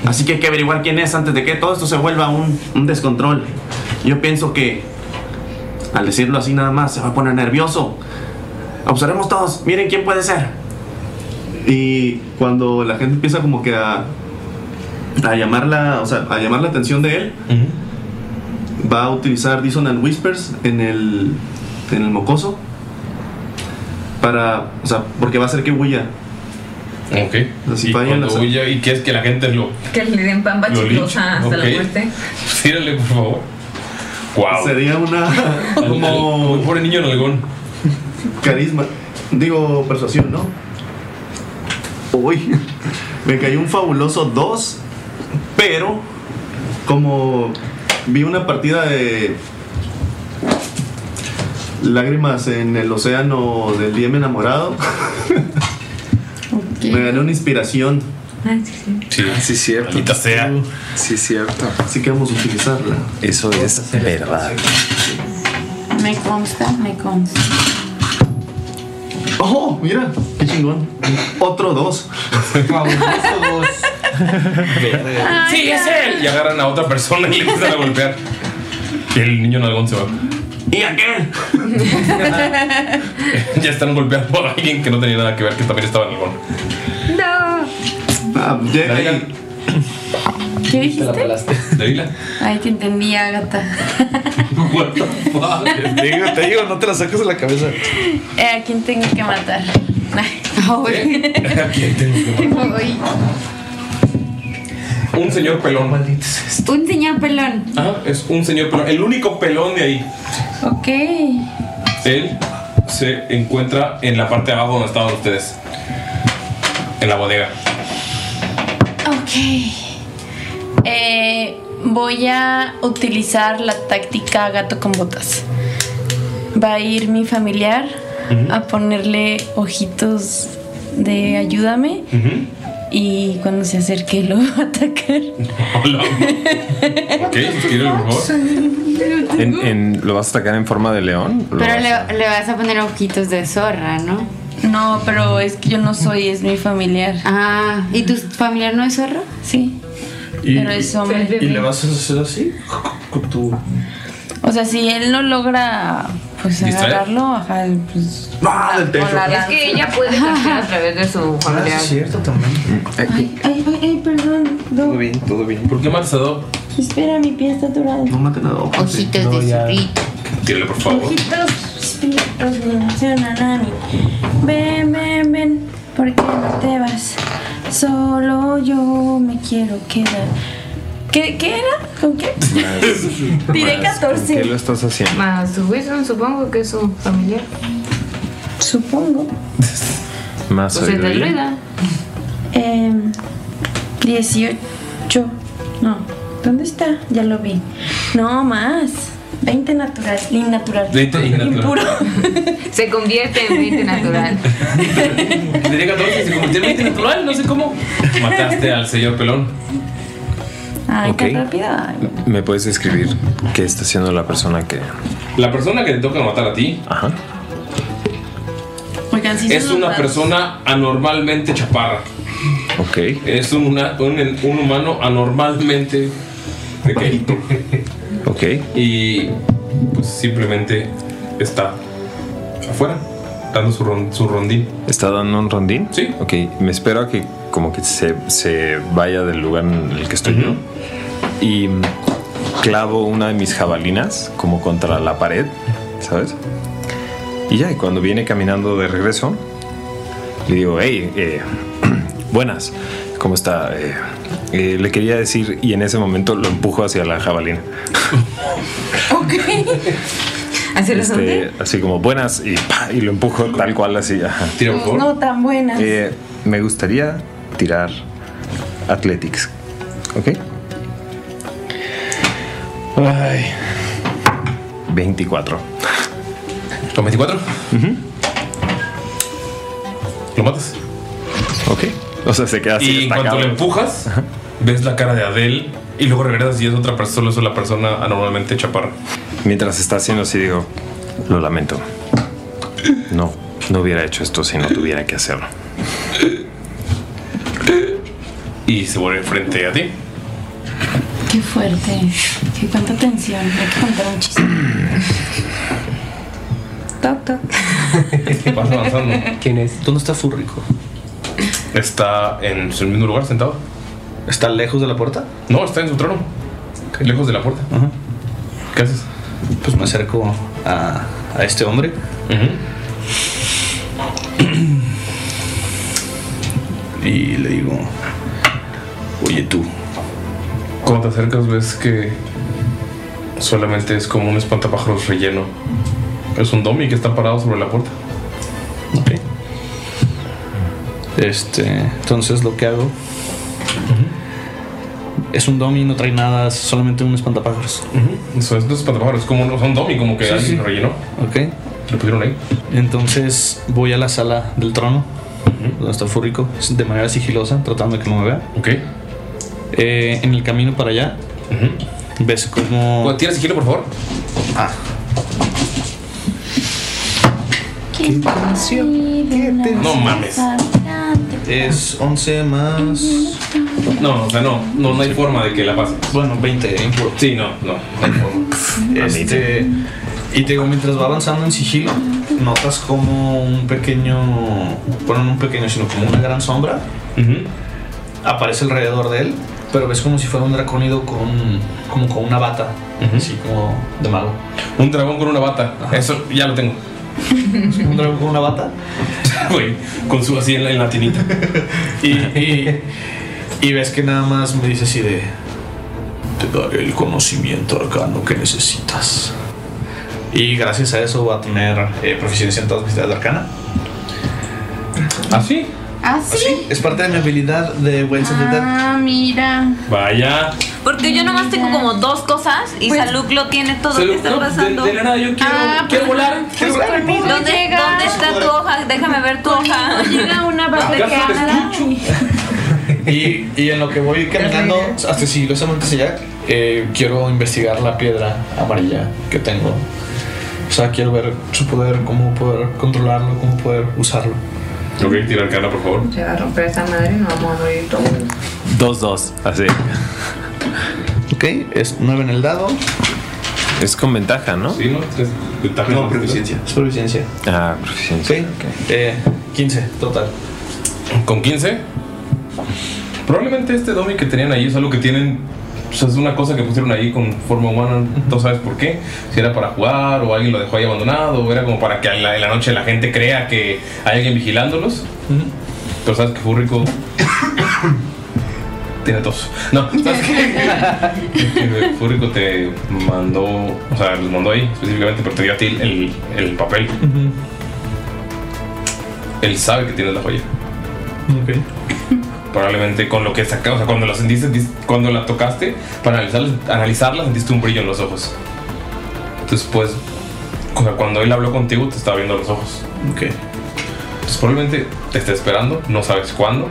L: Así que hay que averiguar quién es antes de que todo esto se vuelva un, un descontrol. Yo pienso que al decirlo así nada más se va a poner nervioso. Observemos todos, miren quién puede ser.
R: Y
L: cuando la gente empieza como que a, a llamar la, o sea, a llamar la atención de él, va a utilizar Dissonant Whispers en el, en el mocoso para, o sea, porque va a hacer que huya.
A: Ok.
L: Así
A: y
L: vayan
A: cuando
L: las-
A: huya y quieres que la gente lo.
S: Que le den pamba
A: Lo
S: chiclosa hasta
A: linchan, ok.
S: la muerte.
A: Tírale, por favor. Wow.
L: Sería una
A: como pobre niño en algún
L: carisma, digo persuasión, ¿no? Uy, me cayó un fabuloso 2, pero como vi una partida de lágrimas en el océano del día enamorado, me gané una inspiración.
A: Sí,
L: Ah,
E: sí, cierto.
A: sea.
E: Sí, cierto.
L: Así que vamos a utilizarla.
E: Eso es verdad.
B: Me consta, me consta.
L: ¡Oh! Mira, qué chingón. Otro 2.
A: sí, es él. Y agarran a otra persona y le empiezan a golpear. Y el niño nalgón se va.
L: ¿Y aquel?
A: ya están golpeando a alguien que no tenía nada que ver, que también estaba en algún.
B: No.
L: Ah,
B: ¿Qué dijiste?
A: Dalila.
B: Ay, te entendí, Agatha.
D: te, digo, te digo, no te la saques de la cabeza.
B: Eh, ¿A quién tengo que matar? Ay, ay.
A: "Ah,
T: Uy,
A: Un señor pelón.
T: Un señor pelón.
A: Ah, es un señor pelón. El único pelón de ahí.
T: Ok.
A: Él se encuentra en la parte de abajo donde estaban ustedes. En la bodega.
B: Ok. Eh, voy a utilizar la táctica gato con botas. Va a ir mi familiar a ponerle ojitos de ayúdame y cuando se acerque lo va a atacar.
A: Ok, tíralo, por favor.
E: ¿En, en- lo vas a atacar en forma de león? Lo
H: Pero
E: vas-
H: le, le vas a poner ojitos de zorra, ¿no?
B: No, pero es que yo no soy, es mi familiar.
H: Ah, ¿y tu familiar no es zorro?
B: Sí.
D: Y,
B: Pero es hombre.
D: y le vas a hacer así con tu.
B: O sea, si él no logra pues
D: ¿Distraer?
B: agarrarlo, ajá, pues
D: ¡Ah, del techo!
G: Es que ella puede cambiar a través de su
D: Ah, sí,
G: familiar.
D: es cierto también.
B: Ay, ay, ay, ay, perdón. No.
A: bien, todo bien. ¿Por qué matas a Doc?
B: Espera, mi pie está atorado.
L: No maten a Doc.
B: Ojitos de zorrito.
A: Tírale, por favor.
B: Ojitos, ojitos, menciona Nani. Ven, ven, ven, porque no te vas. Solo yo me quiero quedar. ¿Qué, qué era? ¿Con qué? Tiré
E: Más, ¿con
B: 14.
E: ¿Qué lo estás haciendo?
G: Más su Wilson, supongo que es su familiar.
B: Supongo.
E: Más
G: Pues es de
E: oído.
G: druida.
B: Eh, 18. No, ¿dónde está? Ya lo vi. No, más. 20 natural, lin natural.
A: 20 innatural.
B: Impuro.
G: Se convierte en 20 natural.
A: Tenía 14 y se convirtió en 20 natural, Ah, no sé cómo. Mataste al señor pelón.
B: Ay,
E: Ok.
B: tan rápido. Ay,
E: ¿Me puedes describir qué está haciendo la persona que.?
A: La persona que te toca matar a ti
E: Ajá.
B: Oigan, sí son
A: es una
B: raros.
A: persona anormalmente chaparra.
E: Ok.
A: Es un, una- un- un humano anormalmente pequeño.
E: Ok.
A: Y pues simplemente está afuera, dando su, ron- su rondín.
E: ¿Está dando un rondín?
A: Sí.
E: Ok, me espero a que como que se, se vaya del lugar en el que estoy yo. Y mm, clavo una de mis jabalinas como contra la pared, ¿sabes? Y ya, y cuando viene caminando de regreso, le digo, hey, eh, buenas, ¿cómo está? Eh, eh, le quería decir, y en ese momento lo empujo hacia la jabalina.
S: Ok. ¿Hacer
E: Este, así como, buenas, y, pa, y lo empujo tal cual así. ajá.
B: Pues No tan buenas.
E: Eh, me gustaría tirar Athletics. ¿Ok? Ay. 24.
A: ¿Con 24? ¿Lo matas?
E: Ok. O sea, se queda así.
A: y en cuanto
E: destacado.
A: le empujas, ves la cara de Adele y luego regresas y es otra persona, es la persona anormalmente chaparra.
E: Mientras está haciendo así, digo, lo lamento. No, no hubiera hecho esto si no tuviera que hacerlo.
A: y se vuelve frente a ti.
B: Qué fuerte. Qué cuánta tensión. Hay que contar un chiste.
U: Toc, toc.
A: Vas avanzando.
F: ¿Quién es?
D: ¿Dónde está Furrico?
A: Está en su mismo lugar sentado.
D: ¿Está lejos de la puerta?
A: No, está en su trono. Lejos de la puerta. ¿Qué haces?
D: Pues me acerco a, a este hombre. Y le digo, oye tú,
A: Cuando te acercas ves que solamente es como un espantapájaros relleno. Es un dummy que está parado sobre la puerta.
D: este, entonces lo que hago es un dummy, no trae nada, es solamente un espantapájaros.
A: Eso es un espantapájaros, es como son dummy, como que alguien lo rellenó.
D: Ok.
A: Lo pusieron ahí.
D: Entonces voy a la sala del trono, donde está Furrico, de manera sigilosa, tratando de que no me vea.
A: Ok.
D: en el camino para allá, ves como.
A: ¿Tienes sigilo, por favor?
D: Ah.
A: ¿Qué No mames.
D: Es 11 más.
A: No, o sea, no, no, no hay forma de que la pases.
D: Bueno, ¿eh? 20,
A: Sí, no, no, no hay forma.
D: Este, y te digo, mientras va avanzando en sigilo, notas como un pequeño, bueno, no un pequeño, sino como una gran sombra aparece alrededor de él, pero ves como si fuera un dracónido con, como con una bata, así como de mago.
A: Un dragón con una bata, eso ya lo tengo.
D: ¿Un dragón con una bata?
A: Güey, con su así en la, en la tinita.
D: y, y, y ves que nada más me dice así de, te daré el conocimiento arcano que necesitas. Y gracias a eso va a tener eh, proficiencia en todas las habilidades arcana.
A: ¿Ah, sí?
C: ¿Ah, sí?
D: Es parte de mi habilidad de buen sentido.
C: Ah, mira.
A: Vaya.
G: Porque yo nomás tengo como dos cosas y Saluk lo tiene todo lo que está pasando.
A: de la nada yo quiero- Ah, quiero pues, volar, quiero pues, volar. ¿cómo
G: ¿Dónde,
A: llega?
G: ¿Dónde está tu hoja? Déjame ver tu hoja.
C: Llega una
D: bata
G: que
D: que Y, y en lo que voy caminando, hasta sigilosamente hacia allá, eh, quiero investigar la piedra amarilla que tengo. O sea, quiero ver su poder, cómo poder controlarlo, cómo poder usarlo.
A: Ok, tira arcana, por favor.
U: Se va a romper esta madre y nos vamos a morir todos.
E: 2-2, así.
D: Ok, es 9 en el dado.
E: Es con ventaja, ¿no?
A: Sí, no, es ventaja.
E: No,
D: proficiencia. Es proficiencia.
E: Ah, proficiencia.
D: Sí, eh, 15 total.
A: ¿Con 15? Probablemente este dummy que tenían ahí es algo que tienen. O sea, es una cosa que pusieron ahí con forma humana, no sabes por qué. Si era para jugar o alguien lo dejó ahí abandonado, o era como para que en la, en la noche la gente crea que hay alguien vigilándolos. Pero sabes que Furrico. Tiene tos. No, sabes que Furrico te mandó, o sea, los mandó ahí específicamente, pero te dio a ti el, el papel. Él sabe que tienes la joya.
D: Ok.
A: Probablemente con lo que sacaba, o sea, cuando la sentiste, dis- cuando la tocaste, para analizarla, analizarla sentiste un brillo en los ojos. Entonces, pues, o sea, cuando él habló contigo, te estaba viendo a los ojos.
D: Ok.
A: Entonces, probablemente te está esperando, no sabes cuándo,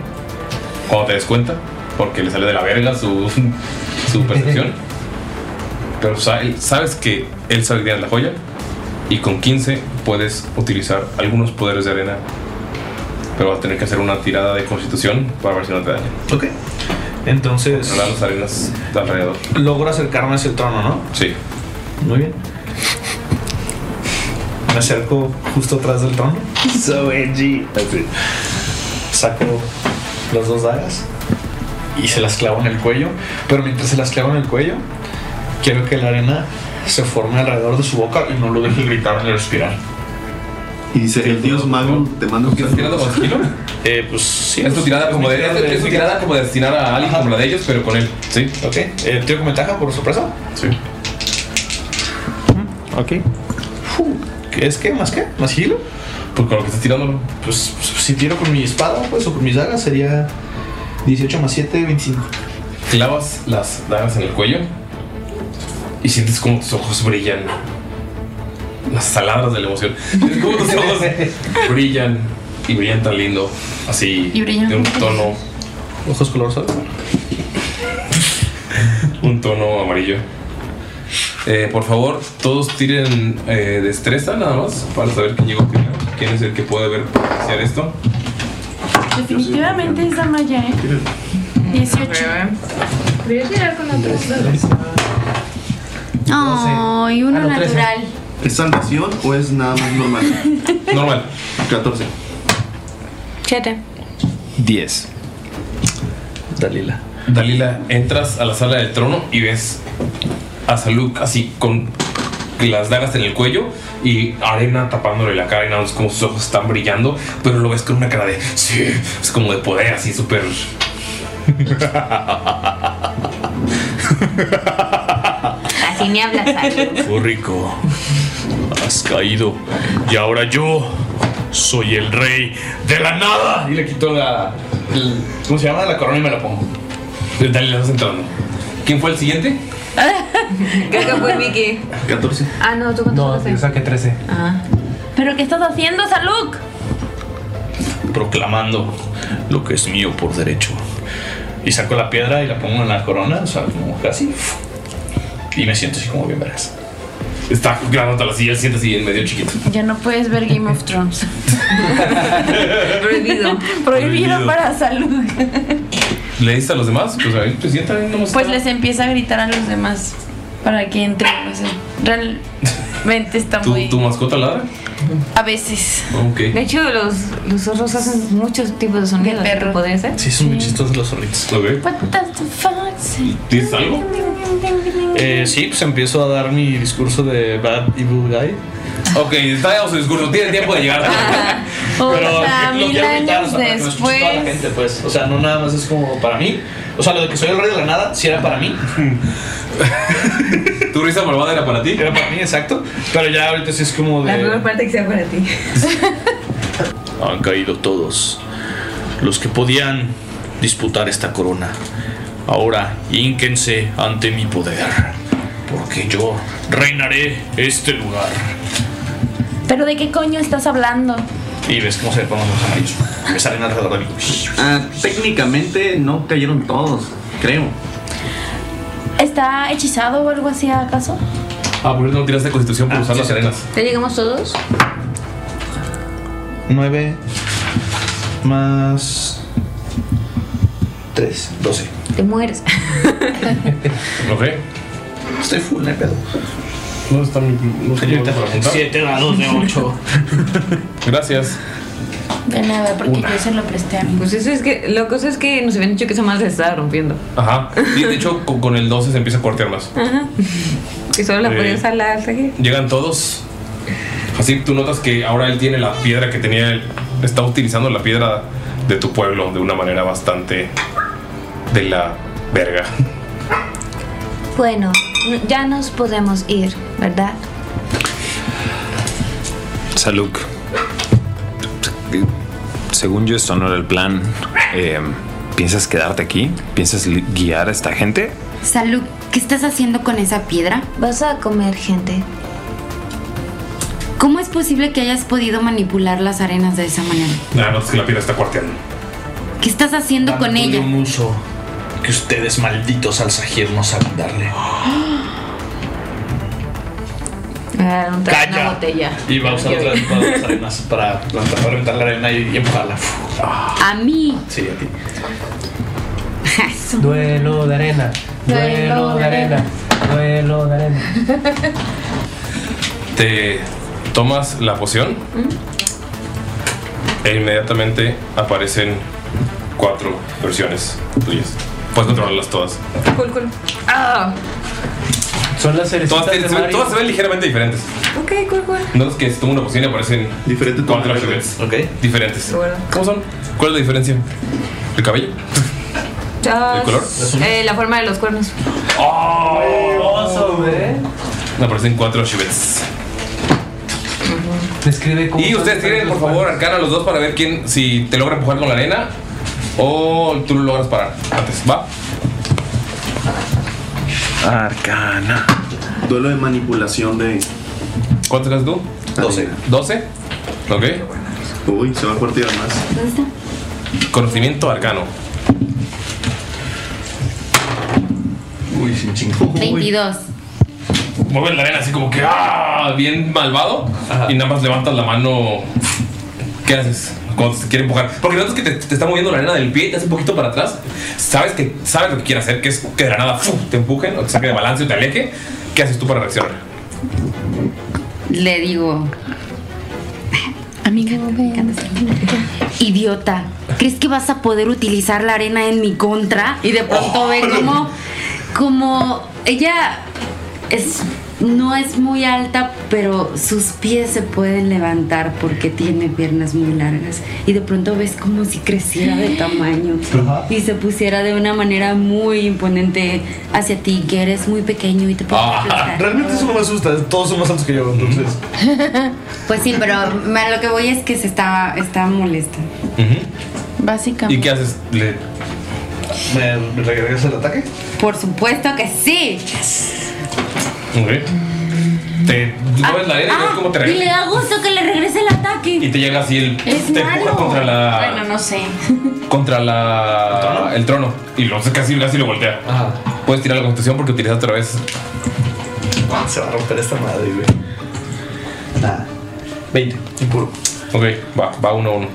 A: cuando te des cuenta, porque le sale de la verga su, su percepción. Pero sa- él- sabes que él sabe que tienes la joya, y con 15 puedes utilizar algunos poderes de arena. Pero vas a tener que hacer una tirada de constitución para ver si no te dañan.
D: Ok. Entonces.
A: Controlar las arenas de alrededor.
D: Logro acercarme hacia el trono, ¿no?
A: Sí.
D: Muy bien. Me acerco justo atrás del trono. So edgy. Así. Saco las dos dagas y se las clavo en el cuello. Pero mientras se las clavo en el cuello, quiero que la arena se forme alrededor de su boca y no lo deje gritar ni respirar.
L: Y dice, el dios mago te manda un
A: tirando con sigilo?
D: Eh, pues sí.
A: Es tu
D: pues,
A: tirada como
D: mi
A: de- es tu- es tu tirada como destinada a alguien como la de ellos, pero con él. Sí.
D: Ok. Eh, ¿Tengo con ventaja por sorpresa?
A: Sí.
D: Ok. ¿Es que más qué? ¿Más sigilo?
A: Pues con lo que estás tirándolo.
D: Pues, pues, si tiro con mi espada, pues, o con mis dagas, sería 18 más 7, 25.
A: Clavas las dagas en el cuello y sientes como tus ojos brillan. Las saladas de la emoción. Sientes como tus ojos brillan y brillan tan lindo. Así
D: Y brillan
A: de un
D: juntos.
A: tono.
D: ¿Ojos color sol?
A: un tono amarillo. Eh, por favor, todos tiren eh, destreza nada más para saber quién llegó primero. ¿Quién es el que puede ver potenciar esto?
B: Definitivamente es Damaya, ¿eh? 18.
H: Debería tirar con otros dados.
B: Ay,
A: Ah,
B: uno
L: A lo trece.
B: natural.
L: ¿Es salvación o es nada más normal?
A: Normal.
L: 14.
G: 7.
A: 10.
D: Dalila.
A: Dalila, entras a la sala del trono y ves a Saluk así con las dagas en el cuello y arena tapándole la cara y nada más como sus ojos están brillando, pero lo ves con una cara de sí, es como de poder así súper.
C: Así ni hablas algo.
V: Oh, rico. Has caído. Y ahora yo soy el rey de la nada.
D: Y le quito la. el- ¿Cómo se llama? La corona y me la pongo.
A: Dalila, estás entrando. ¿Quién fue el siguiente?
G: Creo que fue Vicky.
A: 14.
G: Ah, no, tú
A: No, yo saqué 13.
G: Ah. ¿Pero qué estás haciendo, Saluk?
D: Proclamando lo que es mío por derecho. Y saco la piedra y la pongo en la corona, o sea, como casi. Y me siento así como bien verás.
A: Está grabando la silla, siente así en medio chiquito.
B: Ya no puedes ver Game of Thrones.
G: Prohibido.
B: Prohibido
A: Prohibido.
B: para salud.
A: ¿Le diste a los demás? Pues ahí te sientan nomás.
B: Pues les empieza a gritar a los demás para que entren. o sea, realmente está
A: ¿Tu,
B: muy.
A: tu mascota ladra?
B: A veces.
A: Ok.
C: De hecho, los, los zorros hacen muchos tipos de sonidos. ¿Qué podría ser?
D: Sí, son muy chistosos los zorritos.
B: What does the fuck say?
D: ¿Tienes algo? Eh, sí, pues empiezo a dar mi discurso de Bad Evil Guy.
A: Ok, está dando su discurso, tiene tiempo de llegar.
B: Ah, O
D: Pero
B: sea,
D: lo
B: mil
D: quiero evitar, o
B: años
D: sea, para que no escuche toda la
B: después.
D: gente, pues. O sea, no nada más es como para mí. O sea, lo de que soy el rey de la nada, sí era para mí.
A: ¿Tu risa malvada era para ti?
D: Era para mí, exacto. Pero ya ahorita sí es como
G: La
D: de.
G: primera parte que sea para ti.
V: Han caído todos. Los que podían disputar esta corona. Ahora hínquense ante mi poder. Porque yo reinaré este lugar.
B: ¿Pero de qué coño estás hablando?
D: Y ves cómo se le ponen los amarillos. Me salen alrededor de mí.
L: Ah, técnicamente no cayeron todos, creo.
B: ¿Está hechizado o algo así acaso?
A: Ah, por eso no tiraste constitución por usar las arenas.
G: ¿Ya llegamos todos?
D: 9 más 3, 12.
C: Te mueres.
A: Ok.
D: Estoy full, no hay pedo.
A: No está mi. No
D: Siete dados de ocho.
A: Gracias.
B: De nada, porque
A: Una.
B: yo se lo presté a mí.
G: Pues eso es que. La cosa es que nos habían dicho que esa madre se estaba rompiendo.
A: Ajá. Y de hecho, con, con el 12 se empieza a cuartear más.
G: Ajá. Que solo la
A: Eh.
G: podía usar la alta que-
A: Llegan todos. Así tú notas que ahora él tiene la piedra que tenía. él. Está utilizando la piedra de tu pueblo de una manera bastante. de la verga.
C: Bueno, ya nos podemos ir, ¿verdad?
E: Saluk. Según yo, esto no era el plan. Eh, ¿Piensas quedarte aquí? ¿Piensas li- guiar a esta gente?
C: Salud, ¿qué estás haciendo con esa piedra? Vas a comer gente.
H: ¿Cómo es posible que hayas podido manipular las arenas de esa manera?
A: Nada, no es que la piedra está cuarteando.
H: ¿Qué estás haciendo con
D: Dándole
H: ella?
D: un uso que ustedes malditos al Sajir no saben darle.
C: Ah,
G: Agarraron otra-
D: Calla.
G: una botella.
D: Y va a usar otra vez para las arenas para plantar, para reventar la arena y, y empujarla.
H: A mí.
D: Sí, a ti.
F: Duelo de arena. Duelo de arena. Duelo de arena.
A: Te tomas la poción e inmediatamente aparecen cuatro versiones tuyas. Puedes controlarlas todas.
G: Cool, cool. Ah,
A: Son las todas, tienen- se ven-
G: Mario.
A: todas se ven ligeramente diferentes.
G: ok, cool, cool.
A: No es que se toma una poción y aparecen cuatro versiones. Diferentes. ¿Cómo son? ¿Cuál es la diferencia? ¿El cabello?
G: Ah,
A: ¿El color?
G: eh, la forma de los cuernos.
A: ¡Ah! Aparecen cuatro shivets. Y ustedes tienen, por favor, arcana los dos para ver quién, si te logra empujar con la arena o tú lo logras parar antes. ¿Va?
L: Arcana. Duelo de manipulación de.
A: ¿Cuánto eras tú?
L: 12.
A: 12. Ok.
L: Uy, se va a cuartear más.
C: ¿Dónde está?
A: Conocimiento arcano. Uy, sin chingo.
H: 22.
A: Mueven la arena así como que ¡ah! bien malvado. Y nada más levantas la mano. ¿Qué haces? cuando te quiere empujar. Porque notas que te, te está moviendo la arena del pie y te hace un poquito para atrás. Sabes que sabes lo que quiere hacer, que es que de la nada ¡fum! te empujen o te saque de balance o te aleje. ¿Qué haces tú para reaccionar?
W: Le digo.
H: Amiga, idiota, ¿crees que vas a poder utilizar la arena en mi contra? Y de
A: Oh,
D: Oh,
H: pronto ve como, como ella es, no es muy alta, pero sus pies se pueden levantar porque tiene piernas muy largas. Y de pronto ves como si creciera de tamaño
A: Ajá.
H: y se pusiera de una manera muy imponente hacia ti, que eres muy pequeño y te puedes
A: Ah.
H: aplastar.
D: Ah, Realmente eso no me asusta, todos son más altos que yo, entonces.
W: Pues sí, pero a lo que voy es que se está, está molesta.
A: ¿Y
W: Básicamente.
A: qué haces? Le-
D: ¿Me, me regresas el ataque?
W: Por supuesto que sí.
A: Ok. Te mueves la
H: Ah,
A: arena y ves cómo te
H: Y le
A: regresa.
H: da gusto que le regrese el ataque.
A: Y te llega así el.
H: Es
A: te empuja
H: malo.
A: contra la.
H: Bueno, no sé.
A: Contra la. El trono. Y lo casi, casi lo voltea. Puedes tirar la constitución porque utilizas otra vez.
D: Se va a romper esta madre, güey. Nada. 20, impuro.
A: Ok, va, va uno a uno.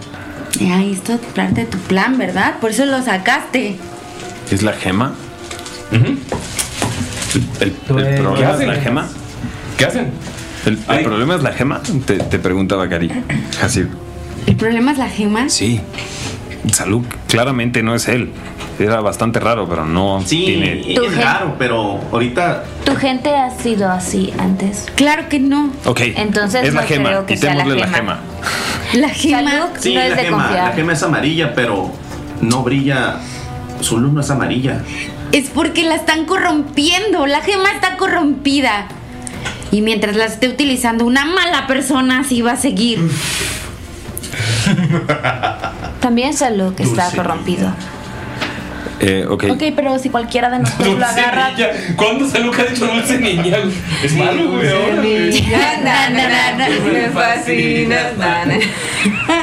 H: Ay, esto es parte de tu plan, ¿verdad? Por eso lo sacaste.
E: ¿Es la gema? ¿El, el- el
A: Pues, ¿Qué
E: problema es
A: hacen?
E: la gema?
A: ¿Qué hacen?
E: ¿El, el problema es la gema? Te, te pregunta Bacari. Así.
W: El problema es la gema.
E: Sí. Salud claramente no es él. Era bastante raro, pero no tiene.
C: es Tu gen- raro,
E: pero ahorita.
C: ¿Tu gente ha sido así antes?
H: Claro que no.
E: Ok.
C: Entonces
E: es la
C: no
E: gema.
C: creo que sea la
E: Quitémosle
C: gema.
H: La gema
L: Sí, la, gema, la gema es amarilla, pero no brilla. Su luz no es amarilla.
H: Es porque la están corrompiendo. La gema está corrompida. Y mientras la esté utilizando una mala persona, así va a seguir.
C: También Salud que está
E: Dulce
C: corrompido.
E: Eh, ok.
C: pero si cualquiera de
G: Pues
C: nosotros
A: Dulce niña. ¿Cuándo Salud ha dicho dulce niña? güey? Es malo, güey. ahora, güey.
G: Me fascinas, na, na.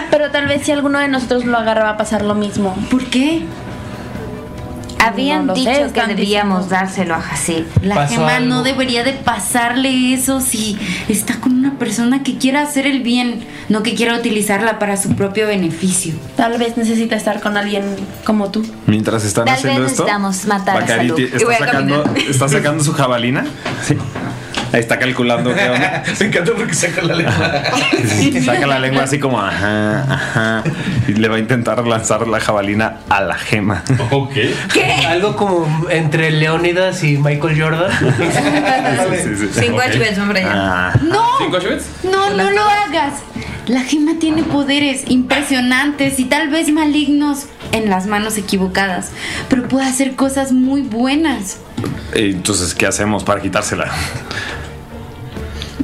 B: Pero tal vez si alguno de nosotros lo agarra va a pasar lo mismo.
H: ¿Por qué?
C: Habían
B: No lo sé,
C: dicho que
B: están
C: debíamos dárselo a Hasid.
H: La gema no debería de pasarle eso si está con una persona que quiera hacer el bien, no que quiera utilizarla para su propio beneficio.
B: Tal vez necesita estar con alguien como tú.
E: Mientras están
B: Tal
E: haciendo
B: vez
E: esto.
B: necesitamos matar a
E: Bacari
B: Salud.
E: ti-
B: Y
E: está,
B: voy a
E: sacando,
B: caminar.
E: está sacando su jabalina. Sí. Ahí está calculando qué onda.
D: Me encanta porque saca la lengua.
E: Saca la lengua así como, ajá, ajá. Y le va a intentar lanzar la jabalina a la gema.
A: Ok.
F: Algo como entre Leónidas y Michael Jordan.
G: Cinco HP, hombre, ya.
H: ¡No!
F: Ah,
A: ¿Cinco HBs?
H: No, no lo hagas. La gema tiene poderes impresionantes y tal vez malignos en las manos equivocadas, pero puede hacer cosas muy buenas.
E: Eh, Entonces, ¿qué hacemos para quitársela?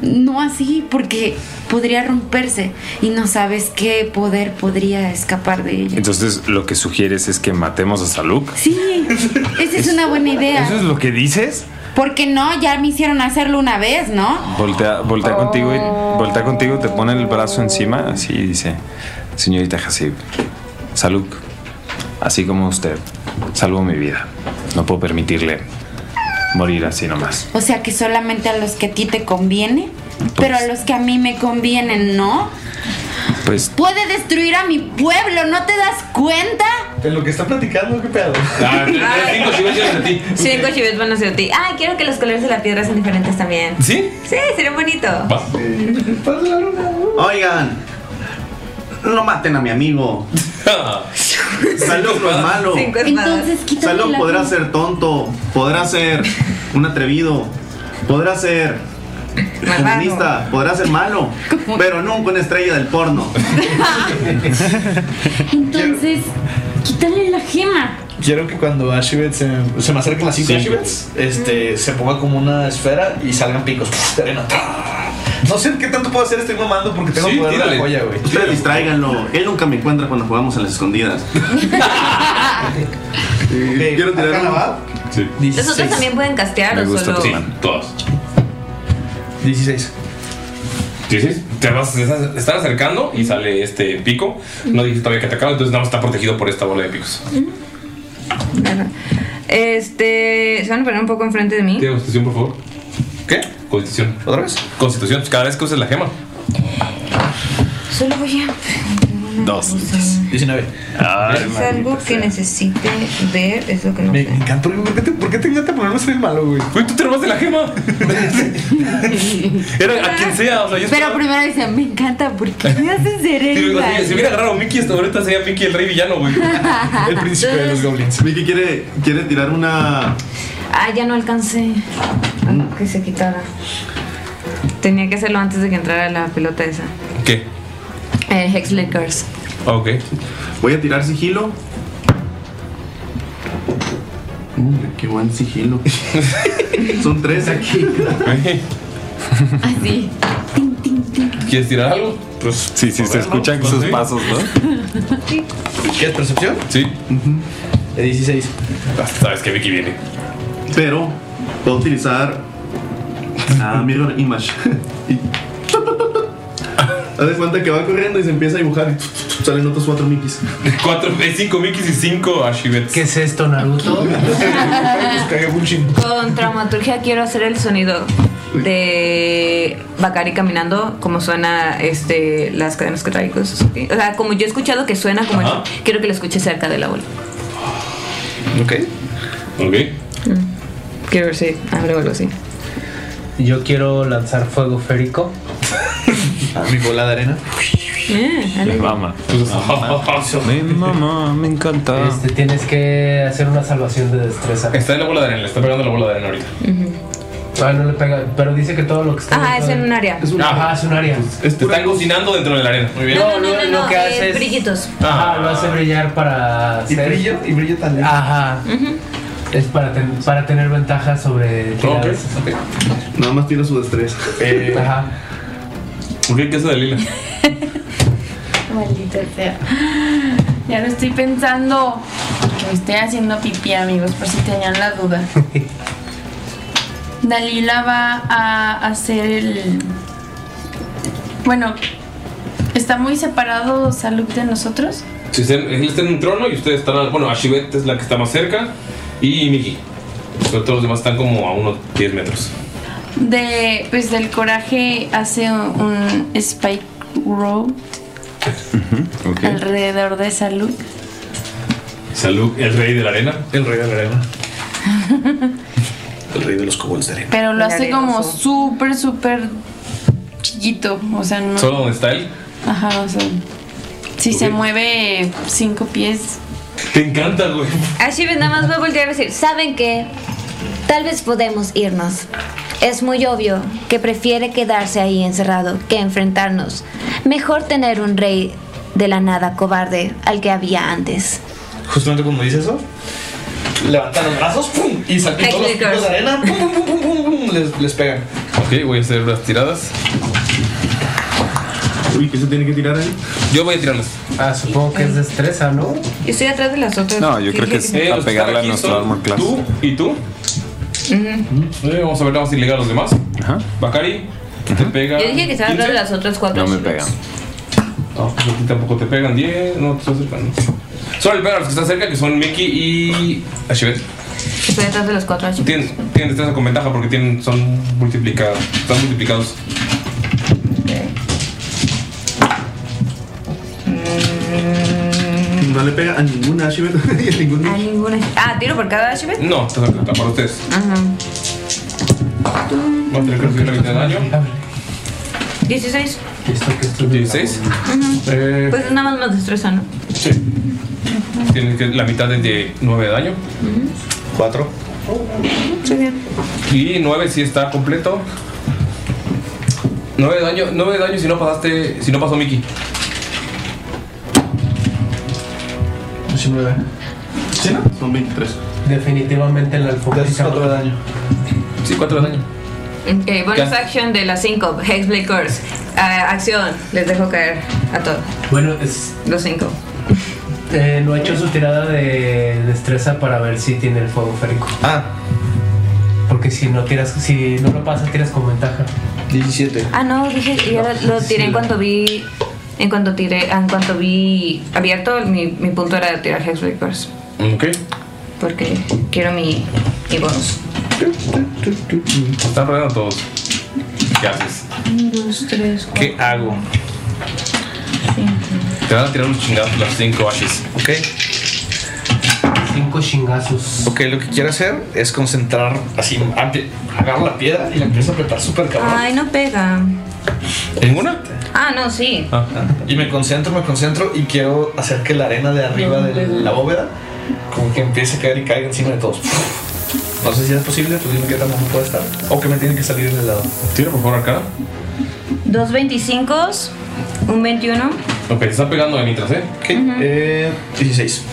H: No así, porque podría romperse y no sabes qué poder podría escapar de ella.
E: Entonces, lo que sugieres es que matemos a Saluk.
H: Sí, esa es una buena idea.
E: ¿Eso es lo que dices?
H: Porque no, ya me hicieron hacerlo una vez, ¿no?
E: Voltea, voltea contigo
G: Oh.
E: y voltea contigo, te pone el brazo encima, así y dice, señorita Hasib, Saluk, así como usted, salvó mi vida. No puedo permitirle morir así nomás.
H: O sea que solamente a los que a ti te conviene, pero a los que a mí me convienen, ¿no?
E: Pues
H: Puede destruir a mi pueblo, ¿no te das cuenta?
D: En lo que está platicando, qué pedo.
A: Ah, cinco chives de ti.
G: Cinco chives van hacia ti. Ah, quiero que los colores de la piedra sean diferentes también.
A: ¿Sí?
G: Sí, sería bonito.
L: Oigan, no maten a mi amigo. Salud no es malo.
G: Cinco espadas. Entonces, quítame
L: Salud
G: la
L: podrá
G: gema.
L: ser tonto, podrá ser un atrevido, podrá ser comunista, podrá ser malo, pero nunca una estrella del porno.
H: Entonces, quítale la gema.
D: Quiero que cuando Ashibet se, se me acerquen las cinco
L: Sí.
D: Ashibets, este, se ponga como una esfera y salgan picos ¡puf! de arena. ¡tra! No sé qué tanto puedo hacer, estoy mamando porque tengo poder de la joya, güey.
L: Ustedes distráiganlo. Él nunca me encuentra cuando jugamos a las escondidas. Quiero tirar un...
G: Nosotros también pueden castear o solo.
A: Sí, todos. 16. 16. Te vas, te estás- te están acercando y sale este pico. No dije todavía que atacaba, entonces nada más está protegido por esta bola de picos.
G: Este. Se van a poner un poco enfrente
H: ¿Mm?
G: de mí.
A: Tira constitución, por favor. ¿Qué? Constitución. ¿Otra vez? Constitución. Cada vez que uses la gema.
G: Solo voy a.
H: Mm,
X: Dos.
D: 19.
H: Es algo que necesite ver, es lo que no
D: Me encantó. ¿Por qué te, por qué te encanta ponerme a ser el malo, güey?
A: Güey, tú te robaste la gema. Era a quien sea, o sea, yo
H: Pero
A: esperaba-
H: primero dice, me encanta, ¿por qué me haces ser
A: Sí,
H: el
A: o sea, Si hubiera agarrado a Mickey, hasta ahorita sería Mickey el rey villano, güey.
L: El príncipe de los goblins. Mickey quiere, quiere tirar una.
C: Ah, ya no alcancé.
G: Mm.
C: Ah, que se quitara.
G: Tenía que hacerlo antes de que entrara la pelota esa.
A: ¿Qué?
G: Eh, Hex Lickers.
A: Ok.
L: Voy a tirar sigilo. Hombre, qué buen sigilo. Son tres aquí.
H: Así.
A: ¿Quieres tirar algo?
X: Pues, sí, sí, se escuchan sus pasos, ¿no?
D: ¿Quieres percepción?
A: Sí.
D: De 16.
A: Ah, Sabes que Vicky viene.
L: Pero puedo utilizar. Ah, Mirror Image. y. Haz de cuenta que va corriendo y se empieza a dibujar y salen otros cuatro Mickeys.
A: Cuatro, eh, cinco Mickeys y cinco Ashibets. ¿Qué
F: es esto, Naruto?
G: Con dramaturgia quiero hacer el sonido de Bakari caminando, como suena este las cadenas que traigo. Suzuki. O sea, como yo he escuchado que suena como
A: Ajá.
G: eso, quiero que lo escuche cerca de la bola.
D: Ok.
A: Ok.
G: Quiero ver si abre o algo así.
F: Yo quiero lanzar fuego férico.
D: A mi bola de arena.
G: Eh,
F: Me
X: mama.
F: Me mama, me encanta. Este, tienes que hacer una salvación de destreza.
A: Está en la bola de arena, le está pegando la bola de arena ahorita.
F: Ah, no le pega, pero dice que todo lo que está.
G: Ajá, Ah, es en un área.
F: Ajá, es un área.
A: Te están cocinando dentro de la arena. Muy bien.
F: No, no, no,
G: no,
F: lo que
G: eh,
F: hace es.
G: brillitos.
F: Ajá, lo hace brillar para. Y brillo,
D: y brillo también.
F: Ajá. Es para, ten- para tener ventaja sobre. tiradas.
L: Nada más tira su destreza.
A: Eh,
F: Ajá.
A: ¿Por qué queso de lila?
B: Maldita sea. Ya lo estoy pensando. Me estoy haciendo pipí, amigos, por si tenían la duda. Dalila va a hacer el. Bueno, está muy separado Salud de nosotros.
A: Si están- él está en un trono y ustedes están. al- Bueno, Ashibet es la que está más cerca y Mickey. Pero todos los demás están como a unos 10 metros.
B: De, pues del coraje hace un Spike Road alrededor de Salud.
A: Salud, el rey de la arena. El rey de la arena.
D: El rey de los kobolds de arena.
B: Pero lo hace como súper, súper chiquito. O sea, no.
A: Solo donde está él.
B: Ajá, o sea. Si se mueve cinco pies.
A: Te encanta, güey.
C: Así ves, nada más voy a voltear a decir, ¿saben qué? Tal vez podemos irnos. Es muy obvio que prefiere quedarse ahí encerrado que enfrentarnos. Mejor tener un rey de la nada cobarde al que había antes.
D: Justamente cuando dice eso, levantan los brazos ¡pum! y salpican los picos de arena. ¡pum, pum, pum, pum, pum, pum! Les, les pegan.
A: Ok, voy a hacer unas tiradas.
L: Uy, ¿qué se tiene que tirar ahí?
A: Yo voy a tirarlas.
F: Ah, supongo que es destreza, ¿no?
G: Yo estoy atrás de las otras.
A: Eh, los que están aquí son Tú y tú. Eh, vamos a ver, vamos a ligar a los demás. Ajá. Bakari, te pega.
G: Yo dije que estaba atrás de las otras cuatro.
A: No, pues a ti tampoco te pegan 10. No, te estás cerca, ¿no? Solo le pegan a los que están cerca, que son Mickey y. Ashibet.
G: Estoy atrás de los cuatro.
A: Tienen, tienen destreza con ventaja porque tienen, son multiplicados. Están multiplicados.
L: No le pega a ninguna Ashibet y a ningún
G: Mm. A ninguna. Ah, tiro por cada Ashibet.
A: No, te dan para ustedes.
G: Ajá.
A: Vamos a tener que recibir la mitad de daño.
G: 16.
A: 16.
G: Ujú.
A: Eh,
G: Pues es nada más más destreza, ¿no?
A: sí. Tienen que la mitad es de 9 de daño. 4.
G: Muy bien.
A: Y 9 si está completo. 9 de daño, 9 de daño si no pasaste, si no pasó Mickey.
D: 19.
L: ¿Sí, no? Son 23.
F: Definitivamente en la alfombra. Es cuatro
D: de daño.
A: Sí, 4 de daño.
G: Ok, bonus
F: Ya.
G: action de las 5. Hexblade Curse. Ah, acción. Les dejo caer a todos.
F: Bueno, es.
G: Los 5.
F: Eh, no ha hecho su tirada de destreza para ver si tiene el fuego férico.
D: Ah.
F: Porque si no tiras, si no lo pasas, tiras con ventaja.
D: 17.
G: Ah, no, dije, y ahora lo tiré en cuanto vi. En cuanto tiré, ah, en cuanto vi abierto, mi, mi punto era de tirar Hexblade Curse.
A: Ok.
G: Porque quiero mi, mi bonus.
A: Están rodeando todos. ¿Qué haces?
G: 1, 2, 3,
A: ¿Qué hago?
G: 4, 5.
A: Te van a tirar los chingados, las cinco ashes.
D: Ok.
F: Cinco chingazos.
D: Ok, lo que quiero hacer es concentrar así. Antes, agarro la piedra y la empiezo a apretar súper cabrón.
Y: Ay, no pega.
D: ¿Ninguna?
Y: Ah, no, sí.
D: Y me concentro, me concentro y quiero hacer que la arena de arriba de la bóveda como que empiece a caer y caiga encima de todos. No sé si es posible, tú dime qué tan bajo puede estar. O que me tiene que salir del lado.
A: Tira por favor acá.
G: Dos 25, un 21.
A: Ok, te está pegando de mientras, ¿eh?
D: Ok, eh, 16.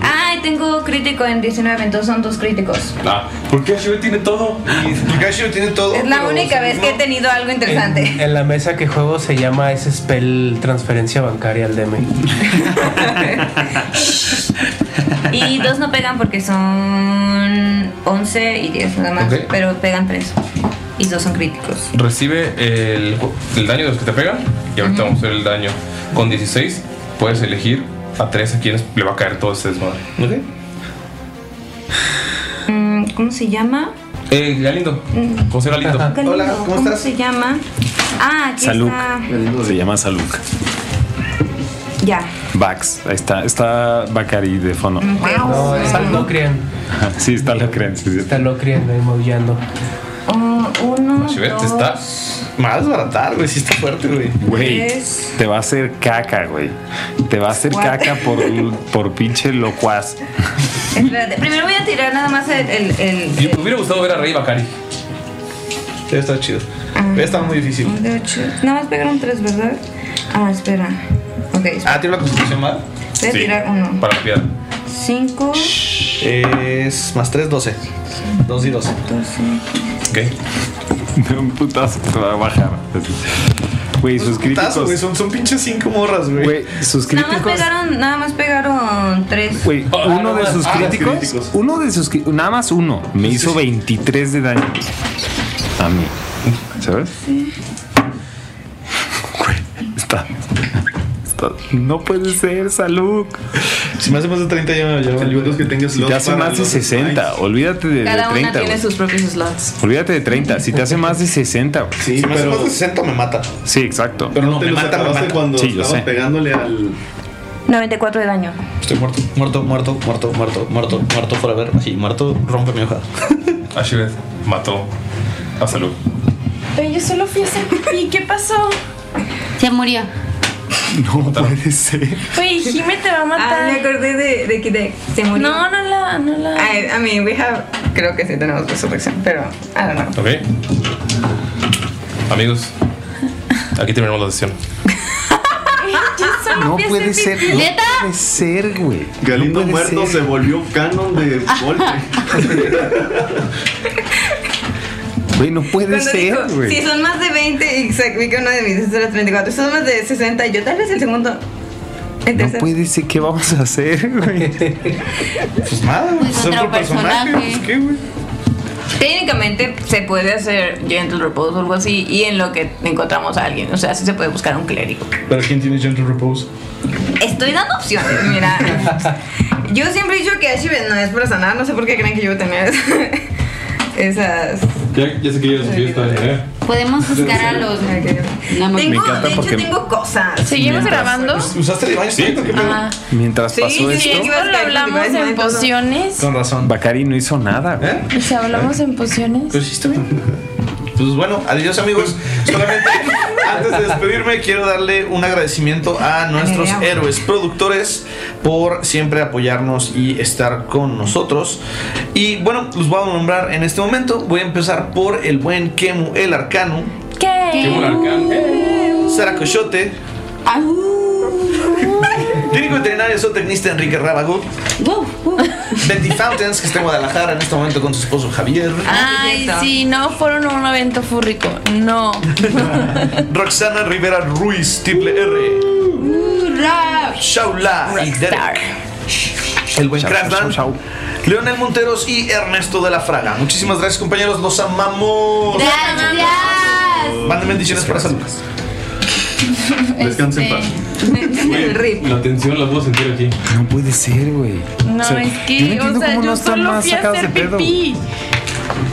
G: Ay, tengo crítico en 19, entonces son dos críticos.
A: Ah, ¿por qué Ashiru tiene todo?
D: ¿Por qué Ashiru tiene todo?
G: Es la única vez que he tenido algo interesante.
F: En, en la mesa que juego se llama ese spell transferencia bancaria al DM.
G: Y dos no pegan porque son 11 y 10 nada más,
A: Ok.
G: pero pegan tres. Y dos son críticos.
A: Recibe el, el daño de los que te pegan. Y ahorita vamos a hacer el daño. Con 16 puedes elegir a tres a quienes le va a caer todo este desmadre.
G: Mm, ¿Cómo se llama?
A: Eh, Galindo.
G: Mm,
A: Ah, ¿Cómo será Galindo?
G: Galindo, se llama? Ah, aquí
E: Saluk.
G: está.
E: Se llama Saluk.
G: Ya.
E: Vax. Ahí está, está Bacari de fondo.
F: No, está Locrian.
E: Ajá, Sí, está lo creen. Sí, sí.
F: Está Locrian ahí maullando.
G: Oh, uno,
E: Machiver, te
G: dos,
E: está-
D: Más desbaratar, güey. Sí está fuerte, güey.
E: Güey,
G: Tres.
E: te va a hacer caca, güey. Te va a hacer
G: Cuatro.
E: caca por, por pinche locuaz.
G: espérate. Primero voy a tirar nada más el... el- el-
A: Yo- Me hubiera gustado ver a Rey Bacari.
D: Debe estar chido. Debe estar muy difícil.
G: un de ocho. Nada más pegaron tres, ¿verdad? Ah, espera. Ok,
D: Ah, ¿tiene la constitución mal?
G: voy a tirar uno.
A: Para la piedra.
G: Cinco.
D: Es más 3, 12. 2 y 12.
E: Ok. De un putazo te va a bajar. Así. Güey, sus
D: Putazo, güey.
E: críticos.
D: Son, son pinches 5 morras, güey.
E: Güey, sus
G: Nada más
E: críticos.
G: pegaron, nada más pegaron tres.
E: Güey, uno de
G: más.
E: sus
G: Ah,
E: críticos, Uno de sus cri- Nada más uno. Me hizo 23 de daño. A mí. ¿Sabes? Güey, está. está- No puede ser, Salud.
D: Si me hace más de 30, ya me llevo.
L: que tengas
E: Si te hace más de 60, olvídate de, de
Y: Cada una
E: 30.
Y: tiene
E: güey.
Y: sus propios slots.
E: Olvídate de 30. Si te hace más de 60.
L: Sí, Si me hace pero- más de
D: 60 me mata.
E: Sí, exacto.
L: Pero no, te los acabaste cuando
E: Sí, yo
L: estabas
E: sé.
L: pegándole al.
G: 94 de daño.
D: Estoy muerto, muerto, muerto, muerto, muerto, muerto, muerto por haber. Así, muerto, rompe mi hoja.
A: Ashivet mató a Salud.
B: Pero yo solo fui a hacer pipí. ¿Qué pasó? Se murió.
E: No puede ser.
B: Güey, Jime te va a matar.
H: Ah, me acordé de, de que de- se murió.
B: No, no la, no la.
H: I, I mean, we have. Creo que sí tenemos resurrección, pero. I don't know.
A: Ok. Amigos, aquí terminamos la sesión.
B: Yo solo
E: No
B: fui a
E: puede
B: hacer
E: ser.
B: pipí.
E: No puede ser, güey.
L: Galindo
E: No puede
L: muerto
E: ser.
L: se volvió canon de golpe.
E: Güey, no puede
H: Cuando
E: ser,
H: dijo,
E: güey.
H: si son más de 20, y se- vi que uno de mis dice era 34, si son más de 60, yo tal vez el segundo. El
E: No
H: tercero.
E: puede ser. ¿Qué vamos a hacer, güey? Pues
D: nada,
Y: Pues es otro otro personaje, personaje. pues,
D: ¿Qué, güey?
Y: Técnicamente se puede hacer Gentle Repose o algo así y en lo que encontramos a alguien. O sea, sí se puede buscar a un clérigo.
D: Pero ¿quién tiene Gentle Repose?
H: Estoy dando opciones, mira. yo siempre he dicho que Ashivet no es para sanar, no sé por qué creen que yo voy a tener esas.
A: Ya, ya sé que ya les pido esta idea.
H: Podemos buscar a los. Tengo,
E: Me encanta
H: de hecho,
E: porque-
H: tengo cosas.
B: ¿Seguimos grabando?
D: ¿Usaste el baño? Sí,
B: Ah,
E: Mientras
B: sí,
E: pasó
B: sí,
E: esto.
B: esto lo hablamos en pociones.
D: Con razón.
E: Bacari no hizo nada, güey.
B: O sea, Pues hablamos en pociones.
D: Pues sí, está bien. Pues bueno, adiós amigos. Solamente antes de despedirme quiero darle un agradecimiento a nuestros héroes productores por siempre apoyarnos y estar con nosotros. Y bueno, los voy a nombrar en este momento. Voy a empezar por el buen Kemu el Arcano.
B: ¿Qué?
D: Sara Coyote. Clínico veterinario zootecnista Enrique Rábago. Betty Fountains, que está en Guadalajara en este momento con su esposo Javier. Ah,
B: Ay, sí, no fueron a un evento furrico. No.
D: Roxana Rivera Ruiz, triple R.
B: Hurra.
D: Shaula y Derek. El buen Krasdan. Leonel Monteros y Ernesto de la Fraga. Muchísimas gracias, compañeros. Los amamos.
B: Gracias.
D: Manden bendiciones para San Lucas.
L: Descansen
G: Eh,
B: Este,
L: El rip.
A: La tensión la puedo sentir aquí.
E: No puede ser, güey.
B: No,
E: O sea,
B: es
E: yo no
B: que,
E: entiendo
B: o sea,
E: cómo no
B: yo
E: están
B: solo
E: más
B: fui a
E: sacados
B: hacer
E: de pedo.
B: pipí.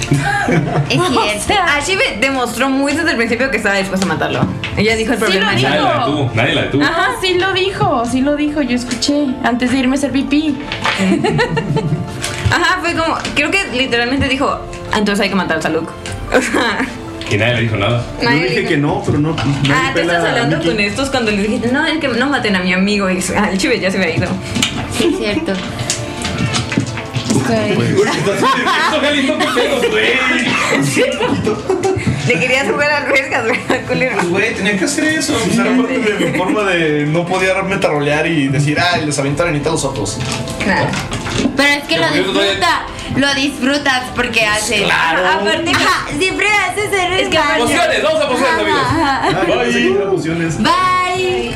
M: Es cierto.
G: Así demostró muy desde el principio que estaba dispuesta a matarlo. Ella dijo el
J: Sí,
G: problema.
J: lo
G: es-
A: Nadie la detuvo, nadie la detuvo.
J: Ajá, sí lo dijo, sí lo dijo, yo escuché antes de irme a hacer pipí.
G: Ajá, fue como, creo que literalmente dijo, "Ah, entonces hay que matar a Luke.
A: Y nadie le dijo nada.
G: Nadie Yo dije le dijo- que
A: no, pero no.
G: ah, tú estás hablando con estos cuando les dijiste, no, es que no maten a mi amigo. Y ah, el chive ya se había ido.
M: Sí, cierto.
E: Pues,
G: Le querías jugar al riesgo, güey, culero.
Z: Güey, tenía que hacer eso. O sea, era parte de mi forma de no poder metarrolear y decir, ah, les aventaron y tal los otros.
M: Claro. Pero es que
Z: Yo
M: lo
Z: creo que
M: disfruta. Lo disfrutas porque haces.
Z: claro.
M: Aparte, ajá, siempre haces el
G: Es que
M: resbalón.
G: pociones,
A: vamos a
G: pociones, amigos.
M: Ajá, ajá. Bye.